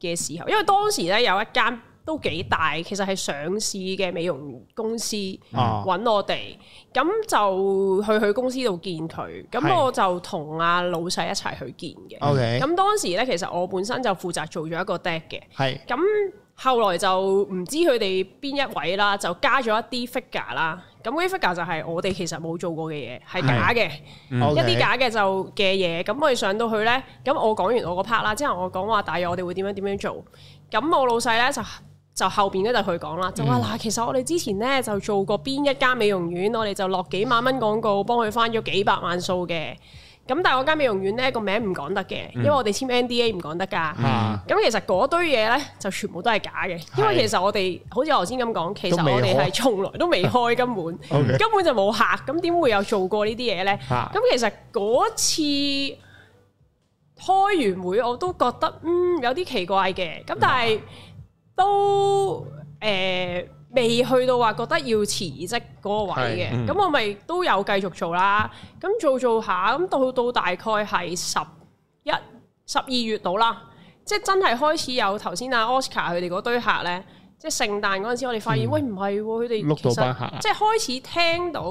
[SPEAKER 3] 嘅時候，因為當時咧有一間都幾大，其實係上市嘅美容公司
[SPEAKER 2] 啊
[SPEAKER 3] 揾我哋，咁就去佢公司度見佢，
[SPEAKER 2] 係
[SPEAKER 3] 咁我就同阿老細一齊去見嘅。
[SPEAKER 2] OK
[SPEAKER 3] 咁當時咧，其實我本身就負責做咗一個 deck 嘅。
[SPEAKER 2] 係
[SPEAKER 3] 咁後來就唔知佢哋邊一位啦，就加咗一啲 figure 啦。咁嗰啲 figure 就係我哋其實冇做過嘅嘢，係假嘅，一啲假嘅就嘅嘢。咁我哋上到去呢，咁我講完我個 part 啦，之後我講話大約我哋會點樣點樣做。咁我老細呢，就。就後邊嗰就佢講啦，就話嗱，其實我哋之前呢，就做過邊一間美容院，我哋就落幾萬蚊廣告，幫佢翻咗幾百萬數嘅。咁但係我間美容院呢，個名唔講得嘅，因為我哋簽 NDA 唔講得㗎。
[SPEAKER 2] 啊，
[SPEAKER 3] 咁其實嗰堆嘢咧就全部都係假嘅，因為其實我哋好似我頭先咁講，其實
[SPEAKER 2] 都未
[SPEAKER 3] 我哋
[SPEAKER 2] 開
[SPEAKER 3] 係從來都未開根 本，
[SPEAKER 2] OK
[SPEAKER 3] 根本就冇客，咁點會有做過呢啲嘢咧？
[SPEAKER 2] 啊
[SPEAKER 3] 咁其實嗰次開完會我都覺得嗯有啲奇怪嘅，咁但
[SPEAKER 2] 嗯
[SPEAKER 3] 係都誒。呃未去到話覺得要辭職嗰個位
[SPEAKER 1] 係
[SPEAKER 3] 嘅，
[SPEAKER 2] 嗯
[SPEAKER 3] 咁、我咪都有繼續做啦。咁做做下，咁到到大概係十一十二月到啦，即係真係開始有頭先阿 Oscar 佢哋嗰堆客咧，即係聖誕嗰陣時，我哋發現、喂唔係喎，佢哋
[SPEAKER 2] 碌到
[SPEAKER 3] 其實
[SPEAKER 2] 班客啊
[SPEAKER 3] 即係開始聽到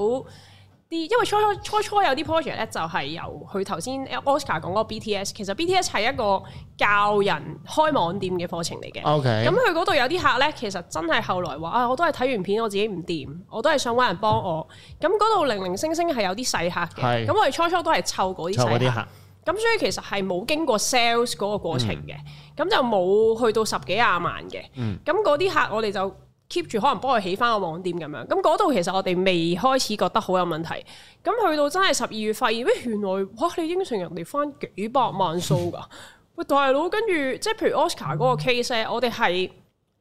[SPEAKER 3] 啲，因為初初初初有啲 project 咧，就係由佢頭先 Oscar 講嗰個 BTS，其實 BTS 係一個教人開網店嘅課程嚟嘅。
[SPEAKER 2] OK
[SPEAKER 3] 咁佢嗰度有啲客咧，其實真係後來話啊，我都係睇完片我自己唔掂，我都係想揾人幫我。咁嗰度零零星星係有啲細客嘅，
[SPEAKER 2] 係
[SPEAKER 3] 咁我哋初初都係湊嗰啲
[SPEAKER 2] 就嗰
[SPEAKER 3] 細
[SPEAKER 2] 啲
[SPEAKER 3] 客
[SPEAKER 2] 客。
[SPEAKER 3] 咁所以其實係冇經過 sales 嗰個過程嘅，咁、就冇去到十幾廿萬嘅。咁嗰啲客我哋就 keep 住可能幫佢起翻個網店咁樣。咁嗰度其實我哋未開始覺得好有問題。咁去到真係十二月發現，喂原來哇你應承人哋翻幾百萬數㗎，喂大佬，跟住即係譬如 Oscar 嗰個 case 咧，我哋係。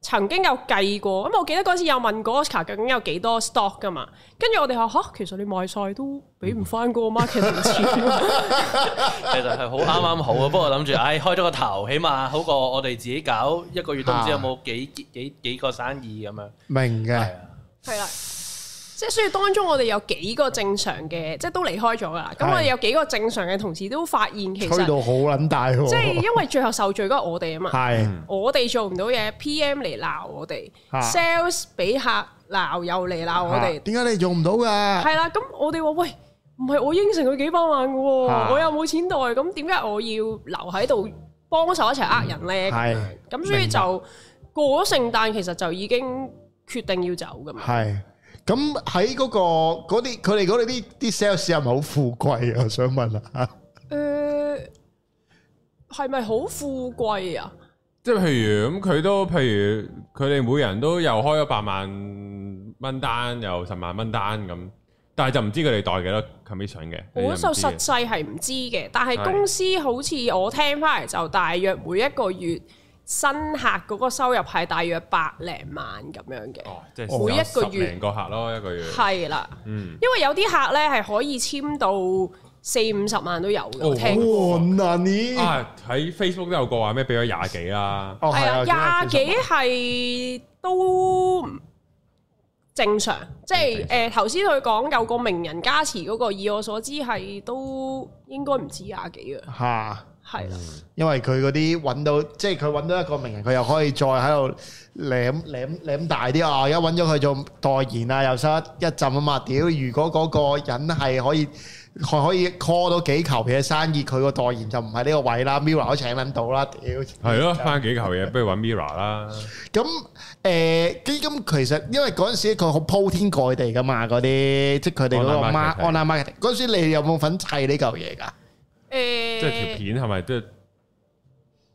[SPEAKER 3] 曾經有計過，咁我記得嗰陣時有問過 Oscar 究竟有幾多 stock 噶嘛，跟住我哋話吓，其實你賣晒都俾唔翻嗰個 market 錢喎。
[SPEAKER 6] 其實係好啱啱好啊嘅，不過諗住，唉，開咗個頭，起碼好過我哋自己搞一個月都唔知有冇幾幾幾個生意咁樣。
[SPEAKER 2] 明嘅
[SPEAKER 6] 係。啊，
[SPEAKER 3] 係啦。即係所以當中我哋有幾個正常嘅，即係都離開咗㗎啦。咁
[SPEAKER 2] 係
[SPEAKER 3] 我哋有幾個正常嘅同事都發現其
[SPEAKER 2] 吹
[SPEAKER 3] 實，
[SPEAKER 2] 到好撚大喎，
[SPEAKER 3] 即係因為最後受罪嗰個我哋啊嘛，
[SPEAKER 2] 係
[SPEAKER 3] 我哋做唔到嘢，PM 嚟鬧我哋
[SPEAKER 2] 啊
[SPEAKER 3] ，sales 俾客鬧又嚟鬧我哋
[SPEAKER 2] 啊，點解你用唔到㗎？
[SPEAKER 3] 係啦。咁我哋話喂，唔係我應承佢幾百萬嘅
[SPEAKER 2] 啊
[SPEAKER 3] 喎，我又冇錢袋，咁點解我要留喺度幫手一齊呃人咧？
[SPEAKER 2] 係
[SPEAKER 3] 咁所以就過咗聖誕，其實就已經決定要走㗎嘛。
[SPEAKER 2] 係咁喺嗰個嗰啲佢哋嗰啲啲 sales 係咪好富貴啊？我想問啊，
[SPEAKER 3] 誒呃係咪好富貴啊？
[SPEAKER 1] 即係譬如咁，佢都譬如佢哋每人都又開咗八萬蚊單，又十萬蚊單咁，但係就唔知佢哋袋幾多 commission 嘅。
[SPEAKER 3] 我
[SPEAKER 1] 你
[SPEAKER 3] 就
[SPEAKER 1] 唔知嘅啊
[SPEAKER 3] 實際係唔知嘅，但係
[SPEAKER 1] 係
[SPEAKER 3] 公司好似我聽翻嚟就大約每一個月新客嗰個收入係大約百零萬咁樣嘅，
[SPEAKER 1] 哦，即係
[SPEAKER 3] 每一個月
[SPEAKER 1] 十零個客咯，一個月。
[SPEAKER 3] 係啦，
[SPEAKER 1] 嗯，
[SPEAKER 3] 因為有啲客呢係可以簽到四五十萬都有嘅，我
[SPEAKER 1] 哦
[SPEAKER 3] 聽過。
[SPEAKER 2] 哇，難你
[SPEAKER 1] 啊喺 Facebook 都有個話咩俾咗廿幾啦，
[SPEAKER 2] 哦
[SPEAKER 3] 係啊，廿
[SPEAKER 2] 其實
[SPEAKER 3] 幾係都唔正常，即係誒頭先佢講有個名人加持嗰個，以我所知係都應該唔止廿幾嘅，
[SPEAKER 2] 嚇。
[SPEAKER 3] 係啦，
[SPEAKER 2] 因為佢嗰啲揾到，即係佢揾到一個名人，佢又可以再喺度舐舐舐大啲啊！而家揾咗佢做代言啊，又收一一浸啊嘛！屌，如果嗰個人係可以可可以 call 到幾球嘅生意，佢個代言就唔係呢個位啦，Mirror 都請撚到啦，屌！
[SPEAKER 1] 係咯，翻幾球嘢，不如揾 Mira 啦。
[SPEAKER 2] 咁誒，基金其實因為嗰陣時佢好鋪天蓋地噶嘛，嗰啲即係佢哋嗰個
[SPEAKER 1] Online
[SPEAKER 2] mar-
[SPEAKER 1] marketing
[SPEAKER 2] online marketing。嗰陣時你有冇份砌呢嚿嘢㗎？
[SPEAKER 1] 即係條
[SPEAKER 3] 誒
[SPEAKER 1] 片係咪都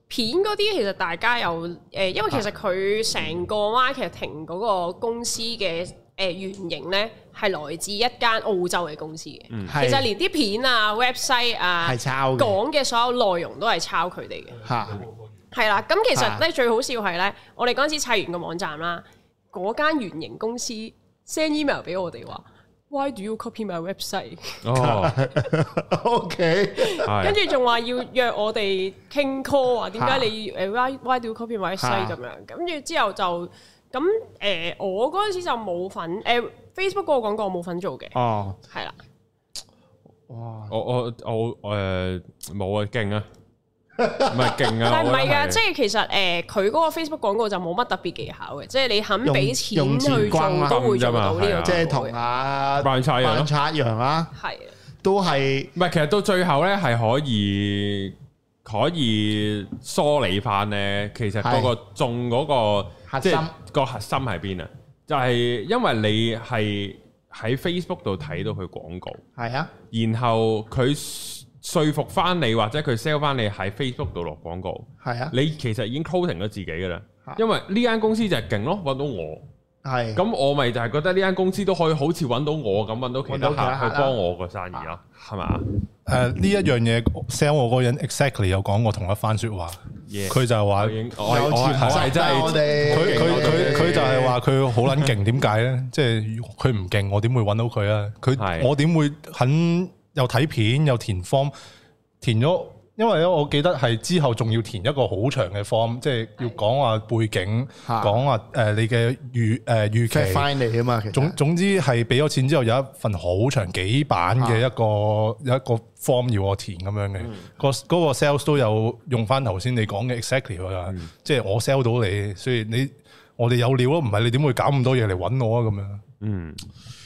[SPEAKER 3] 片嗰啲其實大家有誒，因為其實佢成個 marketing 嗰個公司嘅誒原型呢，係來自一間澳洲嘅公司嘅，其實
[SPEAKER 2] 係
[SPEAKER 3] 連啲片啊、website 啊
[SPEAKER 2] 係抄嘅
[SPEAKER 3] 講嘅所有內容都係抄佢哋嘅。
[SPEAKER 2] 嚇，
[SPEAKER 3] 係啦，咁其實
[SPEAKER 2] 啊
[SPEAKER 3] 咧最好笑係咧，我哋嗰陣時砌完個網站啦，嗰間原型公司 send email 俾我哋話，Why do you copy my website？
[SPEAKER 1] 哦
[SPEAKER 2] OK。
[SPEAKER 1] 係啊
[SPEAKER 3] 跟住仲話要約我哋傾 call 啊，點解你誒 why why do you copy my
[SPEAKER 2] 啊
[SPEAKER 3] website 咁樣？跟住之後就咁誒、呃我嗰陣時就冇份誒、呃 Facebook 嗰個廣告我冇份做嘅，
[SPEAKER 2] 哦，
[SPEAKER 3] 係啦，
[SPEAKER 2] 哇！
[SPEAKER 1] 我我我誒冇啊，勁啊，唔係勁啊，
[SPEAKER 3] 但係唔係
[SPEAKER 1] 我
[SPEAKER 3] 㗎，
[SPEAKER 1] 覺得
[SPEAKER 3] 即係其實誒佢嗰個 Facebook 廣告就冇乜特別技巧嘅，即係你肯俾
[SPEAKER 2] 用
[SPEAKER 3] 錢
[SPEAKER 2] 用錢
[SPEAKER 3] 去做
[SPEAKER 2] 轟啊
[SPEAKER 3] 都會
[SPEAKER 1] 啫
[SPEAKER 3] 做
[SPEAKER 1] 嘛
[SPEAKER 3] 到呢個
[SPEAKER 1] 係啊
[SPEAKER 2] 即係同
[SPEAKER 3] 廣告嘅
[SPEAKER 2] 啊
[SPEAKER 1] Brian Chai 一樣咯
[SPEAKER 2] Brian Chai 一樣啊，
[SPEAKER 3] 係啊。
[SPEAKER 2] 都係
[SPEAKER 1] 唔係，其實到最後咧係可以可以梳理翻咧，其實嗰個中嗰、個
[SPEAKER 2] 核
[SPEAKER 1] 即
[SPEAKER 2] 心
[SPEAKER 1] 係個核心喺邊啊？就係、因為你係喺 Facebook 度睇到佢廣告，
[SPEAKER 2] 係啊，
[SPEAKER 1] 然後佢說服翻你或者佢 sell 翻你喺 Facebook 度落廣告，
[SPEAKER 2] 係啊，
[SPEAKER 1] 你其實已經 closing 咗自己噶啦
[SPEAKER 2] 嚇。
[SPEAKER 1] 因為呢間公司就係勁咯，揾到我，
[SPEAKER 2] 係
[SPEAKER 1] 咁我咪就係覺得呢間公司都可以好似揾到我咁揾到其他
[SPEAKER 2] 揾到其他
[SPEAKER 1] 客
[SPEAKER 2] 客
[SPEAKER 1] 去
[SPEAKER 2] 啦
[SPEAKER 1] 幫我個生意咯，係嘛？
[SPEAKER 4] 誒呃呢一樣嘢 sell 我嗰個人 exactly 有講過同一番説話，哦
[SPEAKER 1] Yeah
[SPEAKER 4] 佢就係話
[SPEAKER 1] 我已經我
[SPEAKER 2] 有
[SPEAKER 1] 我
[SPEAKER 2] 潛質
[SPEAKER 1] 我係真
[SPEAKER 2] 啊我
[SPEAKER 1] 係
[SPEAKER 2] 哋
[SPEAKER 4] 佢佢
[SPEAKER 1] 勁
[SPEAKER 4] 佢
[SPEAKER 1] 勁
[SPEAKER 4] 佢就係話佢好撚勁，點解咧？即係佢唔勁，我點會揾到佢啊？
[SPEAKER 1] 係
[SPEAKER 4] 佢我點會肯又睇片又填 form 填咗？因為咧，我記得係之後仲要填一個好長嘅 form，即係要講話背景，
[SPEAKER 2] 嚇
[SPEAKER 4] 講話誒你嘅預誒預期
[SPEAKER 2] fact。find 你啊嘛，其實
[SPEAKER 4] 總總之係俾咗錢之後有一份好長幾版嘅一個有一個 form 要我填咁樣嘅，個嗰個啊嗯 sales 都有用翻頭先你講嘅 exactly 佢話，即係我 sell 到你，所以你我哋有料啊咯，唔係你點會搞咁多嘢嚟揾我啊？咁樣
[SPEAKER 1] 嗯，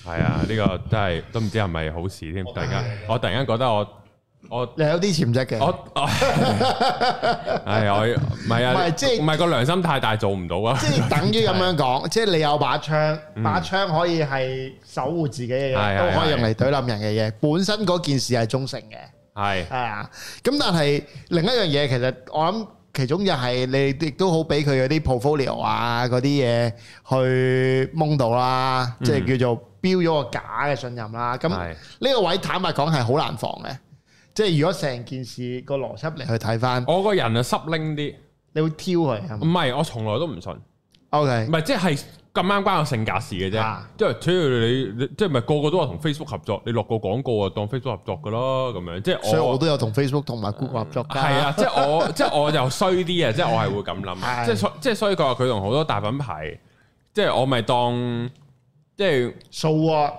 [SPEAKER 1] 系啊，呢個真係都唔知係咪好事添。突然間，我突然間覺得我我
[SPEAKER 2] 你有啲潛質嘅。
[SPEAKER 1] 我我係我唔係啊，
[SPEAKER 2] 唔係即係
[SPEAKER 1] 唔係個良心太大做唔到啊。
[SPEAKER 2] 即係等於咁樣講，即係你有把槍，把槍可以係守護自己嘅
[SPEAKER 1] 係
[SPEAKER 2] 嘢，
[SPEAKER 1] 係
[SPEAKER 2] 都可以用嚟懟冧人嘅嘢。本身嗰件事係中性嘅，
[SPEAKER 1] 係
[SPEAKER 2] 係啊。咁但係另一樣嘢，其實我諗其中就係你亦都好俾佢嗰啲 portfolio 啊嗰啲嘢去蒙到啦，即係叫做標咗個假嘅信任啦。咁
[SPEAKER 1] 係
[SPEAKER 2] 呢個位坦白講係好難防嘅，即係如果成件事個邏輯嚟去睇翻，
[SPEAKER 1] 我個人啊濕拎啲，
[SPEAKER 2] 你會挑佢係
[SPEAKER 1] 唔
[SPEAKER 2] 嘛
[SPEAKER 1] 係我從來都唔信，唔
[SPEAKER 2] ？OK，
[SPEAKER 1] 係即係咁啱關我性格事嘅啫
[SPEAKER 2] 啊。
[SPEAKER 1] 即係主要你你即係咪個個都話同 Facebook 合作？你落個廣告啊，當 Facebook 合作噶咯咁樣。即係
[SPEAKER 2] 所以我都有同 Facebook 同埋 Google 合作㗎。
[SPEAKER 1] 係啊，即係 我即係我又衰啲啊，即係我係會咁諗，
[SPEAKER 2] 係
[SPEAKER 1] 即係所即係所以佢話佢同好多大品牌，即係我咪當即係
[SPEAKER 2] 數喎，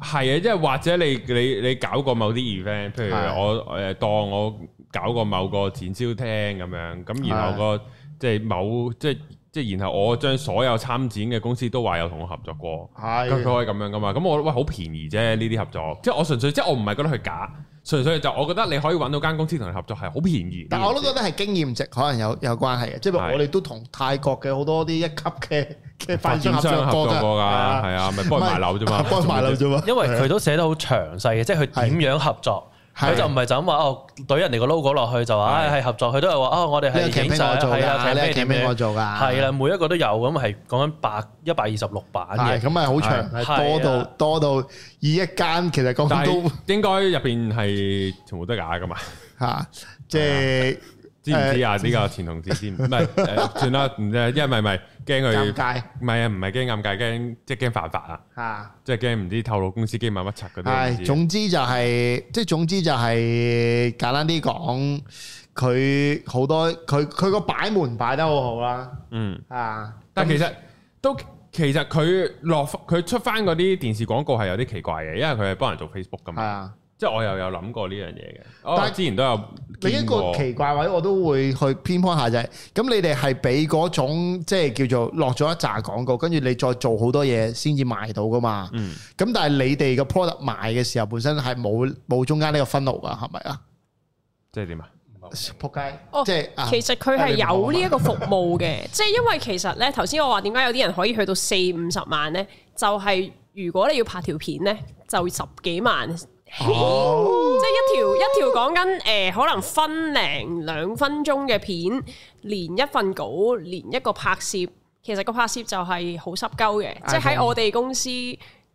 [SPEAKER 1] 係啊，即係或者你你你搞過某啲 event，譬如
[SPEAKER 2] 係
[SPEAKER 1] 我誒當我搞過某個展銷廳咁樣，咁然後個即係某即係即係然後我將所有參展嘅公司都話有同我合作過。
[SPEAKER 2] 係
[SPEAKER 1] 佢佢可以咁樣噶嘛？咁我喂好便宜啫，呢啲合作，即係我純粹即係我唔係覺得佢假，純粹就我覺得你可以揾到間公司同你合作係好便宜。
[SPEAKER 2] 但我都覺得係經驗值可能有有關係嘅，即係譬
[SPEAKER 1] 係
[SPEAKER 2] 如我哋都同泰國嘅好多啲一級嘅嘅
[SPEAKER 1] 發
[SPEAKER 2] 發
[SPEAKER 1] 展
[SPEAKER 2] 展商
[SPEAKER 1] 商
[SPEAKER 2] 合
[SPEAKER 1] 合
[SPEAKER 2] 作過
[SPEAKER 1] 作
[SPEAKER 2] 㗎，
[SPEAKER 1] 過㗎，係
[SPEAKER 2] 係啊
[SPEAKER 1] 啊，咪幫佢賣樓啫嘛，
[SPEAKER 2] 幫佢賣樓啫嘛，
[SPEAKER 6] 因為佢都寫得好詳細嘅，即係佢點樣合作。
[SPEAKER 2] 係
[SPEAKER 6] 佢就唔係就咁話哦，懟人哋個 logo 落去就話
[SPEAKER 1] 係
[SPEAKER 6] 唉係合作，佢都係話哦，我哋
[SPEAKER 2] 呢個
[SPEAKER 6] 係影
[SPEAKER 2] campaign
[SPEAKER 6] 相
[SPEAKER 2] 我做
[SPEAKER 6] 係啊
[SPEAKER 2] 㗎，呢個
[SPEAKER 6] campaign 點
[SPEAKER 2] campaign 我
[SPEAKER 6] 樣
[SPEAKER 2] 做㗎，
[SPEAKER 6] 係啦，每一個都有咁係講緊百一百二十六版
[SPEAKER 2] 係
[SPEAKER 6] 嘅，
[SPEAKER 2] 咁咪好長，
[SPEAKER 1] 係
[SPEAKER 2] 係
[SPEAKER 6] 係
[SPEAKER 2] 多
[SPEAKER 6] 啊
[SPEAKER 2] 到多到以一間其實講
[SPEAKER 1] 但係
[SPEAKER 2] 都
[SPEAKER 1] 應該入邊係全部都假噶嘛？
[SPEAKER 2] 嚇，即係
[SPEAKER 1] 知唔知啊？呢個前同事知唔？唔係誒算啦，唔知，因為咪驚
[SPEAKER 2] 尷
[SPEAKER 1] 佢，
[SPEAKER 2] 尬
[SPEAKER 1] 唔係啊，唔係驚尷尬，驚即係驚犯法啊，
[SPEAKER 2] 嚇。
[SPEAKER 1] 即係驚唔知透露公司機密乜柒嗰啲唔
[SPEAKER 2] 係，
[SPEAKER 1] 知。啊
[SPEAKER 2] 總之就係、即係總之就係、簡單啲講，佢好多佢佢個擺門擺得好好啦，
[SPEAKER 1] 嗯，
[SPEAKER 2] 啊！
[SPEAKER 1] 但係其實都其實佢落佢出翻嗰啲電視廣告係有啲奇怪嘅，因為佢係幫人做 Facebook 噶
[SPEAKER 2] 係
[SPEAKER 1] 嘛，
[SPEAKER 2] 啊，
[SPEAKER 1] 即係我又有諗過呢樣嘢嘅。哦
[SPEAKER 2] 但
[SPEAKER 1] 我
[SPEAKER 2] 係
[SPEAKER 1] 之前都有
[SPEAKER 2] 另一個
[SPEAKER 1] 見過
[SPEAKER 2] 奇怪位我都會去偏幫下就係、咁你哋係俾嗰種即係叫做落咗一紮廣告，跟住你再做好多嘢先至賣到噶嘛。
[SPEAKER 1] 嗯
[SPEAKER 2] 咁但係你哋個 product 賣嘅時候本身係冇冇中間呢個分路噶，係咪啊？
[SPEAKER 1] 即係點啊？
[SPEAKER 2] 仆街！
[SPEAKER 3] 哦
[SPEAKER 2] 即係啊
[SPEAKER 3] 其實佢係有呢一個服務嘅， 即係因為其實咧，頭先我話點解有啲人可以去到四五十萬咧，就係、如果你要拍條片咧，就十幾萬。
[SPEAKER 2] 哦
[SPEAKER 3] 即係一條一條講緊誒，可能分零兩分鐘嘅片，連一份稿，連一個拍攝，其實個拍攝就係好濕鳩嘅，即係喺我哋公司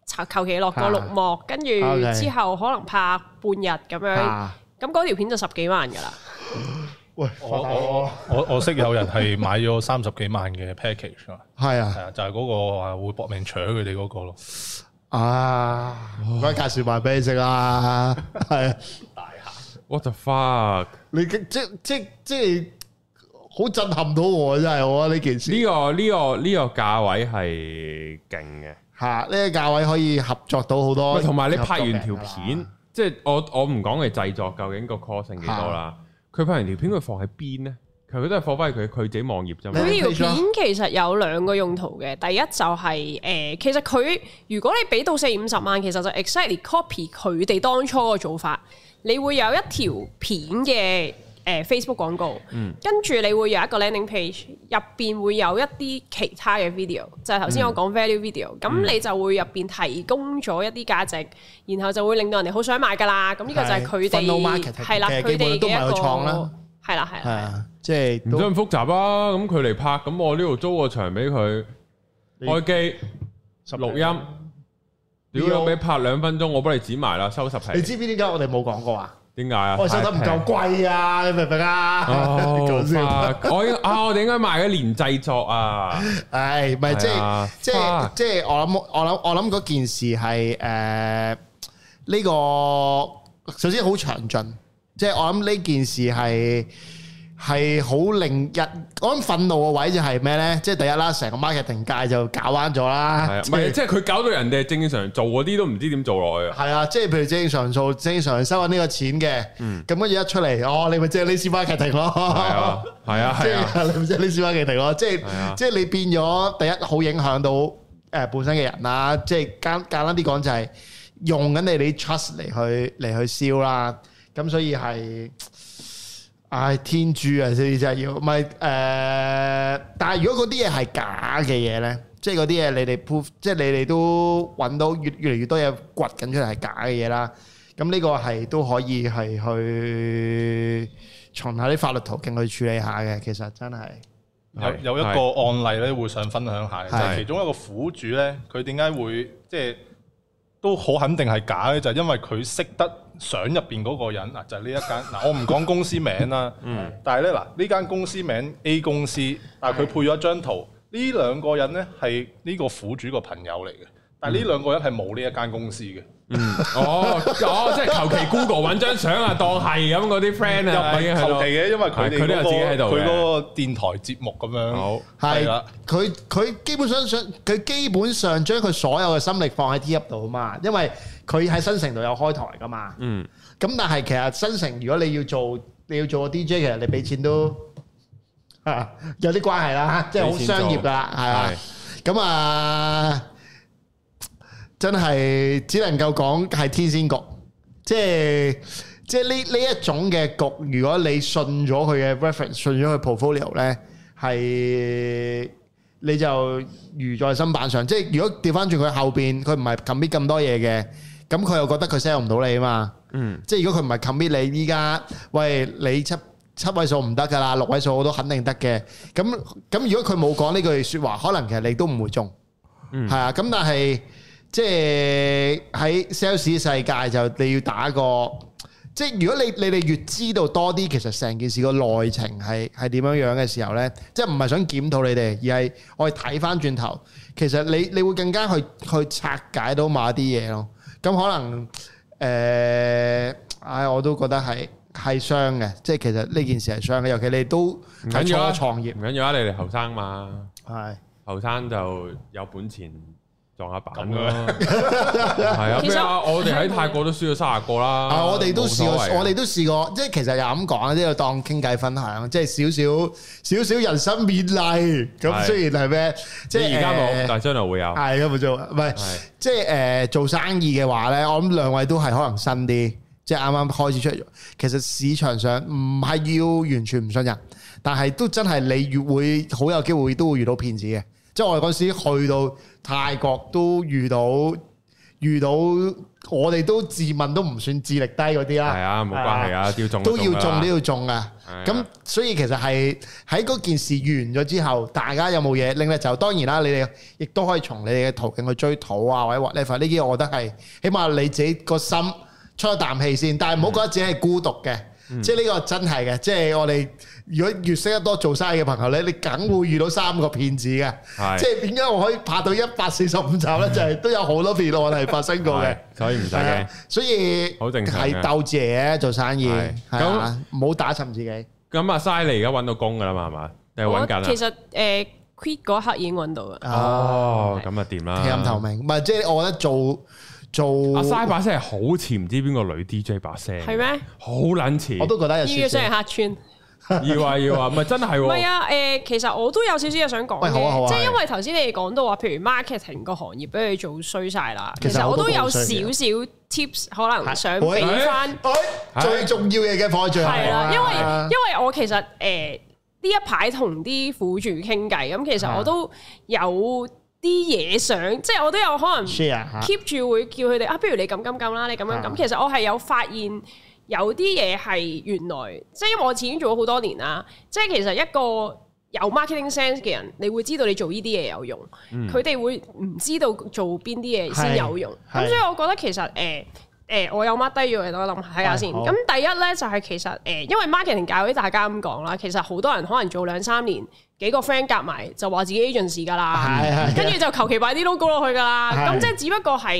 [SPEAKER 3] 求求其落個綠幕，跟住
[SPEAKER 2] 啊 OK
[SPEAKER 3] 之後可能拍半日咁樣，
[SPEAKER 2] 啊！
[SPEAKER 3] 咁嗰條片就十幾萬㗎啦。
[SPEAKER 2] 喂，
[SPEAKER 4] 我我我我識有人係買咗三十幾萬嘅 package 啊，
[SPEAKER 2] 係啊
[SPEAKER 4] 係。啊，就係嗰個話會搏命搶佢哋嗰個咯。
[SPEAKER 2] 啊，唔該介紹埋俾你食啦，係
[SPEAKER 1] What the fuck？
[SPEAKER 2] 你即即即好震撼到我真係，我覺得呢件事
[SPEAKER 1] 呢、個呢、個呢、個價位係勁
[SPEAKER 2] 吓呢個價位可以合作到好多，
[SPEAKER 1] 嘅，同埋你拍完條片，即係我我唔講佢製作究竟個 cost 係幾多啦，
[SPEAKER 2] 啊
[SPEAKER 1] 佢拍完條片佢放喺邊呢？其實佢都係放翻去佢佢自己網頁啫嘛
[SPEAKER 2] 你。
[SPEAKER 3] 佢條片其實有兩個用途嘅，第一就係、呃其實佢如果你俾到四五十萬，其實就 exactly copy 佢哋當初個做法，你會有一條片嘅誒、呃 Facebook 廣告，
[SPEAKER 2] 嗯
[SPEAKER 3] 跟住你會有一個 landing page，入邊會有一啲其他嘅 video，就係頭
[SPEAKER 2] 嗯
[SPEAKER 3] 先我講 value video，咁、你就會入邊提供咗一啲價值，然後就會令到人哋好想買㗎啦。咁呢個就係
[SPEAKER 2] 係
[SPEAKER 3] 佢
[SPEAKER 2] ，funnel
[SPEAKER 3] 哋
[SPEAKER 2] marketing，
[SPEAKER 3] 係啦，
[SPEAKER 2] 其實
[SPEAKER 3] 佢
[SPEAKER 2] 基本
[SPEAKER 3] 哋嘅
[SPEAKER 2] 都
[SPEAKER 3] 一
[SPEAKER 2] 賣
[SPEAKER 3] 個
[SPEAKER 2] 個創啦
[SPEAKER 3] 係啦，係
[SPEAKER 2] 係
[SPEAKER 3] 啦。
[SPEAKER 2] 啊，即係
[SPEAKER 1] 唔
[SPEAKER 2] 都
[SPEAKER 1] 使咁複雜啊！咁佢嚟拍，咁我呢度租個場俾佢，開機錄音，屌你俾拍兩分鐘，我幫你剪埋啦，收拾皮
[SPEAKER 2] 你。知唔知點解我哋冇廣告啊？
[SPEAKER 1] 點解啊？
[SPEAKER 2] 我哋收得唔夠貴啊！你明唔明啊？
[SPEAKER 1] 哦
[SPEAKER 2] 講笑，
[SPEAKER 1] fuck，我應啊，我哋應該賣咗年製作 啊！
[SPEAKER 2] 唉，咪即
[SPEAKER 1] 係
[SPEAKER 2] 係
[SPEAKER 1] 啊
[SPEAKER 2] 即係
[SPEAKER 1] fuck
[SPEAKER 2] 即係我諗我諗我諗嗰件事係誒呢個首先好詳盡，即係我諗呢件事係係好令人我諗憤怒嘅位就係咩咧？即係第一啦，成個 marketing 界就搞彎咗啦。
[SPEAKER 1] 係啊，唔
[SPEAKER 2] 即係
[SPEAKER 1] 係即係佢搞到人哋正常做嗰啲都唔知點做落去啊。
[SPEAKER 2] 係啊，即係譬如正常做正常收緊呢個錢嘅，咁跟住一出嚟，哦，你咪即係呢 i marketing
[SPEAKER 1] 嗯係啊
[SPEAKER 2] 咯，，
[SPEAKER 1] 係啊，
[SPEAKER 2] 即
[SPEAKER 1] 係啊，
[SPEAKER 2] 係你咪即係呢 i marketing 咯，即
[SPEAKER 1] 係啊
[SPEAKER 2] 係即係你變咗第一好影響到誒本身嘅人啦，即係簡簡單啲講就係用緊你啲 trust 嚟去嚟去燒啦，咁所以係。唉，天珠啊！呢啲真係要，唔係誒。呃但係如果嗰啲嘢係假嘅嘢咧，即係嗰啲嘢你哋 proof，即係你哋都揾到越越嚟越多嘢掘緊出嚟係假嘅嘢啦。咁呢個係都可以係去從下啲法律途徑去處理下嘅，其實真係
[SPEAKER 1] 係
[SPEAKER 4] 有有一個案例咧，會想分享下嘅，就
[SPEAKER 2] 係
[SPEAKER 4] 係其中一個苦主咧，佢點解會即係都好肯定係假咧？就係因為佢識得相入邊嗰個人嗱，就係 呢一間嗱，我唔講公司名啦，
[SPEAKER 1] 嗯
[SPEAKER 4] 但係咧嗱，呢間公司名 A 公司，但係佢配咗一張圖，呢兩個人咧係呢個苦主個朋友嚟嘅，
[SPEAKER 1] 嗯
[SPEAKER 4] 但係呢兩個人係冇呢一間公司嘅。
[SPEAKER 1] 哦，哦，即係求其 Google 揾張相啊，當係咁嗰啲 friend
[SPEAKER 4] 又唔
[SPEAKER 1] 啊，已經
[SPEAKER 4] 係
[SPEAKER 1] 喺
[SPEAKER 4] 求
[SPEAKER 1] 度
[SPEAKER 4] 其嘅，因為佢
[SPEAKER 1] 係佢都
[SPEAKER 4] 哋
[SPEAKER 1] 有
[SPEAKER 4] 嗰
[SPEAKER 1] 自己喺
[SPEAKER 4] 個
[SPEAKER 1] 度嘅
[SPEAKER 4] 佢嗰個電台節目咁樣，
[SPEAKER 1] 好
[SPEAKER 4] 係
[SPEAKER 2] 係
[SPEAKER 1] 啊
[SPEAKER 4] 啦
[SPEAKER 2] 佢佢基本上上佢基本上將佢所有嘅心力放喺 T up 度啊嘛，因為佢喺新城度有開台噶嘛。
[SPEAKER 1] 嗯，
[SPEAKER 2] 咁但係其實新城如果你要做你要做個 DJ，其實你俾錢都啊有啲關係啦，即係好商業噶啦，係啊
[SPEAKER 1] 係。
[SPEAKER 2] 咁啊，真係只能夠講係天仙局，即係即係呢呢一種嘅局，如果你信咗佢嘅 reference，信咗佢 portfolio 咧，係你就如在身板上。即係如果調翻轉佢後邊，佢唔係 commit 咁多嘢嘅，咁佢又覺得佢 sell 唔到你啊嘛。
[SPEAKER 1] 嗯，
[SPEAKER 2] 即係如果佢唔係 commit 你依家，喂你七七位數唔得㗎啦，六位數我都肯定得嘅。咁咁如果佢冇講呢句説話，可能其實你都唔會中，
[SPEAKER 1] 嗯
[SPEAKER 2] 係啊。咁但係即係喺 sales 世界就你要打個。即係如果你你哋越知道多啲，其實成件事個內情係係點樣樣嘅時候呢，即係唔係想檢討你哋，而係我哋睇翻轉頭，其實你你會更加去去拆解到某一啲嘢咯。咁可能誒、呃唉，我都覺得係係傷嘅，即係其實呢件事係傷嘅，尤其你都
[SPEAKER 1] 唔緊要啊
[SPEAKER 2] 係初創業
[SPEAKER 1] 唔緊要啊，你哋後生嘛，
[SPEAKER 2] 係
[SPEAKER 1] 後生就有本錢撞下板
[SPEAKER 4] 咁
[SPEAKER 1] 咯，係啊，
[SPEAKER 3] 其實
[SPEAKER 1] 咩啊？我哋喺泰國都輸咗三十個啦，
[SPEAKER 2] 啊！我哋都試過，
[SPEAKER 1] 冇所謂
[SPEAKER 2] 我哋都試過，即係其實又咁講啊，呢度當傾偈分享，即係少少少少人生勉勵。
[SPEAKER 1] 係
[SPEAKER 2] 咁雖然係咩，即
[SPEAKER 1] 你
[SPEAKER 2] 係
[SPEAKER 1] 而家冇，
[SPEAKER 2] 呃
[SPEAKER 1] 但係將來會有，
[SPEAKER 2] 係咁冇做，唔係
[SPEAKER 1] 係
[SPEAKER 2] 即係誒、呃做生意嘅話咧，我諗兩位都係可能新啲，即係啱啱開始出嚟做。其實市場上唔係要完全唔信任，但係都真係你越會好有機會都會遇到騙子嘅。即係我哋嗰時去到泰國都遇到遇到，我哋都自問都唔算智力低嗰啲
[SPEAKER 1] 係
[SPEAKER 2] 啦，
[SPEAKER 1] 啊，冇關係啊，要中
[SPEAKER 2] 都要中
[SPEAKER 1] 呢
[SPEAKER 2] 都要中啊！
[SPEAKER 1] 係啊
[SPEAKER 2] 咁所以其實係喺嗰件事完咗之後，大家有冇嘢拎咧？就當然啦，你哋亦都可以從你哋嘅途徑去追討啊，或者 whatever 呢啲，我覺得係起碼你自己個心出一啖氣先，但係唔好覺得自己係孤獨嘅。即係呢個真係嘅，即係我哋如果越識得多做生意嘅朋友咧，你梗會遇到三個騙子嘅。
[SPEAKER 1] 係
[SPEAKER 2] 即係點解我可以拍到一百四十五集咧？就係都有好多騙案係發生過嘅
[SPEAKER 1] 係。所以唔使
[SPEAKER 2] 係啊
[SPEAKER 1] 驚。
[SPEAKER 2] 所以
[SPEAKER 1] 好正常嘅
[SPEAKER 2] 係鬥智嚟嘅做生意，
[SPEAKER 1] 係
[SPEAKER 2] 係啊，唔好打沉自己。
[SPEAKER 1] 咁啊，嘥你而家揾到工噶啦嘛，係嘛？定係
[SPEAKER 3] 我
[SPEAKER 1] 揾緊啊？
[SPEAKER 3] 其實誒 quit 嗰刻已經揾到啦。
[SPEAKER 2] 啊
[SPEAKER 1] 哦，咁啊掂啦。
[SPEAKER 2] 睇暗頭明，唔係即係我覺得做
[SPEAKER 1] 阿
[SPEAKER 2] 做，
[SPEAKER 1] 嘥把聲係好似唔知邊個女 DJ 把聲，
[SPEAKER 3] 係
[SPEAKER 2] 啊
[SPEAKER 3] 咩？
[SPEAKER 1] 好撚似。
[SPEAKER 2] 我都覺得有
[SPEAKER 3] 呢
[SPEAKER 2] 少少
[SPEAKER 3] 個真。係客串。
[SPEAKER 1] 要啊要啊，唔係真係
[SPEAKER 3] 唔係
[SPEAKER 1] 喎。
[SPEAKER 3] 啊，誒、其實我都有少少嘢想講
[SPEAKER 2] 哦喂
[SPEAKER 3] 嘅，
[SPEAKER 2] 好啊好啊
[SPEAKER 3] 即係因為頭先你哋講到話，譬如 marketing 個行業俾佢做衰晒啦，
[SPEAKER 2] 其
[SPEAKER 3] 其
[SPEAKER 2] 實
[SPEAKER 3] 實我都有
[SPEAKER 2] 我都
[SPEAKER 3] 少
[SPEAKER 2] 覺得好
[SPEAKER 3] 少 tips 可能想
[SPEAKER 2] 係
[SPEAKER 3] 俾翻，
[SPEAKER 2] 哎
[SPEAKER 1] 係
[SPEAKER 2] 最重要嘅嘢放喺最後
[SPEAKER 3] 係啦，因為
[SPEAKER 2] 啊
[SPEAKER 3] 因為我其實誒呃呢、一排同啲苦主傾偈，咁其實我都有啲嘢想，即係我都有可能
[SPEAKER 2] share 嚇
[SPEAKER 3] keep 住會叫佢哋啊，不如你咁咁咁啦，你咁樣
[SPEAKER 2] 啊
[SPEAKER 3] 咁。其實我係有發現有啲嘢係原來，即係因為我自己做咗好多年啦，即係其實一個有 marketing sense 嘅人，你會知道你做呢啲嘢有用，
[SPEAKER 2] 嗯
[SPEAKER 3] 佢哋、會唔知道做邊啲嘢先有用。
[SPEAKER 2] 係
[SPEAKER 3] 咁所以我覺得其實誒。呃誒、我有 mark 低咗嘅，等我諗下睇下先。
[SPEAKER 2] 好
[SPEAKER 3] 咁第一咧就係、其實誒、呃因為 marketing 教啲大家咁講啦，其實好多人可能做兩三年，幾個 friend 夾埋就話自己 agent 事㗎啦。
[SPEAKER 2] 係係啊
[SPEAKER 3] 跟住就求其擺啲 logo 落去㗎啦。
[SPEAKER 2] 係
[SPEAKER 3] 咁即係只不過係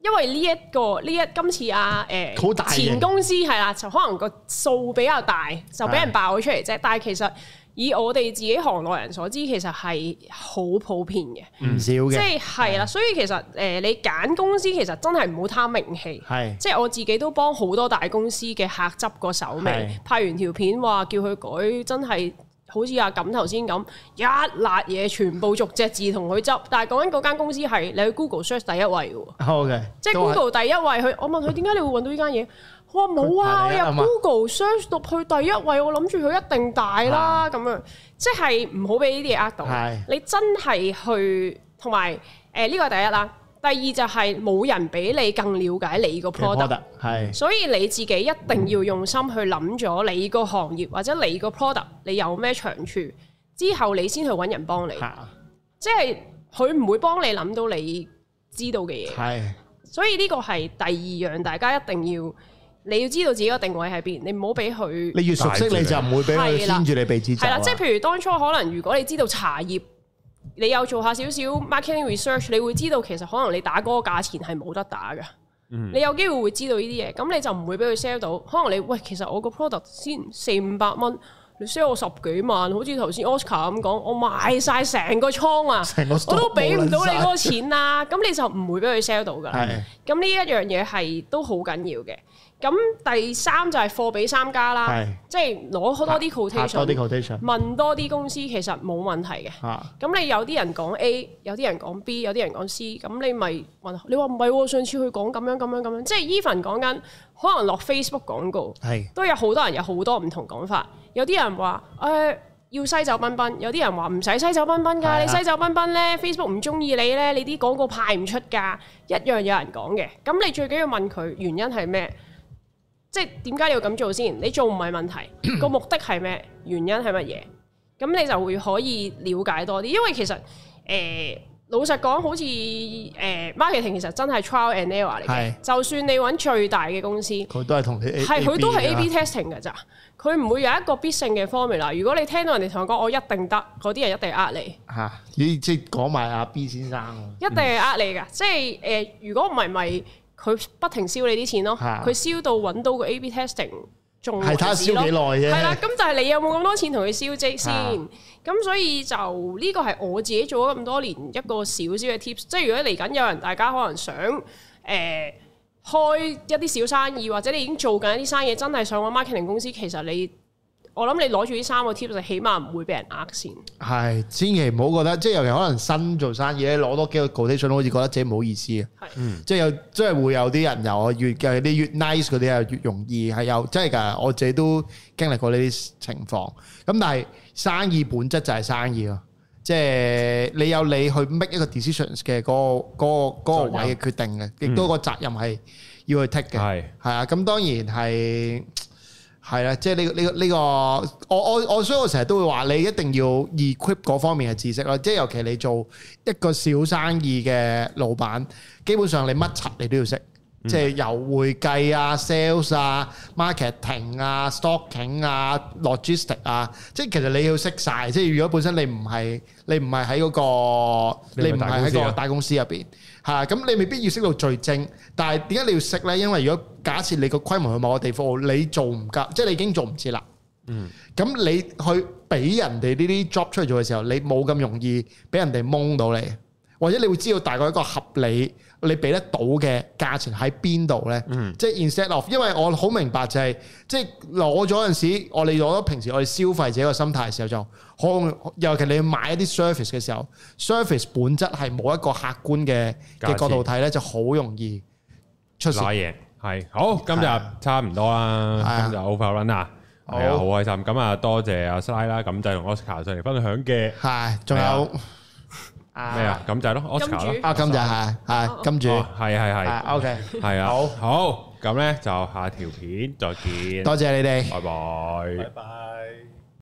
[SPEAKER 3] 因為呢、一個呢一今次啊誒、
[SPEAKER 2] 好大型
[SPEAKER 3] 前公司係啦，就可能個數比較大，就俾人爆咗出嚟啫。但係其實以我哋自己行內人所知，其實係好普遍嘅，
[SPEAKER 2] 唔少
[SPEAKER 3] 即
[SPEAKER 2] 嘅，
[SPEAKER 3] 係係啦。所以其實誒、你揀公司其實真係唔好貪名氣。
[SPEAKER 2] 係
[SPEAKER 3] 即係我自己都幫好多大公司嘅客執過手尾
[SPEAKER 2] 係，
[SPEAKER 3] 拍完條片話叫佢改，真係好似阿錦頭先咁，一辣嘢全部逐隻字同佢執。但係講緊嗰間公司係你去 Google search 第一位嘅喎，
[SPEAKER 2] 好嘅，
[SPEAKER 3] 即係
[SPEAKER 2] 都係
[SPEAKER 3] Google 第一位。佢我問佢點解你會揾到呢間嘢？佢話冇啊，
[SPEAKER 2] 佢排第一
[SPEAKER 3] 我
[SPEAKER 2] 啊
[SPEAKER 3] 入
[SPEAKER 2] 嘛
[SPEAKER 3] Google search 到去第一位，我諗住佢一定大啦咁樣，即係唔好俾呢啲嘢呃到
[SPEAKER 2] 係。
[SPEAKER 3] 你真係去同埋誒呢個係第一啦，第二就係冇人比你更了解你個 product。
[SPEAKER 2] product 係
[SPEAKER 3] 所以你自己一定要用心去諗咗你個行業或者你個 product 你有咩長處，之後你先去揾人幫你，
[SPEAKER 2] 嚇
[SPEAKER 3] 即係佢唔會幫你諗到你知道嘅嘢，
[SPEAKER 2] 係
[SPEAKER 3] 所以呢個係第二樣，大家一定要你要知道自己個定位喺邊，你唔好俾佢
[SPEAKER 2] 你越熟悉你就唔會俾佢牽住你鼻子走
[SPEAKER 3] 係
[SPEAKER 2] 啊
[SPEAKER 3] 啦，即係譬如當初可能如果你知道茶葉，你有做下少少 marketing research，你會知道其實可能你打嗰個價錢係冇得打嘅。
[SPEAKER 2] 嗯
[SPEAKER 3] 你有機會會知道呢啲嘢，咁你就唔會俾佢 sell 到。可能你喂，其實我個 product 先四五百蚊，你 sell 我十幾萬，好似頭先 Oscar 咁講，我賣晒成個倉啊
[SPEAKER 2] 成個，
[SPEAKER 3] 我
[SPEAKER 2] stock
[SPEAKER 3] 都俾唔到
[SPEAKER 2] 冇
[SPEAKER 3] 你
[SPEAKER 2] 撚晒
[SPEAKER 3] 嗰個錢啦。咁你就唔會俾佢 sell 到㗎啦
[SPEAKER 2] 係。
[SPEAKER 3] 咁呢一樣嘢係都好緊要嘅。咁第三就係貨比三家啦
[SPEAKER 2] 係，
[SPEAKER 3] 即係攞好多啲
[SPEAKER 2] 拍
[SPEAKER 3] quotation，
[SPEAKER 2] 多啲 quotation
[SPEAKER 3] 問多啲公司其實冇問題嘅。
[SPEAKER 2] 嚇
[SPEAKER 3] 咁你有啲人講 A，有啲人講 B，有啲人講 C，咁你咪問你話唔係喎？上次佢講咁樣咁樣咁樣，即係 even 講緊可能落 Facebook 廣告，
[SPEAKER 2] 係
[SPEAKER 3] 都有好多人有好多唔同講法。有啲人話誒、要西酒賓賓，有啲人話唔使西酒賓賓
[SPEAKER 2] 係啊
[SPEAKER 3] 㗎，你西酒賓賓咧 Facebook 唔中意你咧，你啲廣告派唔出㗎，一樣有人講嘅。咁你最緊要問佢原因係咩？即係點解你要咁做先？你做唔係 問題，個目的係咩？原因係乜嘢？咁你就會可以了解多啲，因為其實誒、呃老實講，好似誒、呃 marketing 其實真係 trial and error 嚟嘅
[SPEAKER 2] 係。
[SPEAKER 3] 就算你揾最大嘅公司，
[SPEAKER 2] 佢都係同你 A
[SPEAKER 3] 係佢都係
[SPEAKER 2] A
[SPEAKER 3] A/B testing 㗎咋，佢唔會有一個必勝嘅 formula。如果你聽到人哋同我講我一定得，嗰啲人一定呃你，
[SPEAKER 2] 嚇，咦即係講埋阿 B 先生啊
[SPEAKER 3] 一定係呃你㗎。即係誒、呃如果唔係咪佢不停燒你啲錢咯，
[SPEAKER 2] 嚇
[SPEAKER 3] 佢燒到揾到個 A/B testing 仲
[SPEAKER 2] 係睇下
[SPEAKER 3] 為止
[SPEAKER 2] 燒
[SPEAKER 3] 咯
[SPEAKER 2] 幾耐啫，
[SPEAKER 3] 係啦，咁就係你有冇咁多錢同佢燒啫先
[SPEAKER 2] 啊。
[SPEAKER 3] 咁所以就呢個係我自己做咗咁多年一個少少嘅 tips，即係如果嚟緊有人大家可能想誒、呃、開一啲小生意，或者你已經做緊一啲生意，真係想揾 marketing 公司，其實你我諗你攞住呢三個 tips，就起碼唔會俾人呃先。
[SPEAKER 2] 係，千祈唔好覺得，即係尤其可能新做生意咧，攞多幾個 quotation 好似覺得自己唔好意思啊
[SPEAKER 3] 係。
[SPEAKER 2] 即係有，即係會有啲人由我越嘅啲越 nice 嗰啲啊，越容易係有，真係㗎。我自己都經歷過呢啲情況。咁但係生意本質就係生意咯，即係你有你去 make 一個 decisions 嘅嗰、個嗰、個嗰個位嘅決定嘅，亦都個責任係要去 take 嘅。
[SPEAKER 1] 係
[SPEAKER 2] 係啊，咁當然係。係啦，即係呢、個呢、個呢、個，我我我所以我成日都會話你一定要 equip 嗰方面嘅知識咯，即係尤其你做一個小生意嘅老闆，基本上你乜柒你都要識，
[SPEAKER 1] 嗯
[SPEAKER 2] 即係由會計啊、sales 啊、marketing 啊、stocking 啊、logistic 啊，即係其實你要識晒。即係如果本身你唔係你唔係喺嗰個，
[SPEAKER 1] 你
[SPEAKER 2] 你
[SPEAKER 1] 唔
[SPEAKER 2] 唔
[SPEAKER 1] 係大公
[SPEAKER 2] 係喺
[SPEAKER 1] 司啊
[SPEAKER 2] 個大公司入邊，係啦，咁你未必要識到最精，但係點解你要識呢？因為如果假設你個規模去某個地方，你做唔夠，即係你已經做唔切啦。咁你去俾人哋呢啲 job 出嚟做嘅時候，你冇咁容易俾人哋蒙到你，或者你會知道大概一個合理你俾得到嘅價錢喺邊度呢？
[SPEAKER 1] 嗯
[SPEAKER 2] 即係 instead of，因為我好明白就係、即係攞咗陣時，我哋攞咗平時我哋消費者個心態嘅時候就好容易，尤其你去買一啲 service 嘅時候，service 本質係冇一個客觀嘅
[SPEAKER 1] 價錢
[SPEAKER 2] 嘅角度睇呢，就好容易出事。
[SPEAKER 1] 攋嘢係好，今日
[SPEAKER 2] 係啊
[SPEAKER 1] 差唔多啦，
[SPEAKER 2] 啊
[SPEAKER 1] 今日 over run à. 啦，係啊，
[SPEAKER 2] 好
[SPEAKER 1] 好開心。咁啊，多謝阿 Sly 啦，咁就同 Oscar 上嚟分享嘅
[SPEAKER 2] 係，仲
[SPEAKER 1] 係
[SPEAKER 2] 有 À.
[SPEAKER 1] 咩啊？咁就係咯，Oscar Ờ, 咯
[SPEAKER 3] 金，
[SPEAKER 2] 啊，金就係係金主，
[SPEAKER 1] 哦係係係
[SPEAKER 2] 係 À, OK，
[SPEAKER 1] 係啊，
[SPEAKER 2] 好
[SPEAKER 1] 好，咁咧就下條片再見，
[SPEAKER 2] 多謝你哋。
[SPEAKER 1] 拜拜。
[SPEAKER 6] 拜拜。